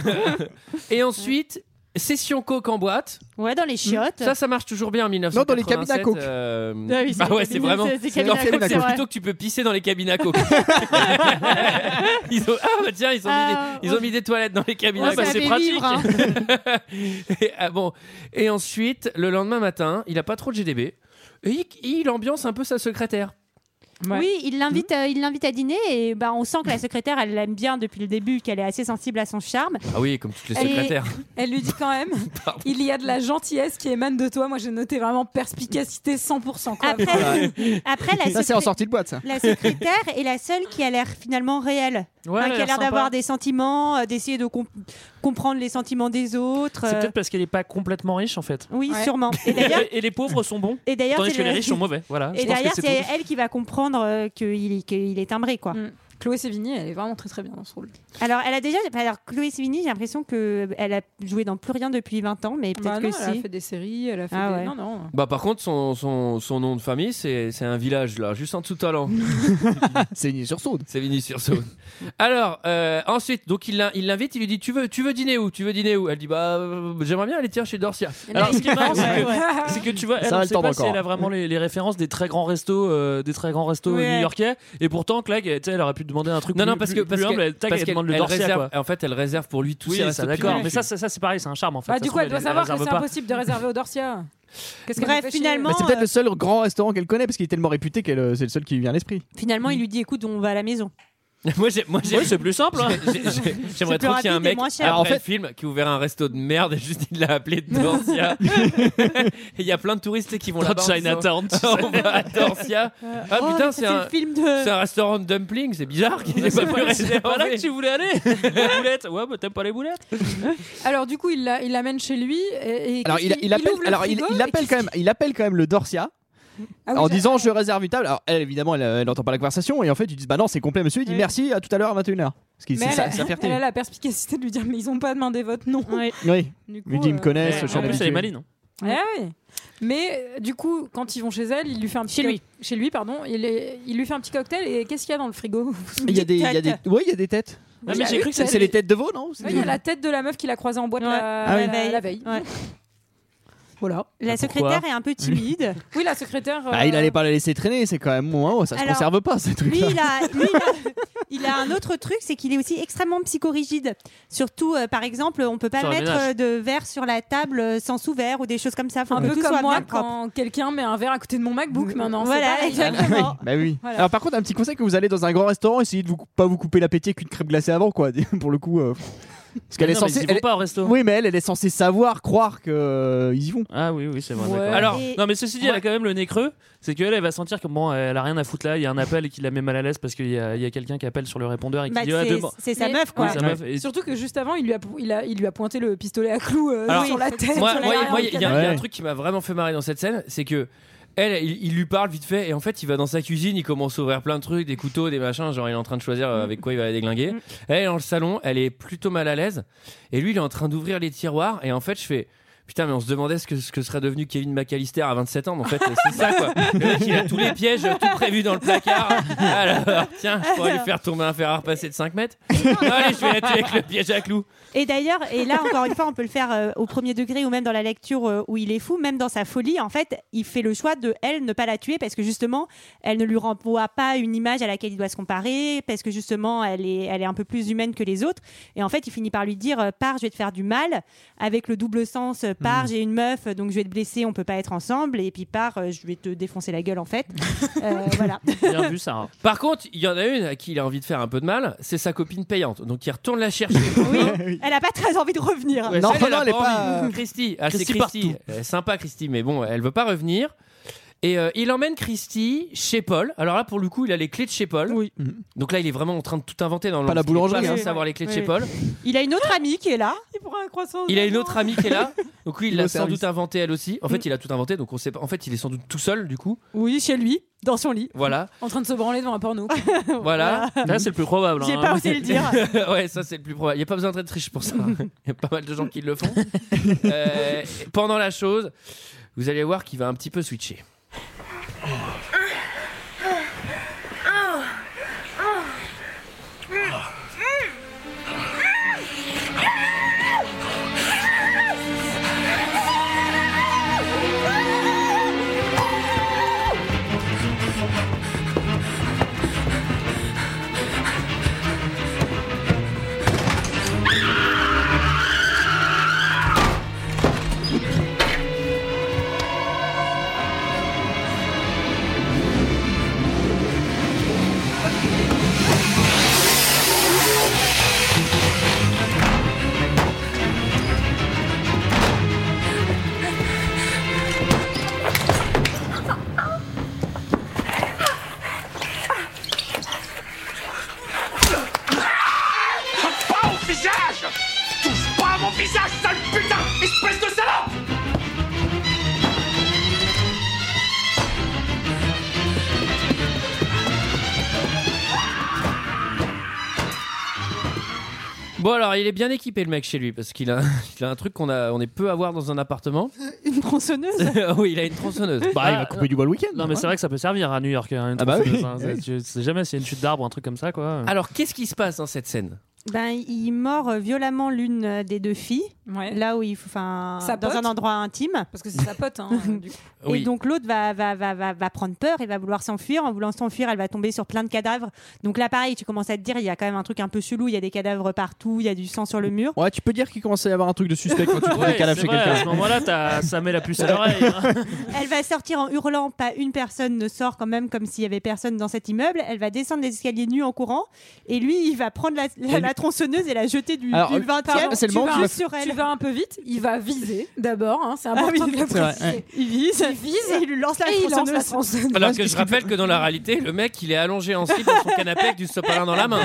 [SPEAKER 1] et ensuite, session coke en boîte.
[SPEAKER 9] ouais dans les chiottes
[SPEAKER 1] Ça, ça marche toujours bien en 1987.
[SPEAKER 11] Non, dans les cabines à coke.
[SPEAKER 1] euh,
[SPEAKER 9] Ah oui, c'est
[SPEAKER 1] ah
[SPEAKER 9] les
[SPEAKER 1] ouais, c'est
[SPEAKER 9] cabines-
[SPEAKER 1] vraiment.
[SPEAKER 9] c'est- c'est
[SPEAKER 1] C'est
[SPEAKER 9] cabines à coke, c'est vrai.
[SPEAKER 1] plutôt que tu peux pisser dans les cabines à coke. ils ont, ah bah tiens, ils ont,
[SPEAKER 9] Ah,
[SPEAKER 1] mis, des, ils ont mis des toilettes dans les cabines
[SPEAKER 9] on
[SPEAKER 1] à coke.
[SPEAKER 9] s'est fait vivre, hein.
[SPEAKER 1] et, ah bon. et ensuite, le lendemain matin, il a pas trop de GDB. Et il, il ambiance un peu sa secrétaire.
[SPEAKER 9] Oui, il l'invite, euh, il l'invite à dîner et bah on sent que la secrétaire, elle l'aime bien depuis le début, qu'elle est assez sensible à son charme.
[SPEAKER 1] Ah oui, comme toutes les
[SPEAKER 9] Elle est-
[SPEAKER 1] secrétaires.
[SPEAKER 6] Elle lui dit quand même il y a de la gentillesse qui émane de toi. Moi, j'ai noté vraiment perspicacité 100%. Quoi.
[SPEAKER 9] Après, après la,
[SPEAKER 11] ça, c'est
[SPEAKER 9] secré-
[SPEAKER 11] en sortie de boîte, ça.
[SPEAKER 9] la secrétaire est la seule qui a l'air finalement réelle.
[SPEAKER 10] Ouais,
[SPEAKER 9] Enfin,
[SPEAKER 10] elle a
[SPEAKER 9] qui a
[SPEAKER 10] l'air
[SPEAKER 9] l'air
[SPEAKER 10] sympa.
[SPEAKER 9] d'avoir des sentiments, euh, d'essayer de comp- comprendre les sentiments des autres.
[SPEAKER 10] C'est
[SPEAKER 9] euh,
[SPEAKER 10] peut-être parce qu'elle n'est pas complètement riche en fait.
[SPEAKER 9] Oui, sûrement.
[SPEAKER 10] Et,
[SPEAKER 9] Et d'ailleurs,
[SPEAKER 10] et les pauvres sont bons.
[SPEAKER 9] Et d'ailleurs,
[SPEAKER 10] tandis
[SPEAKER 9] c'est
[SPEAKER 10] que
[SPEAKER 9] le-
[SPEAKER 10] les riches sont mauvais. Voilà.
[SPEAKER 9] et
[SPEAKER 10] Je pense que
[SPEAKER 9] derrière,
[SPEAKER 10] c'est
[SPEAKER 9] c'est
[SPEAKER 10] tout.
[SPEAKER 9] elle qui va comprendre euh, qu'il est- qu'il est timbré, quoi.
[SPEAKER 6] Chloé Sévigné, elle est vraiment très très bien dans ce rôle.
[SPEAKER 9] Alors, elle a déjà. Alors, Chloé Sevigny, j'ai l'impression que elle a joué dans plus rien depuis 20 ans, mais peut-être
[SPEAKER 6] Bah non,
[SPEAKER 9] que
[SPEAKER 6] elle
[SPEAKER 9] si.
[SPEAKER 6] a fait des séries, elle a fait
[SPEAKER 9] Ah
[SPEAKER 6] des...
[SPEAKER 9] ouais.
[SPEAKER 6] Non, non.
[SPEAKER 1] Bah par contre son, son, son nom de famille c'est c'est un village là juste en dessous de Talent.
[SPEAKER 11] c'est Vigny sur Saude.
[SPEAKER 1] C'est Vigny sur Saude. Alors euh, ensuite donc il l'in- il l'invite il lui dit tu veux tu veux dîner où tu veux dîner où elle dit bah euh, j'aimerais bien aller tirer chez Dorcia.
[SPEAKER 10] Alors, ce qui est marrant, c'est
[SPEAKER 1] Ouais,
[SPEAKER 10] que,
[SPEAKER 1] ouais.
[SPEAKER 10] c'est
[SPEAKER 6] Bah,
[SPEAKER 10] que tu vois,
[SPEAKER 1] Ça
[SPEAKER 10] elle,
[SPEAKER 1] va
[SPEAKER 10] on
[SPEAKER 1] le
[SPEAKER 10] sait
[SPEAKER 1] tendre
[SPEAKER 10] pas si
[SPEAKER 1] encore.
[SPEAKER 10] elle a vraiment les, les références des très grands restos, euh, des très grands restos
[SPEAKER 1] Ouais.
[SPEAKER 10] new-yorkais. Et pourtant, Claque, elle, tu sais, elle aurait pu demander un truc
[SPEAKER 1] Non
[SPEAKER 10] plus,
[SPEAKER 1] non parce
[SPEAKER 10] plus-
[SPEAKER 1] que parce
[SPEAKER 10] plus humble,
[SPEAKER 1] qu'elle
[SPEAKER 10] elle, tac,
[SPEAKER 1] parce
[SPEAKER 10] elle
[SPEAKER 1] qu'elle
[SPEAKER 10] demande le
[SPEAKER 1] elle
[SPEAKER 10] dorsia,
[SPEAKER 1] réserve-
[SPEAKER 10] quoi.
[SPEAKER 1] en fait elle réserve pour lui tous
[SPEAKER 10] Oui,
[SPEAKER 1] ses
[SPEAKER 10] ça,
[SPEAKER 1] restos
[SPEAKER 10] d'accord.
[SPEAKER 1] privilèges.
[SPEAKER 10] Mais ça, ça, ça, c'est pareil, c'est un charme en fait.
[SPEAKER 6] Bah,
[SPEAKER 10] Ça
[SPEAKER 6] du
[SPEAKER 10] se
[SPEAKER 6] coup,
[SPEAKER 10] trouve,
[SPEAKER 6] elle doit
[SPEAKER 10] elle- elle
[SPEAKER 6] savoir que
[SPEAKER 10] réserve
[SPEAKER 6] c'est
[SPEAKER 10] pas.
[SPEAKER 6] impossible de réserver au Dorcia. Qu'est-ce qu'elle
[SPEAKER 9] Bref,
[SPEAKER 6] nous fait chier
[SPEAKER 9] finalement,
[SPEAKER 11] Bah, c'est
[SPEAKER 6] euh,
[SPEAKER 11] peut-être le seul grand restaurant qu'elle connaît parce qu'il est tellement réputé qu'elle euh, c'est le seul qui lui vient à l'esprit.
[SPEAKER 9] Finalement, il lui dit écoute, on va à la maison.
[SPEAKER 1] moi j'ai moi j'ai
[SPEAKER 10] Oui, c'est plus simple. hein.
[SPEAKER 1] j'ai- j'ai- J'aimerais
[SPEAKER 9] C'est plus
[SPEAKER 1] trop qu'il y ait un
[SPEAKER 9] rapide et
[SPEAKER 1] mec
[SPEAKER 9] moins
[SPEAKER 1] après
[SPEAKER 9] cher. Alors, en
[SPEAKER 1] le
[SPEAKER 9] fait-
[SPEAKER 1] film qui ouvert un resto de merde et juste il l'a appelé Dorcia. Et Il y a plein de touristes qui vont
[SPEAKER 10] Dans
[SPEAKER 1] là-bas. en disant,
[SPEAKER 10] Chinatown, tu sais.
[SPEAKER 1] On va à Dorcia. Ah
[SPEAKER 10] Oh,
[SPEAKER 1] putain,
[SPEAKER 10] mais
[SPEAKER 1] c'est
[SPEAKER 10] c'est
[SPEAKER 1] un,
[SPEAKER 10] le film de-
[SPEAKER 1] c'est un restaurant de dumplings, c'est bizarre qu'il
[SPEAKER 10] Mais
[SPEAKER 1] n'ait
[SPEAKER 10] C'est
[SPEAKER 1] pas
[SPEAKER 10] pas,
[SPEAKER 1] pu
[SPEAKER 10] c'est pas là
[SPEAKER 1] réserver.
[SPEAKER 10] que tu voulais aller. Les boulettes. Ouais, bah t'aimes pas les boulettes.
[SPEAKER 6] Alors du coup, il la- il l'amène chez lui et, et
[SPEAKER 11] Alors
[SPEAKER 6] qu'est-ce
[SPEAKER 11] il,
[SPEAKER 6] qu'il-
[SPEAKER 11] il appelle,
[SPEAKER 6] ouvre le
[SPEAKER 11] alors, il,
[SPEAKER 6] frigo
[SPEAKER 11] il
[SPEAKER 6] et
[SPEAKER 11] appelle quand même, il appelle quand même le Dorsia.
[SPEAKER 6] Ah oui,
[SPEAKER 11] en
[SPEAKER 6] j'ai-
[SPEAKER 11] disant je réserve une table. Alors elle évidemment elle, elle entend pas la conversation et en fait ils disent bah non c'est complet monsieur. Il dit
[SPEAKER 6] Oui.
[SPEAKER 11] merci à tout à l'heure à 21h. Ce qui
[SPEAKER 6] Mais
[SPEAKER 11] c'est
[SPEAKER 6] elle,
[SPEAKER 11] sa,
[SPEAKER 6] a-
[SPEAKER 11] sa fierté.
[SPEAKER 6] elle a la perspicacité de lui dire mais ils ont pas demandé votre nom.
[SPEAKER 11] Oui.
[SPEAKER 6] Du coup,
[SPEAKER 11] Il dit ils me
[SPEAKER 6] euh,
[SPEAKER 11] connaissent. je suis
[SPEAKER 10] En plus,
[SPEAKER 11] habitué.
[SPEAKER 10] elle est maline.
[SPEAKER 6] Ouais, ouais. Mais euh, du coup, quand ils vont chez elle, il lui fait un petit chez lui, chez lui pardon, il, est- il lui fait un petit cocktail et qu'est-ce qu'il y a dans le frigo
[SPEAKER 11] Il y a des, il y a des, ouais il y a des têtes.
[SPEAKER 6] Ah, mais j'ai cru que
[SPEAKER 11] c'est
[SPEAKER 6] c'était-
[SPEAKER 11] les têtes de veau non C'est
[SPEAKER 6] Ouais,
[SPEAKER 11] des-
[SPEAKER 6] il y a la tête de la meuf qu'il a croisée en boîte la,
[SPEAKER 11] Ah oui.
[SPEAKER 6] la- la veille. Voilà.
[SPEAKER 9] La secrétaire est un peu timide.
[SPEAKER 6] Oui, la secrétaire. euh,
[SPEAKER 11] Bah, il allait pas la laisser traîner, c'est quand même oh, ça se
[SPEAKER 9] Alors,
[SPEAKER 11] conserve pas ces trucs
[SPEAKER 9] Lui,
[SPEAKER 11] là.
[SPEAKER 9] il a, lui, il a- il a un autre truc, c'est qu'il est aussi extrêmement psychorigide. Surtout, euh, par exemple, on peut pas
[SPEAKER 6] Sur le
[SPEAKER 9] mettre
[SPEAKER 6] ménage.
[SPEAKER 9] euh, de verre sur la table euh, sans sous-verre ou des choses comme ça. Faut
[SPEAKER 6] un
[SPEAKER 9] que
[SPEAKER 6] peu
[SPEAKER 9] tout
[SPEAKER 6] comme
[SPEAKER 9] soit
[SPEAKER 6] moi
[SPEAKER 9] bien propre.
[SPEAKER 6] quand quelqu'un met un verre à côté de mon MacBook maintenant. c'est
[SPEAKER 9] Voilà,
[SPEAKER 6] pareil.
[SPEAKER 9] exactement.
[SPEAKER 11] Bah oui.
[SPEAKER 6] Voilà.
[SPEAKER 11] Alors par contre un petit conseil que vous allez dans un grand restaurant, essayez de vous, pas vous couper l'appétit avec une crêpe glacée avant quoi. Pour le coup. euh, Parce qu'elle
[SPEAKER 10] Mais
[SPEAKER 11] est
[SPEAKER 10] non, mais
[SPEAKER 11] censée.
[SPEAKER 10] ils y vont
[SPEAKER 11] elle-
[SPEAKER 10] pas au resto.
[SPEAKER 11] Oui, mais elle, elle est censée savoir, croire que euh, ils y vont.
[SPEAKER 10] Ah oui, oui, c'est
[SPEAKER 11] Ouais.
[SPEAKER 10] d'accord. Alors, non, mais ceci dit, elle a quand même le nez creux. C'est qu'elle, elle va sentir que bon, elle a rien à foutre là. Il y a un appel et qui la met mal à l'aise parce qu'il y a, il y a quelqu'un qui appelle sur le répondeur et qui
[SPEAKER 6] Bah,
[SPEAKER 10] dit ah,
[SPEAKER 6] c'est-
[SPEAKER 10] demande-
[SPEAKER 9] c'est sa
[SPEAKER 10] Oui,
[SPEAKER 9] meuf, quoi.
[SPEAKER 10] sa meuf. Et-
[SPEAKER 6] Surtout que juste avant, il lui a, il a- il lui a pointé le pistolet à clous euh,
[SPEAKER 1] Alors,
[SPEAKER 6] sur la tête.
[SPEAKER 1] Moi,
[SPEAKER 6] sur la
[SPEAKER 1] moi,
[SPEAKER 6] barre,
[SPEAKER 1] moi,
[SPEAKER 6] le
[SPEAKER 1] il y, a- il y a
[SPEAKER 6] cadavre.
[SPEAKER 1] un truc qui m'a vraiment fait marrer dans cette scène, c'est que elle, il, il lui parle vite fait, et en fait, il va dans sa cuisine, il commence à ouvrir plein de trucs, des couteaux, des machins, genre il est en train de choisir euh, avec quoi il va les déglinguer. Elle est dans le salon, elle est plutôt mal à l'aise, et lui, il est en train d'ouvrir les tiroirs, et en fait, je fais. Putain, mais on se demandait ce que, ce que serait devenu Kevin McAllister à 27 ans, mais en fait, euh, c'est ça quoi. Le mec, il a tous les pièges, euh, tout prévu dans le placard. Alors, tiens, je pourrais lui faire tomber un fer à repasser de 5 mètres. Allez, je vais la tuer avec le piège à clous.
[SPEAKER 9] Et d'ailleurs, et là encore une fois, on peut le faire euh, au premier degré ou même dans la lecture euh, où il est fou, même dans sa folie, en fait, il fait le choix de elle ne pas la tuer parce que justement, elle ne lui renvoie pas une image à laquelle il doit se comparer, parce que justement, elle est, elle est un peu plus humaine que les autres. Et en fait, il finit par lui dire euh, pars, je vais te faire du mal, avec le double sens euh,
[SPEAKER 10] Mm.
[SPEAKER 9] pars, j'ai une meuf, donc je vais te blesser, on peut pas être ensemble, et puis pars, euh, je vais te défoncer la gueule en fait. Euh, voilà.
[SPEAKER 10] Bien vu, Sarah.
[SPEAKER 1] Par contre, il y en a une à qui il a envie de faire un peu de mal, c'est sa copine payante. Donc il retourne la chercher.
[SPEAKER 11] Ah
[SPEAKER 9] Elle a pas très envie de revenir.
[SPEAKER 1] Ouais, celle, elle a envie. Christy, ah, c'est
[SPEAKER 10] Christy
[SPEAKER 1] Christy. Euh, sympa Christy, mais bon, elle veut pas revenir. Et euh, il emmène Christy chez Paul. Alors là, pour le coup, il a les clés de chez Paul. Donc là, il est vraiment en train de tout inventer dans le
[SPEAKER 11] Pas la
[SPEAKER 1] parce qu'il est
[SPEAKER 11] boulangerie,
[SPEAKER 1] Pas
[SPEAKER 11] hein.
[SPEAKER 1] sans savoir les clés de
[SPEAKER 9] Oui.
[SPEAKER 1] chez Paul.
[SPEAKER 9] Il a une autre amie qui est là. Il prend un croissant.
[SPEAKER 1] Il a une autre amie qui est là. Donc oui, il
[SPEAKER 9] Il est
[SPEAKER 1] l'a
[SPEAKER 9] au
[SPEAKER 1] sans
[SPEAKER 9] service.
[SPEAKER 1] doute inventé elle aussi. En fait, il a tout inventé. Donc on sait pas. En fait, il est sans doute tout seul du coup.
[SPEAKER 6] Oui, chez lui, dans son lit,
[SPEAKER 1] Voilà.
[SPEAKER 6] en train de se branler devant un porno.
[SPEAKER 1] Voilà.
[SPEAKER 10] Là, c'est le plus probable.
[SPEAKER 6] J'ai
[SPEAKER 10] hein.
[SPEAKER 6] pas osé le dire.
[SPEAKER 1] ouais, ça c'est le plus probable. Il n'y a pas besoin d'être riche pour ça. Il y a pas mal de gens qui le font. Euh, pendant la chose, vous allez voir qu'il va un petit peu switcher.
[SPEAKER 3] visage Touche pas à mon visage, sale putain Espèce de salope
[SPEAKER 1] Bon alors, il est bien équipé le mec chez lui parce qu'il a, il a un truc qu'on a, on est peu à voir dans un appartement.
[SPEAKER 9] Une tronçonneuse
[SPEAKER 1] oui, il a une tronçonneuse.
[SPEAKER 10] Bah, il va couper
[SPEAKER 11] du bois le week-end.
[SPEAKER 10] Non, mais c'est vrai que ça peut servir à New York. hein, une
[SPEAKER 1] Ah bah oui.
[SPEAKER 10] tronçonneuse, hein.
[SPEAKER 1] Eh oui.
[SPEAKER 10] Tu sais jamais s'il y a une chute d'arbre ou un truc comme ça, quoi.
[SPEAKER 9] Ah,
[SPEAKER 1] Alors, qu'est-ce qui se passe dans cette scène
[SPEAKER 9] Ben, il mord euh, violemment l'une euh, des deux filles, là où il faut, enfin,
[SPEAKER 6] Sa
[SPEAKER 9] dans
[SPEAKER 6] pote.
[SPEAKER 9] un endroit intime.
[SPEAKER 6] Parce que c'est sa pote, hein, du coup.
[SPEAKER 9] Et donc l'autre va, va, va, va, va prendre peur et va vouloir s'enfuir. En voulant s'enfuir, elle va tomber sur plein de cadavres. Donc là, pareil, tu commences à te dire, il y a quand même un truc un peu chelou. Il y a des cadavres partout, il y a du sang sur le mur.
[SPEAKER 11] Ouais, tu peux dire qu'il commençait à y avoir un truc de suspect quand tu prends
[SPEAKER 10] Ouais,
[SPEAKER 11] des cadavres
[SPEAKER 10] c'est
[SPEAKER 11] chez
[SPEAKER 10] vrai,
[SPEAKER 11] quelqu'un.
[SPEAKER 10] à ce moment-là, t'as- ça met la puce à l'oreille. hein.
[SPEAKER 9] Elle va sortir en hurlant, pas une personne ne sort quand même comme s'il y avait personne dans cet immeuble. Elle va descendre les escaliers nus en courant et lui, il va prendre la, la-
[SPEAKER 11] Et lui-
[SPEAKER 9] la tronçonneuse et la jeter du,
[SPEAKER 11] Alors,
[SPEAKER 9] du
[SPEAKER 1] euh,
[SPEAKER 9] 20e.
[SPEAKER 11] c'est le
[SPEAKER 9] tu
[SPEAKER 11] moment
[SPEAKER 9] vas
[SPEAKER 11] où il va-
[SPEAKER 9] sur elle.
[SPEAKER 6] Tu vas un peu vite, il va viser d'abord, hein, c'est important
[SPEAKER 9] Ah oui,
[SPEAKER 6] de le
[SPEAKER 9] c'est vrai,
[SPEAKER 6] préciser.
[SPEAKER 11] ouais.
[SPEAKER 9] Il vise,
[SPEAKER 6] il vise
[SPEAKER 9] et il lui lance la
[SPEAKER 6] et il lance la
[SPEAKER 9] tronçonneuse.
[SPEAKER 6] tronçonneuse.
[SPEAKER 1] Alors que je rappelle que dans la réalité, le mec il est allongé en slip dans son canapé avec du sopalin dans la main.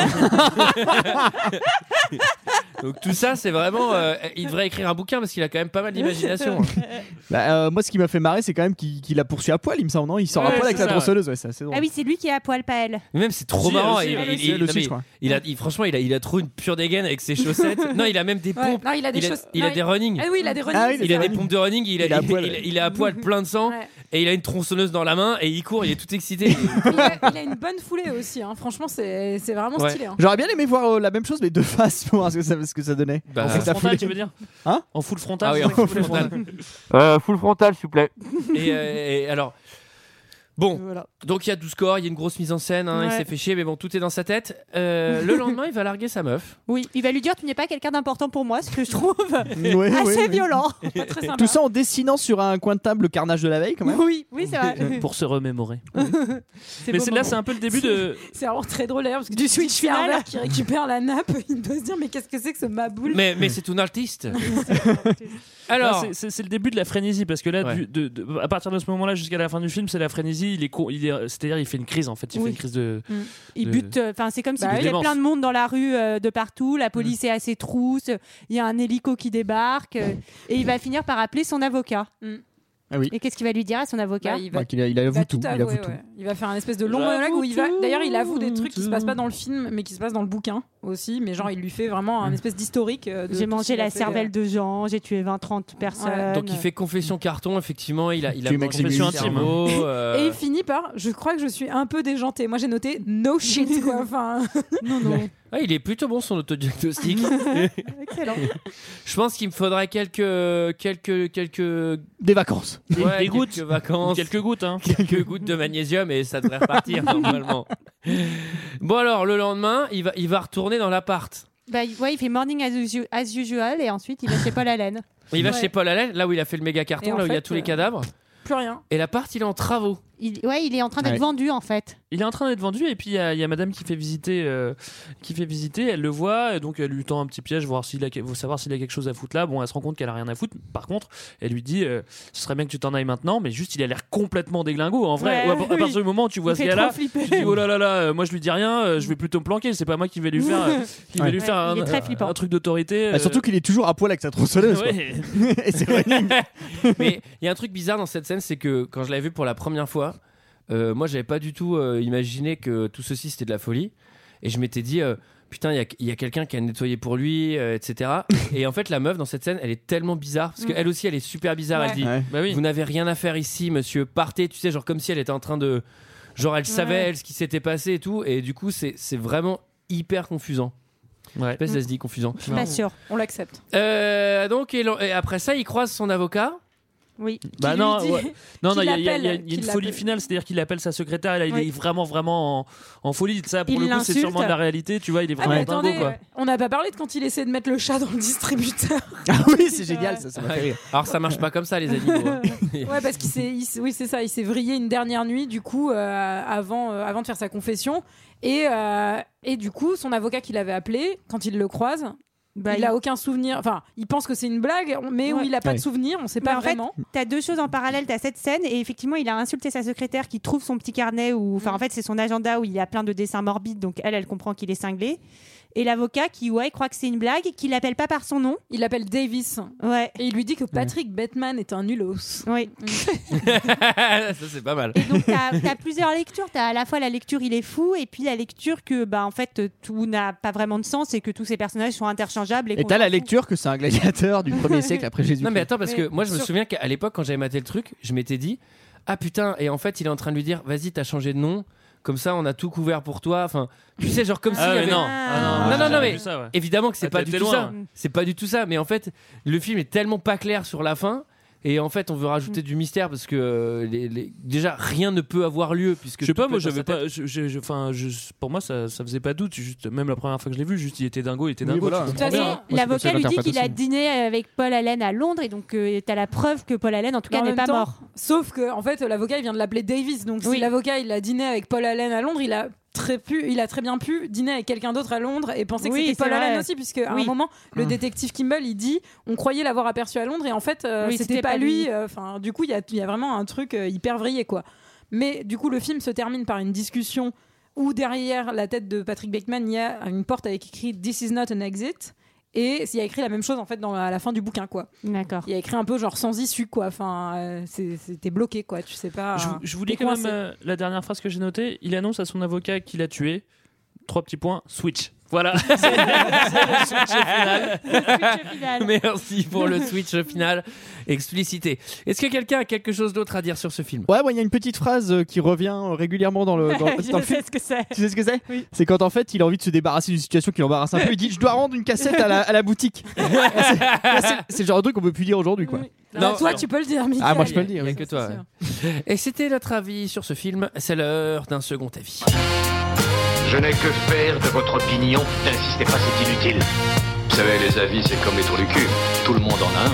[SPEAKER 1] Donc tout ça, c'est vraiment. euh, il devrait écrire un bouquin parce qu'il a quand même pas mal d'imagination. hein.
[SPEAKER 11] Bah, euh, moi, ce qui m'a fait marrer, c'est quand même qu'il qu'il la poursuit à poil, il me semble, non Il sort à
[SPEAKER 1] Ouais,
[SPEAKER 11] poil
[SPEAKER 1] c'est
[SPEAKER 11] avec sa
[SPEAKER 1] ça,
[SPEAKER 11] tronçonneuse, ouais, c'est assez drôle.
[SPEAKER 9] Ah oui, c'est lui qui est à poil, pas elle.
[SPEAKER 1] Mais Même c'est trop
[SPEAKER 11] Si,
[SPEAKER 1] marrant.
[SPEAKER 11] elle aussi,
[SPEAKER 1] il-
[SPEAKER 6] hein.
[SPEAKER 11] elle
[SPEAKER 1] il-
[SPEAKER 11] aussi,
[SPEAKER 1] il-
[SPEAKER 11] elle
[SPEAKER 1] non,
[SPEAKER 11] aussi,
[SPEAKER 1] mais
[SPEAKER 11] je crois.
[SPEAKER 1] il a, il- franchement, il a, il a trop une pure dégaine avec ses chaussettes. non, il a même des
[SPEAKER 6] Ouais.
[SPEAKER 1] pompes.
[SPEAKER 6] Non, il a des chaussettes.
[SPEAKER 1] il a
[SPEAKER 6] Non,
[SPEAKER 1] des
[SPEAKER 6] il-
[SPEAKER 1] running.
[SPEAKER 6] Ah oui, il a des running,
[SPEAKER 1] il,
[SPEAKER 6] c'est
[SPEAKER 1] a
[SPEAKER 6] ça.
[SPEAKER 1] des pompes de running. Il a,
[SPEAKER 11] Il est à
[SPEAKER 1] il-
[SPEAKER 11] poil,
[SPEAKER 1] il- il est à poil, plein de sang,
[SPEAKER 6] Ouais.
[SPEAKER 1] et il a une tronçonneuse dans la main et il court. Il est tout excité.
[SPEAKER 6] Il a, il a une bonne foulée aussi, hein. franchement, c'est c'est vraiment
[SPEAKER 1] Ouais.
[SPEAKER 6] stylé. hein.
[SPEAKER 11] J'aurais bien aimé voir euh, la même chose, mais deux faces, pour voir ce que ça, ce que ça donnait.
[SPEAKER 1] Bah,
[SPEAKER 11] En
[SPEAKER 1] en
[SPEAKER 11] fait,
[SPEAKER 1] full
[SPEAKER 11] la
[SPEAKER 10] frontal,
[SPEAKER 11] foulée.
[SPEAKER 10] tu veux dire
[SPEAKER 11] Hein
[SPEAKER 10] En full frontal
[SPEAKER 1] Ah oui,
[SPEAKER 10] c'est
[SPEAKER 1] en
[SPEAKER 10] vrai qu'il faut
[SPEAKER 1] full
[SPEAKER 10] les
[SPEAKER 1] frontal.
[SPEAKER 10] frontal.
[SPEAKER 1] full frontal, s'il vous plaît. Et, euh, et alors.
[SPEAKER 11] Oh.
[SPEAKER 1] Bon, donc il y a 12 corps, il y a une grosse mise en scène, hein, il
[SPEAKER 9] Ouais.
[SPEAKER 1] s'est fait chier, mais bon, tout est dans sa tête. Euh, le lendemain, il va larguer sa meuf.
[SPEAKER 9] Oui, il va lui dire Tu n'es pas quelqu'un d'important pour moi, ce que je trouve
[SPEAKER 11] ouais,
[SPEAKER 9] assez
[SPEAKER 11] ouais.
[SPEAKER 9] violent.
[SPEAKER 6] Ah bah.
[SPEAKER 11] Tout ça en dessinant sur un coin de table le carnage de la veille, quand même.
[SPEAKER 9] Oui, oui, c'est
[SPEAKER 11] Euh,
[SPEAKER 9] vrai.
[SPEAKER 10] Pour se remémorer.
[SPEAKER 6] beau
[SPEAKER 10] Mais c'est- là,
[SPEAKER 6] moment.
[SPEAKER 10] c'est un peu le début de.
[SPEAKER 6] C'est vraiment très drôle d'ailleurs parce que du switch pervers qui récupère la nappe, il doit se dire mais qu'est-ce que c'est que ce maboule
[SPEAKER 1] Mais, mais c'est un artiste. Alors-
[SPEAKER 10] Alors, c'est c'est le début de la frénésie parce que là, du- de- de- à partir de ce moment-là jusqu'à la fin du film, c'est la frénésie. Il est, con- il est, c'est-à-dire, il fait une crise en fait. Il
[SPEAKER 9] Oui.
[SPEAKER 10] fait une crise de.
[SPEAKER 9] Mm. Il
[SPEAKER 10] de-
[SPEAKER 9] bute, euh, enfin c'est comme s'il
[SPEAKER 10] Bah oui.
[SPEAKER 9] y avait
[SPEAKER 10] Démence.
[SPEAKER 9] plein de monde dans la rue euh, de partout, la police est à ses trousses, il y a un hélico qui débarque euh, et il va finir par appeler son avocat.
[SPEAKER 11] Ah oui.
[SPEAKER 9] Et qu'est-ce qu'il va lui dire à son avocat
[SPEAKER 6] Bah, il va-
[SPEAKER 11] Bah, qu'il a- il avoue tout.
[SPEAKER 6] tout
[SPEAKER 11] Il
[SPEAKER 6] avouer,
[SPEAKER 11] avoue tout.
[SPEAKER 6] ouais. Il va faire un espèce de long
[SPEAKER 9] J'avoue
[SPEAKER 6] monologue où il va.
[SPEAKER 9] tout.
[SPEAKER 6] D'ailleurs, il avoue des trucs qui se passent pas dans le film, mais qui se passent dans le bouquin aussi. Mais genre, il lui fait vraiment un espèce d'historique. euh, de
[SPEAKER 9] J'ai
[SPEAKER 6] tout ce
[SPEAKER 9] mangé
[SPEAKER 6] qu'il a
[SPEAKER 9] la
[SPEAKER 6] fait.
[SPEAKER 9] cervelle de gens, j'ai tué 20-30 personnes.
[SPEAKER 1] Donc il fait confession carton, effectivement, il a, il a
[SPEAKER 11] Tu
[SPEAKER 1] une
[SPEAKER 11] m'excuses.
[SPEAKER 1] confession
[SPEAKER 11] Intime.
[SPEAKER 1] intime. euh,
[SPEAKER 11] Euh.
[SPEAKER 6] Et il finit par Je crois que je suis un peu déjanté. Moi, j'ai noté No shit, quoi. Enfin,
[SPEAKER 9] non, non.
[SPEAKER 1] Ah, il est plutôt bon son autodiagnostic.
[SPEAKER 9] Excellent.
[SPEAKER 1] Je pense qu'il me faudrait quelques. quelques. quelques.
[SPEAKER 11] Des vacances.
[SPEAKER 1] ouais,
[SPEAKER 10] des gouttes.
[SPEAKER 1] Quelques vacances.
[SPEAKER 10] Quelques gouttes, hein.
[SPEAKER 1] quelques gouttes de magnésium et ça devrait repartir normalement. Bon alors le lendemain, il va, il va retourner dans l'appart.
[SPEAKER 9] Bah, il- ouais, il fait morning as, usu- as usual et ensuite il va chez Paul Allen.
[SPEAKER 1] Il va
[SPEAKER 9] Ouais.
[SPEAKER 1] chez Paul Allen, là où il a fait le méga
[SPEAKER 9] Et
[SPEAKER 1] carton,
[SPEAKER 9] en
[SPEAKER 1] là où il y a
[SPEAKER 9] fait,
[SPEAKER 1] tous les
[SPEAKER 9] euh,
[SPEAKER 1] cadavres.
[SPEAKER 6] plus rien.
[SPEAKER 1] Et l'appart, il est en travaux.
[SPEAKER 9] Il, ouais, il est en train d'être
[SPEAKER 10] Ouais.
[SPEAKER 9] vendu en fait.
[SPEAKER 10] Il est en train d'être vendu et puis il y, a- il y a Madame qui fait visiter, euh, qui fait visiter. Elle le voit et donc elle lui tend un petit piège, voir s'il a, que- savoir s'il a quelque chose à foutre là. Bon, elle se rend compte qu'elle a rien à foutre. Par contre, elle lui dit, euh, ce serait bien que tu t'en ailles maintenant, mais juste il a l'air complètement déglingo. En vrai,
[SPEAKER 9] Ouais,
[SPEAKER 10] à, à partir
[SPEAKER 9] oui.
[SPEAKER 10] du moment où tu vois
[SPEAKER 9] Il
[SPEAKER 10] ce
[SPEAKER 9] fait
[SPEAKER 10] gars-là,
[SPEAKER 9] trop flipper.
[SPEAKER 10] tu dis oh là là là, euh, moi je lui dis rien, euh, je vais plutôt me planquer. C'est pas moi qui vais lui faire, euh, qui
[SPEAKER 11] Ouais.
[SPEAKER 10] vais lui faire
[SPEAKER 9] Ouais, il est très
[SPEAKER 10] un,
[SPEAKER 9] flippant.
[SPEAKER 10] un truc d'autorité.
[SPEAKER 11] Bah, surtout qu'il est toujours à poil avec sa tronçonneuse. quoi.
[SPEAKER 10] Euh. Ouais.
[SPEAKER 11] Et c'est running.
[SPEAKER 1] Mais il y a un truc bizarre dans cette scène, c'est que quand je l'avais vu pour la première fois, euh, moi j'avais pas du tout euh, imaginé que tout ceci c'était de la folie. Et je m'étais dit, euh, putain, il y a, il y a quelqu'un qui a nettoyé pour lui, euh, etc. Et en fait, la meuf dans cette scène, elle est tellement bizarre, parce
[SPEAKER 10] Mm.
[SPEAKER 1] qu'elle aussi, elle est super bizarre.
[SPEAKER 10] Ouais.
[SPEAKER 1] Elle dit,
[SPEAKER 10] Ouais. Bah oui.
[SPEAKER 1] vous n'avez rien à faire ici, monsieur, partez, tu sais, genre comme si elle était en train de. Genre, elle savait,
[SPEAKER 10] Ouais.
[SPEAKER 1] elle, ce qui s'était passé et tout. Et du coup, c'est c'est vraiment hyper confusant.
[SPEAKER 10] Ouais.
[SPEAKER 1] Je sais pas si ça se dit confusant.
[SPEAKER 9] Je suis pas sûr.
[SPEAKER 6] On l'accepte.
[SPEAKER 1] Euh, donc, et l'en- et après ça, il croise son avocat.
[SPEAKER 9] Oui.
[SPEAKER 10] Bah
[SPEAKER 1] Qui
[SPEAKER 10] non,
[SPEAKER 1] lui dit-
[SPEAKER 10] ouais.
[SPEAKER 6] Ah,
[SPEAKER 10] non, non,
[SPEAKER 1] qui
[SPEAKER 10] il y a, il y a- il y a-
[SPEAKER 1] l'appelle,
[SPEAKER 10] il y
[SPEAKER 1] qui
[SPEAKER 10] a une folie
[SPEAKER 1] l'appelle.
[SPEAKER 10] finale, c'est-à-dire qu'il appelle sa secrétaire, et là, il
[SPEAKER 1] Oui.
[SPEAKER 10] est vraiment vraiment en, en folie. Ça, pour
[SPEAKER 6] Il
[SPEAKER 10] le coup, c'est
[SPEAKER 6] l'insulte.
[SPEAKER 10] sûrement de la réalité, tu vois, il est
[SPEAKER 6] Ah,
[SPEAKER 10] vraiment
[SPEAKER 6] mais
[SPEAKER 10] dingo,
[SPEAKER 6] attendez,
[SPEAKER 10] quoi.
[SPEAKER 9] euh,
[SPEAKER 6] on n'a pas parlé de quand il essaie de mettre le chat dans le distributeur.
[SPEAKER 11] Ah oui, c'est génial, ça, ça m'a fait rire.
[SPEAKER 1] Ah Alors, ça marche pas comme ça, les animaux. hein.
[SPEAKER 6] Ouais, parce qu'il s'est, il s'est- oui, c'est ça, il s'est vrillé une dernière nuit, du coup, euh, avant, euh, avant de faire sa confession. Et, euh, et du coup, son avocat qui l'avait appelé, quand il le croise, il a aucun souvenir. Enfin, il pense que c'est une blague, mais où
[SPEAKER 9] Ouais.
[SPEAKER 6] il a pas
[SPEAKER 9] Ouais.
[SPEAKER 6] de souvenir, on sait
[SPEAKER 9] Mais
[SPEAKER 6] pas
[SPEAKER 9] en fait,
[SPEAKER 6] vraiment.
[SPEAKER 9] T'as deux choses en parallèle. T'as cette scène et effectivement, il a insulté sa secrétaire qui trouve son petit carnet ou
[SPEAKER 10] Mm.
[SPEAKER 9] enfin en fait c'est son agenda où il y a plein de dessins morbides. Donc elle, elle comprend qu'il est cinglé. Et l'avocat qui ouais croit que c'est une blague, qui l'appelle pas par son nom.
[SPEAKER 6] Il l'appelle Davis.
[SPEAKER 9] Ouais.
[SPEAKER 6] Et il lui dit que Patrick Batman est un nulos.
[SPEAKER 9] Oui.
[SPEAKER 1] ça, c'est pas mal.
[SPEAKER 9] t'as t'as plusieurs lectures. T'as à la fois la lecture il est fou et puis la lecture que bah en fait tout n'a pas vraiment de sens et que tous ces personnages sont interchangeables. Et,
[SPEAKER 11] Et
[SPEAKER 9] qu'on-
[SPEAKER 11] t'as la lecture que c'est un gladiateur du 1er siècle après Jésus.
[SPEAKER 1] Non, mais attends, parce que
[SPEAKER 9] Mais
[SPEAKER 1] moi, je me
[SPEAKER 9] sur-
[SPEAKER 1] souviens qu'à l'époque, quand j'avais maté le truc, je m'étais dit Ah putain, et en fait, il est en train de lui dire Vas-y, t'as changé de nom, comme ça, on a tout couvert pour toi. Enfin, tu sais, genre comme
[SPEAKER 10] Ah,
[SPEAKER 1] si.
[SPEAKER 10] mais non. Ah, non,
[SPEAKER 1] non,
[SPEAKER 10] j'ai
[SPEAKER 1] non, non,
[SPEAKER 10] jamais
[SPEAKER 1] mais
[SPEAKER 10] vu ça, ouais.
[SPEAKER 1] évidemment que c'est
[SPEAKER 10] Ah,
[SPEAKER 1] pas
[SPEAKER 10] t'es-
[SPEAKER 1] du
[SPEAKER 10] t'es
[SPEAKER 1] tout
[SPEAKER 10] loin,
[SPEAKER 1] ça.
[SPEAKER 10] hein.
[SPEAKER 1] C'est pas du tout ça, mais en fait, le film est tellement pas clair sur la fin. Et en fait, on veut rajouter du mystère parce que euh, les- les- déjà rien ne peut avoir lieu puisque
[SPEAKER 10] Je sais
[SPEAKER 1] tout
[SPEAKER 10] pas,
[SPEAKER 1] peut
[SPEAKER 10] moi
[SPEAKER 1] être dans
[SPEAKER 10] j'avais
[SPEAKER 1] sa
[SPEAKER 10] pas. je- je- je- Enfin, je- pour moi ça, ça faisait pas doute. Juste, même la première fois que je l'ai vu, juste il était dingo, il était
[SPEAKER 11] Oui,
[SPEAKER 10] dingo.
[SPEAKER 11] voilà.
[SPEAKER 10] tu
[SPEAKER 9] De
[SPEAKER 10] comprends
[SPEAKER 1] Ah,
[SPEAKER 9] toute
[SPEAKER 10] bien.
[SPEAKER 9] façon, L'avocat lui dit qu'il a dîné avec Paul Allen à Londres et donc euh, t'as la preuve que Paul Allen en tout
[SPEAKER 6] Mais
[SPEAKER 9] cas
[SPEAKER 6] en
[SPEAKER 9] n'est
[SPEAKER 6] même
[SPEAKER 9] pas
[SPEAKER 6] temps,
[SPEAKER 9] mort.
[SPEAKER 6] Sauf que, en fait, l'avocat, il vient de l'appeler Davis. Donc, si l'avocat, il a dîné avec Paul Allen à Londres, il a très, pu, il a très bien pu dîner avec quelqu'un d'autre à Londres et penser
[SPEAKER 9] Oui,
[SPEAKER 6] que c'était
[SPEAKER 9] c'est
[SPEAKER 6] Paul
[SPEAKER 9] vrai.
[SPEAKER 6] Allen aussi, puisque à un
[SPEAKER 9] Oui.
[SPEAKER 6] moment, le
[SPEAKER 9] Mm.
[SPEAKER 6] détective Kimball, il dit on croyait l'avoir aperçu à Londres et en fait, euh,
[SPEAKER 9] Oui,
[SPEAKER 6] c'était pas, lui. euh, Enfin, du coup, il y a, il y a vraiment un truc euh, hyper vrillé, quoi. Mais du coup, le film se termine par une discussion où derrière la tête de Patrick Beckman, il y a une porte avec écrit This is not an exit. Et il y a écrit la même chose en fait dans la- à la fin du bouquin quoi.
[SPEAKER 9] D'accord.
[SPEAKER 6] Il y a écrit un peu genre sans issue quoi. Enfin, euh, c'est- c'était bloqué quoi. Tu sais pas.
[SPEAKER 10] Je,
[SPEAKER 6] euh,
[SPEAKER 10] vous- je vous lis
[SPEAKER 6] t'es
[SPEAKER 10] quand même
[SPEAKER 6] coincé.
[SPEAKER 10] euh, la dernière phrase que j'ai notée. Il annonce à son avocat qu'il a tué. Trois petits points, switch. Voilà. C'est- c'est le switch final.
[SPEAKER 1] Merci pour le switch final explicité. Est-ce que quelqu'un a quelque chose d'autre à dire sur ce film
[SPEAKER 11] Ouais, ouais, il y a une petite phrase euh, qui revient euh, régulièrement dans le, dans,
[SPEAKER 1] Je
[SPEAKER 11] dans le
[SPEAKER 1] sais
[SPEAKER 11] film.
[SPEAKER 1] ce que c'est.
[SPEAKER 11] Tu sais ce que c'est C'est quand en fait il a envie de se débarrasser d'une situation qui l'embarrasse un peu. Il dit Je dois rendre une cassette à la, à la boutique. Ah, C'est- c'est- c'est le genre de truc qu'on peut plus dire aujourd'hui quoi.
[SPEAKER 6] Non, toi, tu peux le dire, Michael.
[SPEAKER 11] Ah, moi je peux le dire.
[SPEAKER 1] Il y a
[SPEAKER 11] oui.
[SPEAKER 1] que toi. ouais. Et c'était notre avis sur ce film. C'est l'heure d'un second avis.
[SPEAKER 14] Je n'ai que faire de votre opinion. N'insistez pas, c'est inutile. Vous savez, les avis, c'est comme les trous du cul. Tout le monde en a un.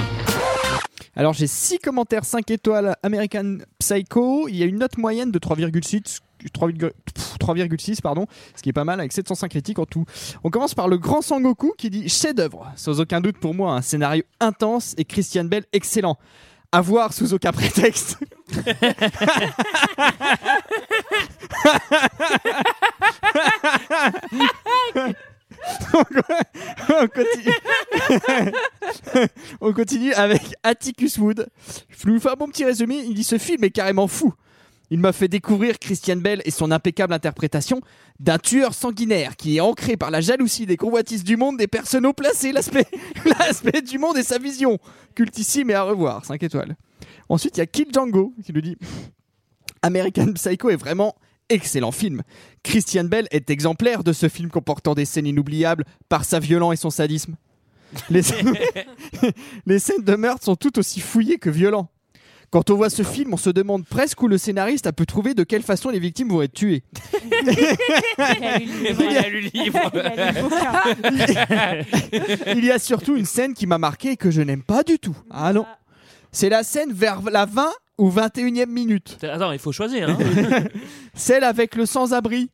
[SPEAKER 11] Alors j'ai 6 commentaires 5 étoiles American Psycho, il y a une note moyenne de 3,6 3,6 pff, 3,6 pardon, ce qui est pas mal avec 705 critiques en tout. On commence par le grand Sangoku qui dit chef-d'œuvre, sans aucun doute pour moi un scénario intense et Christian Bell excellent. À voir sous aucun prétexte. on continue. on continue avec Atticus Wood. Je lui fais un bon petit résumé. Il dit ce film est carrément fou. Il m'a fait découvrir Christian Bell et son impeccable interprétation d'un tueur sanguinaire qui est ancré par la jalousie des convoitises du monde des personnes haut placées, l'aspect l'aspect du monde et sa vision. Cultissime et à revoir, 5 étoiles. Ensuite, il y a Kill Django qui nous dit American Psycho est vraiment excellent film. Christian Bell est exemplaire de ce film comportant des scènes inoubliables par sa violence et son sadisme. Les, les scènes de meurtre sont tout aussi fouillées que violentes. Quand on voit ce film, on se demande presque où le scénariste a pu trouver de quelle façon les victimes vont être tuées.
[SPEAKER 1] Il a lu le livre.
[SPEAKER 11] Il y a surtout une scène qui m'a marqué et que je n'aime pas du tout. Ah non. C'est la scène vers la 20 ou 21e minute.
[SPEAKER 10] Attends, il faut choisir. hein.
[SPEAKER 11] Celle avec le sans-abri.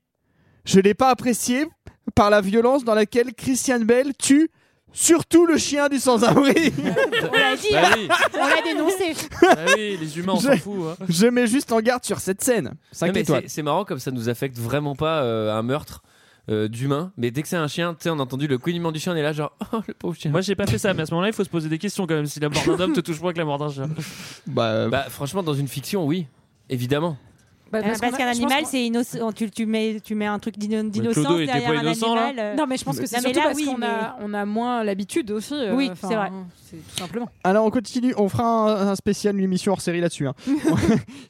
[SPEAKER 11] Je l'ai pas appréciée par la violence dans laquelle Christian Bell tue surtout le chien du sans-abri.
[SPEAKER 9] On l'a dit,
[SPEAKER 11] Bah oui.
[SPEAKER 9] on l'a dénoncé.
[SPEAKER 10] Ah oui, les humains, on s'en
[SPEAKER 11] Je-
[SPEAKER 10] fout. hein.
[SPEAKER 11] Je mets juste en garde sur cette scène. 5
[SPEAKER 1] Non, mais
[SPEAKER 11] étoiles.
[SPEAKER 1] c'est- C'est marrant comme ça nous affecte vraiment pas euh, un meurtre euh, d'humain. Mais dès que c'est un chien, tu sais, on a entendu le couinement du chien, on est là genre
[SPEAKER 10] Ah
[SPEAKER 1] oh le pauvre chien.
[SPEAKER 10] Moi, j'ai pas fait ça, mais à ce moment-là, il faut se poser des questions quand même. Si la mort d'un homme te touche moins que la mort d'un chien.
[SPEAKER 11] Bah,
[SPEAKER 1] franchement, dans une fiction, oui, évidemment.
[SPEAKER 9] Euh, parce
[SPEAKER 6] Bah, qu'on a-
[SPEAKER 9] qu'un
[SPEAKER 6] je pense
[SPEAKER 9] animal, c'est innocent. Tu, tu mets, tu mets un truc d'ino- d'innocence
[SPEAKER 10] Clodo était
[SPEAKER 9] derrière
[SPEAKER 10] pas
[SPEAKER 9] un
[SPEAKER 10] innocent, hein. là
[SPEAKER 9] animal. euh.
[SPEAKER 6] Non, mais je pense que c'est
[SPEAKER 9] Non, mais
[SPEAKER 6] surtout
[SPEAKER 9] là,
[SPEAKER 6] parce
[SPEAKER 9] oui,
[SPEAKER 6] qu'on
[SPEAKER 9] mais-
[SPEAKER 6] a, on a moins l'habitude aussi. euh,
[SPEAKER 9] Oui,
[SPEAKER 6] enfin,
[SPEAKER 9] c'est vrai.
[SPEAKER 6] C'est tout simplement.
[SPEAKER 11] Alors on continue, on fera un, un spécial, une émission hors série là-dessus. hein.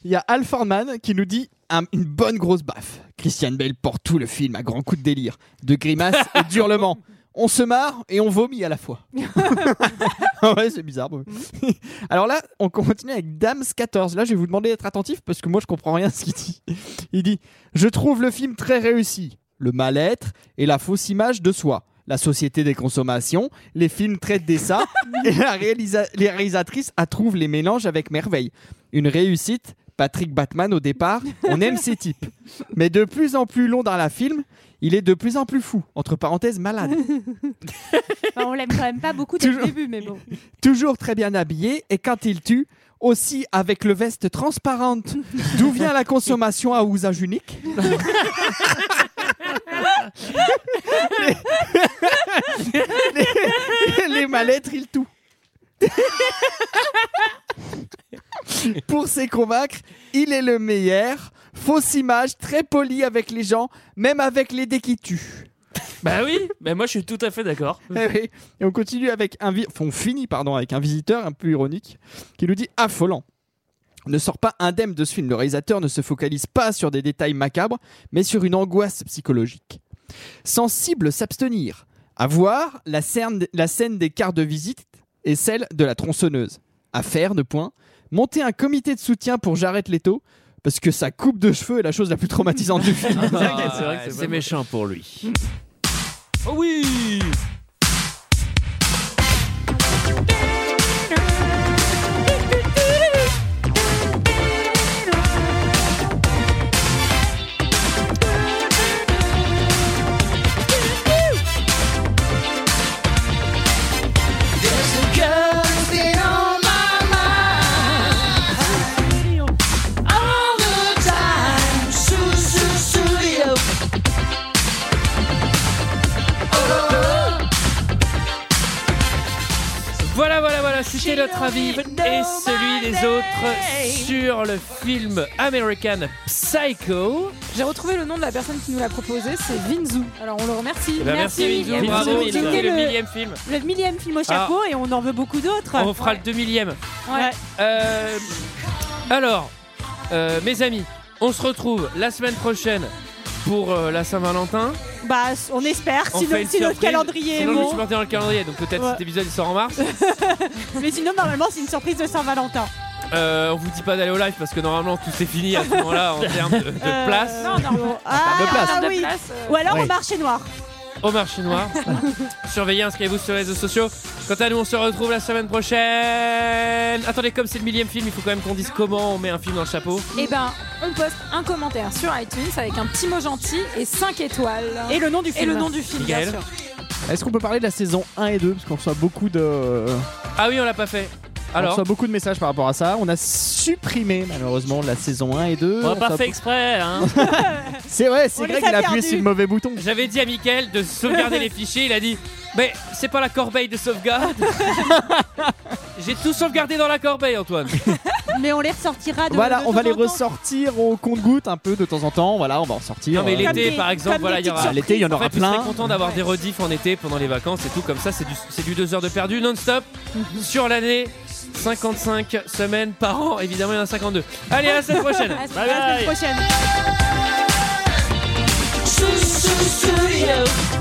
[SPEAKER 11] Il y a Al Farman qui nous dit un- une bonne grosse baffe. Christian Bell porte tout le film à grands coups de délire, de grimaces et d'hurlements. On se marre et on vomit à la fois. Ah ouais, c'est bizarre. bon. Alors là, on continue avec Dams14. Là, je vais vous demander d'être attentif parce que moi, je comprends rien à ce qu'il dit. Il dit Je trouve le film très réussi. Le mal-être et la fausse image de soi. La société des consommations, les films traitent des ça et la réalisa- les réalisatrices attrouvent les mélanges avec merveille. Une réussite Patrick Batman au départ, on aime ces types. Mais de plus en plus long dans la film, il est de plus en plus fou, entre parenthèses malade.
[SPEAKER 6] Enfin, on l'aime quand même pas beaucoup dès le début, mais bon.
[SPEAKER 11] Toujours très bien habillé et quand il tue, aussi avec le veste transparente. D'où vient la consommation à usage unique les, les mallettes, il tout. Pour se convaincre, il est le meilleur. Fausse image, très poli avec les gens, même avec les dés qui tuent.
[SPEAKER 10] euh.
[SPEAKER 12] Bah oui, bah moi je suis tout à fait d'accord.
[SPEAKER 11] Eh oui. Et on continue avec un vi- enfin, on finit pardon avec un visiteur un peu ironique qui nous dit affolant. Ne sort pas indemne de ce film. Le réalisateur ne se focalise pas sur des détails macabres, mais sur une angoisse psychologique. Sensible s'abstenir. À voir la scène, la scène des quarts de visite et celle de la tronçonneuse. À faire de points. Monter un comité de soutien pour Jarrett Leto parce que sa coupe de cheveux est la chose la plus traumatisante du film.
[SPEAKER 10] Ah, c'est vrai que c'est c'est pas- méchant pour lui.
[SPEAKER 12] Oh oui
[SPEAKER 10] Voilà, voilà, voilà, c'était notre avis et celui des autres sur le film American Psycho.
[SPEAKER 15] J'ai retrouvé le nom de la personne qui nous l'a proposé, c'est Vinzu. Alors on le remercie.
[SPEAKER 10] Eh ben, merci, Vinzu, bravo, Vinzu.
[SPEAKER 15] C'était
[SPEAKER 10] Le millième film.
[SPEAKER 15] Le millième film
[SPEAKER 10] au chapeau
[SPEAKER 15] et on en veut beaucoup d'autres.
[SPEAKER 10] On fera le 2 millième. Euh, alors, euh, mes amis, on se retrouve la semaine prochaine pour euh, la Saint-Valentin.
[SPEAKER 6] Bah, on espère,
[SPEAKER 10] On
[SPEAKER 6] si, no-
[SPEAKER 10] fait une
[SPEAKER 6] si notre
[SPEAKER 10] surprise.
[SPEAKER 6] calendrier est
[SPEAKER 10] Sinon, je me
[SPEAKER 6] bon.
[SPEAKER 10] suis planté dans le calendrier, donc peut-être
[SPEAKER 6] Ouais.
[SPEAKER 10] cet épisode il sort en mars.
[SPEAKER 6] Mais sinon, normalement, c'est une surprise de Saint-Valentin.
[SPEAKER 10] Euh, on vous dit pas d'aller au live parce que normalement tout est fini à ce moment-là en termes de, de
[SPEAKER 6] Euh,
[SPEAKER 10] place.
[SPEAKER 6] non, Ah,
[SPEAKER 10] de place.
[SPEAKER 6] ah oui. Ou alors
[SPEAKER 10] Oui.
[SPEAKER 6] au marché noir.
[SPEAKER 10] Au marché noir. Surveillez, inscrivez-vous sur les réseaux sociaux. Quant à nous, on se retrouve la semaine prochaine. Attendez, comme c'est le millième film, il faut quand même qu'on dise comment on met un film dans le chapeau.
[SPEAKER 15] Et ben, on poste un commentaire sur iTunes avec un petit mot gentil et 5 étoiles.
[SPEAKER 6] Et le nom du
[SPEAKER 15] Et
[SPEAKER 6] film.
[SPEAKER 15] le nom du film, bien
[SPEAKER 10] Miguel.
[SPEAKER 15] sûr.
[SPEAKER 11] Est-ce qu'on peut parler de la saison 1 et 2 parce qu'on reçoit beaucoup de
[SPEAKER 10] Ah oui, on l'a pas fait.
[SPEAKER 11] on
[SPEAKER 10] Alors,
[SPEAKER 11] reçoit beaucoup de messages par rapport à ça. On a supprimé malheureusement la saison 1 et 2.
[SPEAKER 12] On l'a pas
[SPEAKER 11] reçoit
[SPEAKER 12] fait
[SPEAKER 11] beaucoup-
[SPEAKER 12] exprès, hein
[SPEAKER 11] C'est vrai, c'est
[SPEAKER 12] On les
[SPEAKER 11] Greg
[SPEAKER 12] a
[SPEAKER 11] qui a appuyé
[SPEAKER 12] perdus.
[SPEAKER 11] sur le mauvais bouton.
[SPEAKER 10] j'avais dit à Mickaël de sauvegarder les fichiers. Il a dit Mais c'est pas la corbeille de sauvegarde. J'ai tout sauvegardé dans la corbeille, Antoine.
[SPEAKER 6] Mais on les ressortira de
[SPEAKER 11] Voilà,
[SPEAKER 6] de
[SPEAKER 11] on va
[SPEAKER 6] temps
[SPEAKER 11] les
[SPEAKER 6] en temps.
[SPEAKER 11] ressortir au compte-goutte un peu de temps en temps. Voilà, on va en sortir.
[SPEAKER 10] Non, mais
[SPEAKER 11] euh,
[SPEAKER 10] l'été, par exemple, voilà, il y aura.
[SPEAKER 11] L'été, il y en
[SPEAKER 10] fait,
[SPEAKER 11] aura
[SPEAKER 10] vous serez
[SPEAKER 11] plein.
[SPEAKER 10] content d'avoir des rediffs en été pendant les vacances et tout, comme ça, c'est du- c'est du 2 heures de perdu non-stop sur l'année. 55 semaines par an, évidemment, il y en a 52. Allez, à la semaine prochaine!
[SPEAKER 6] À la semaine prochaine.
[SPEAKER 16] Sous, sous, sous, yo.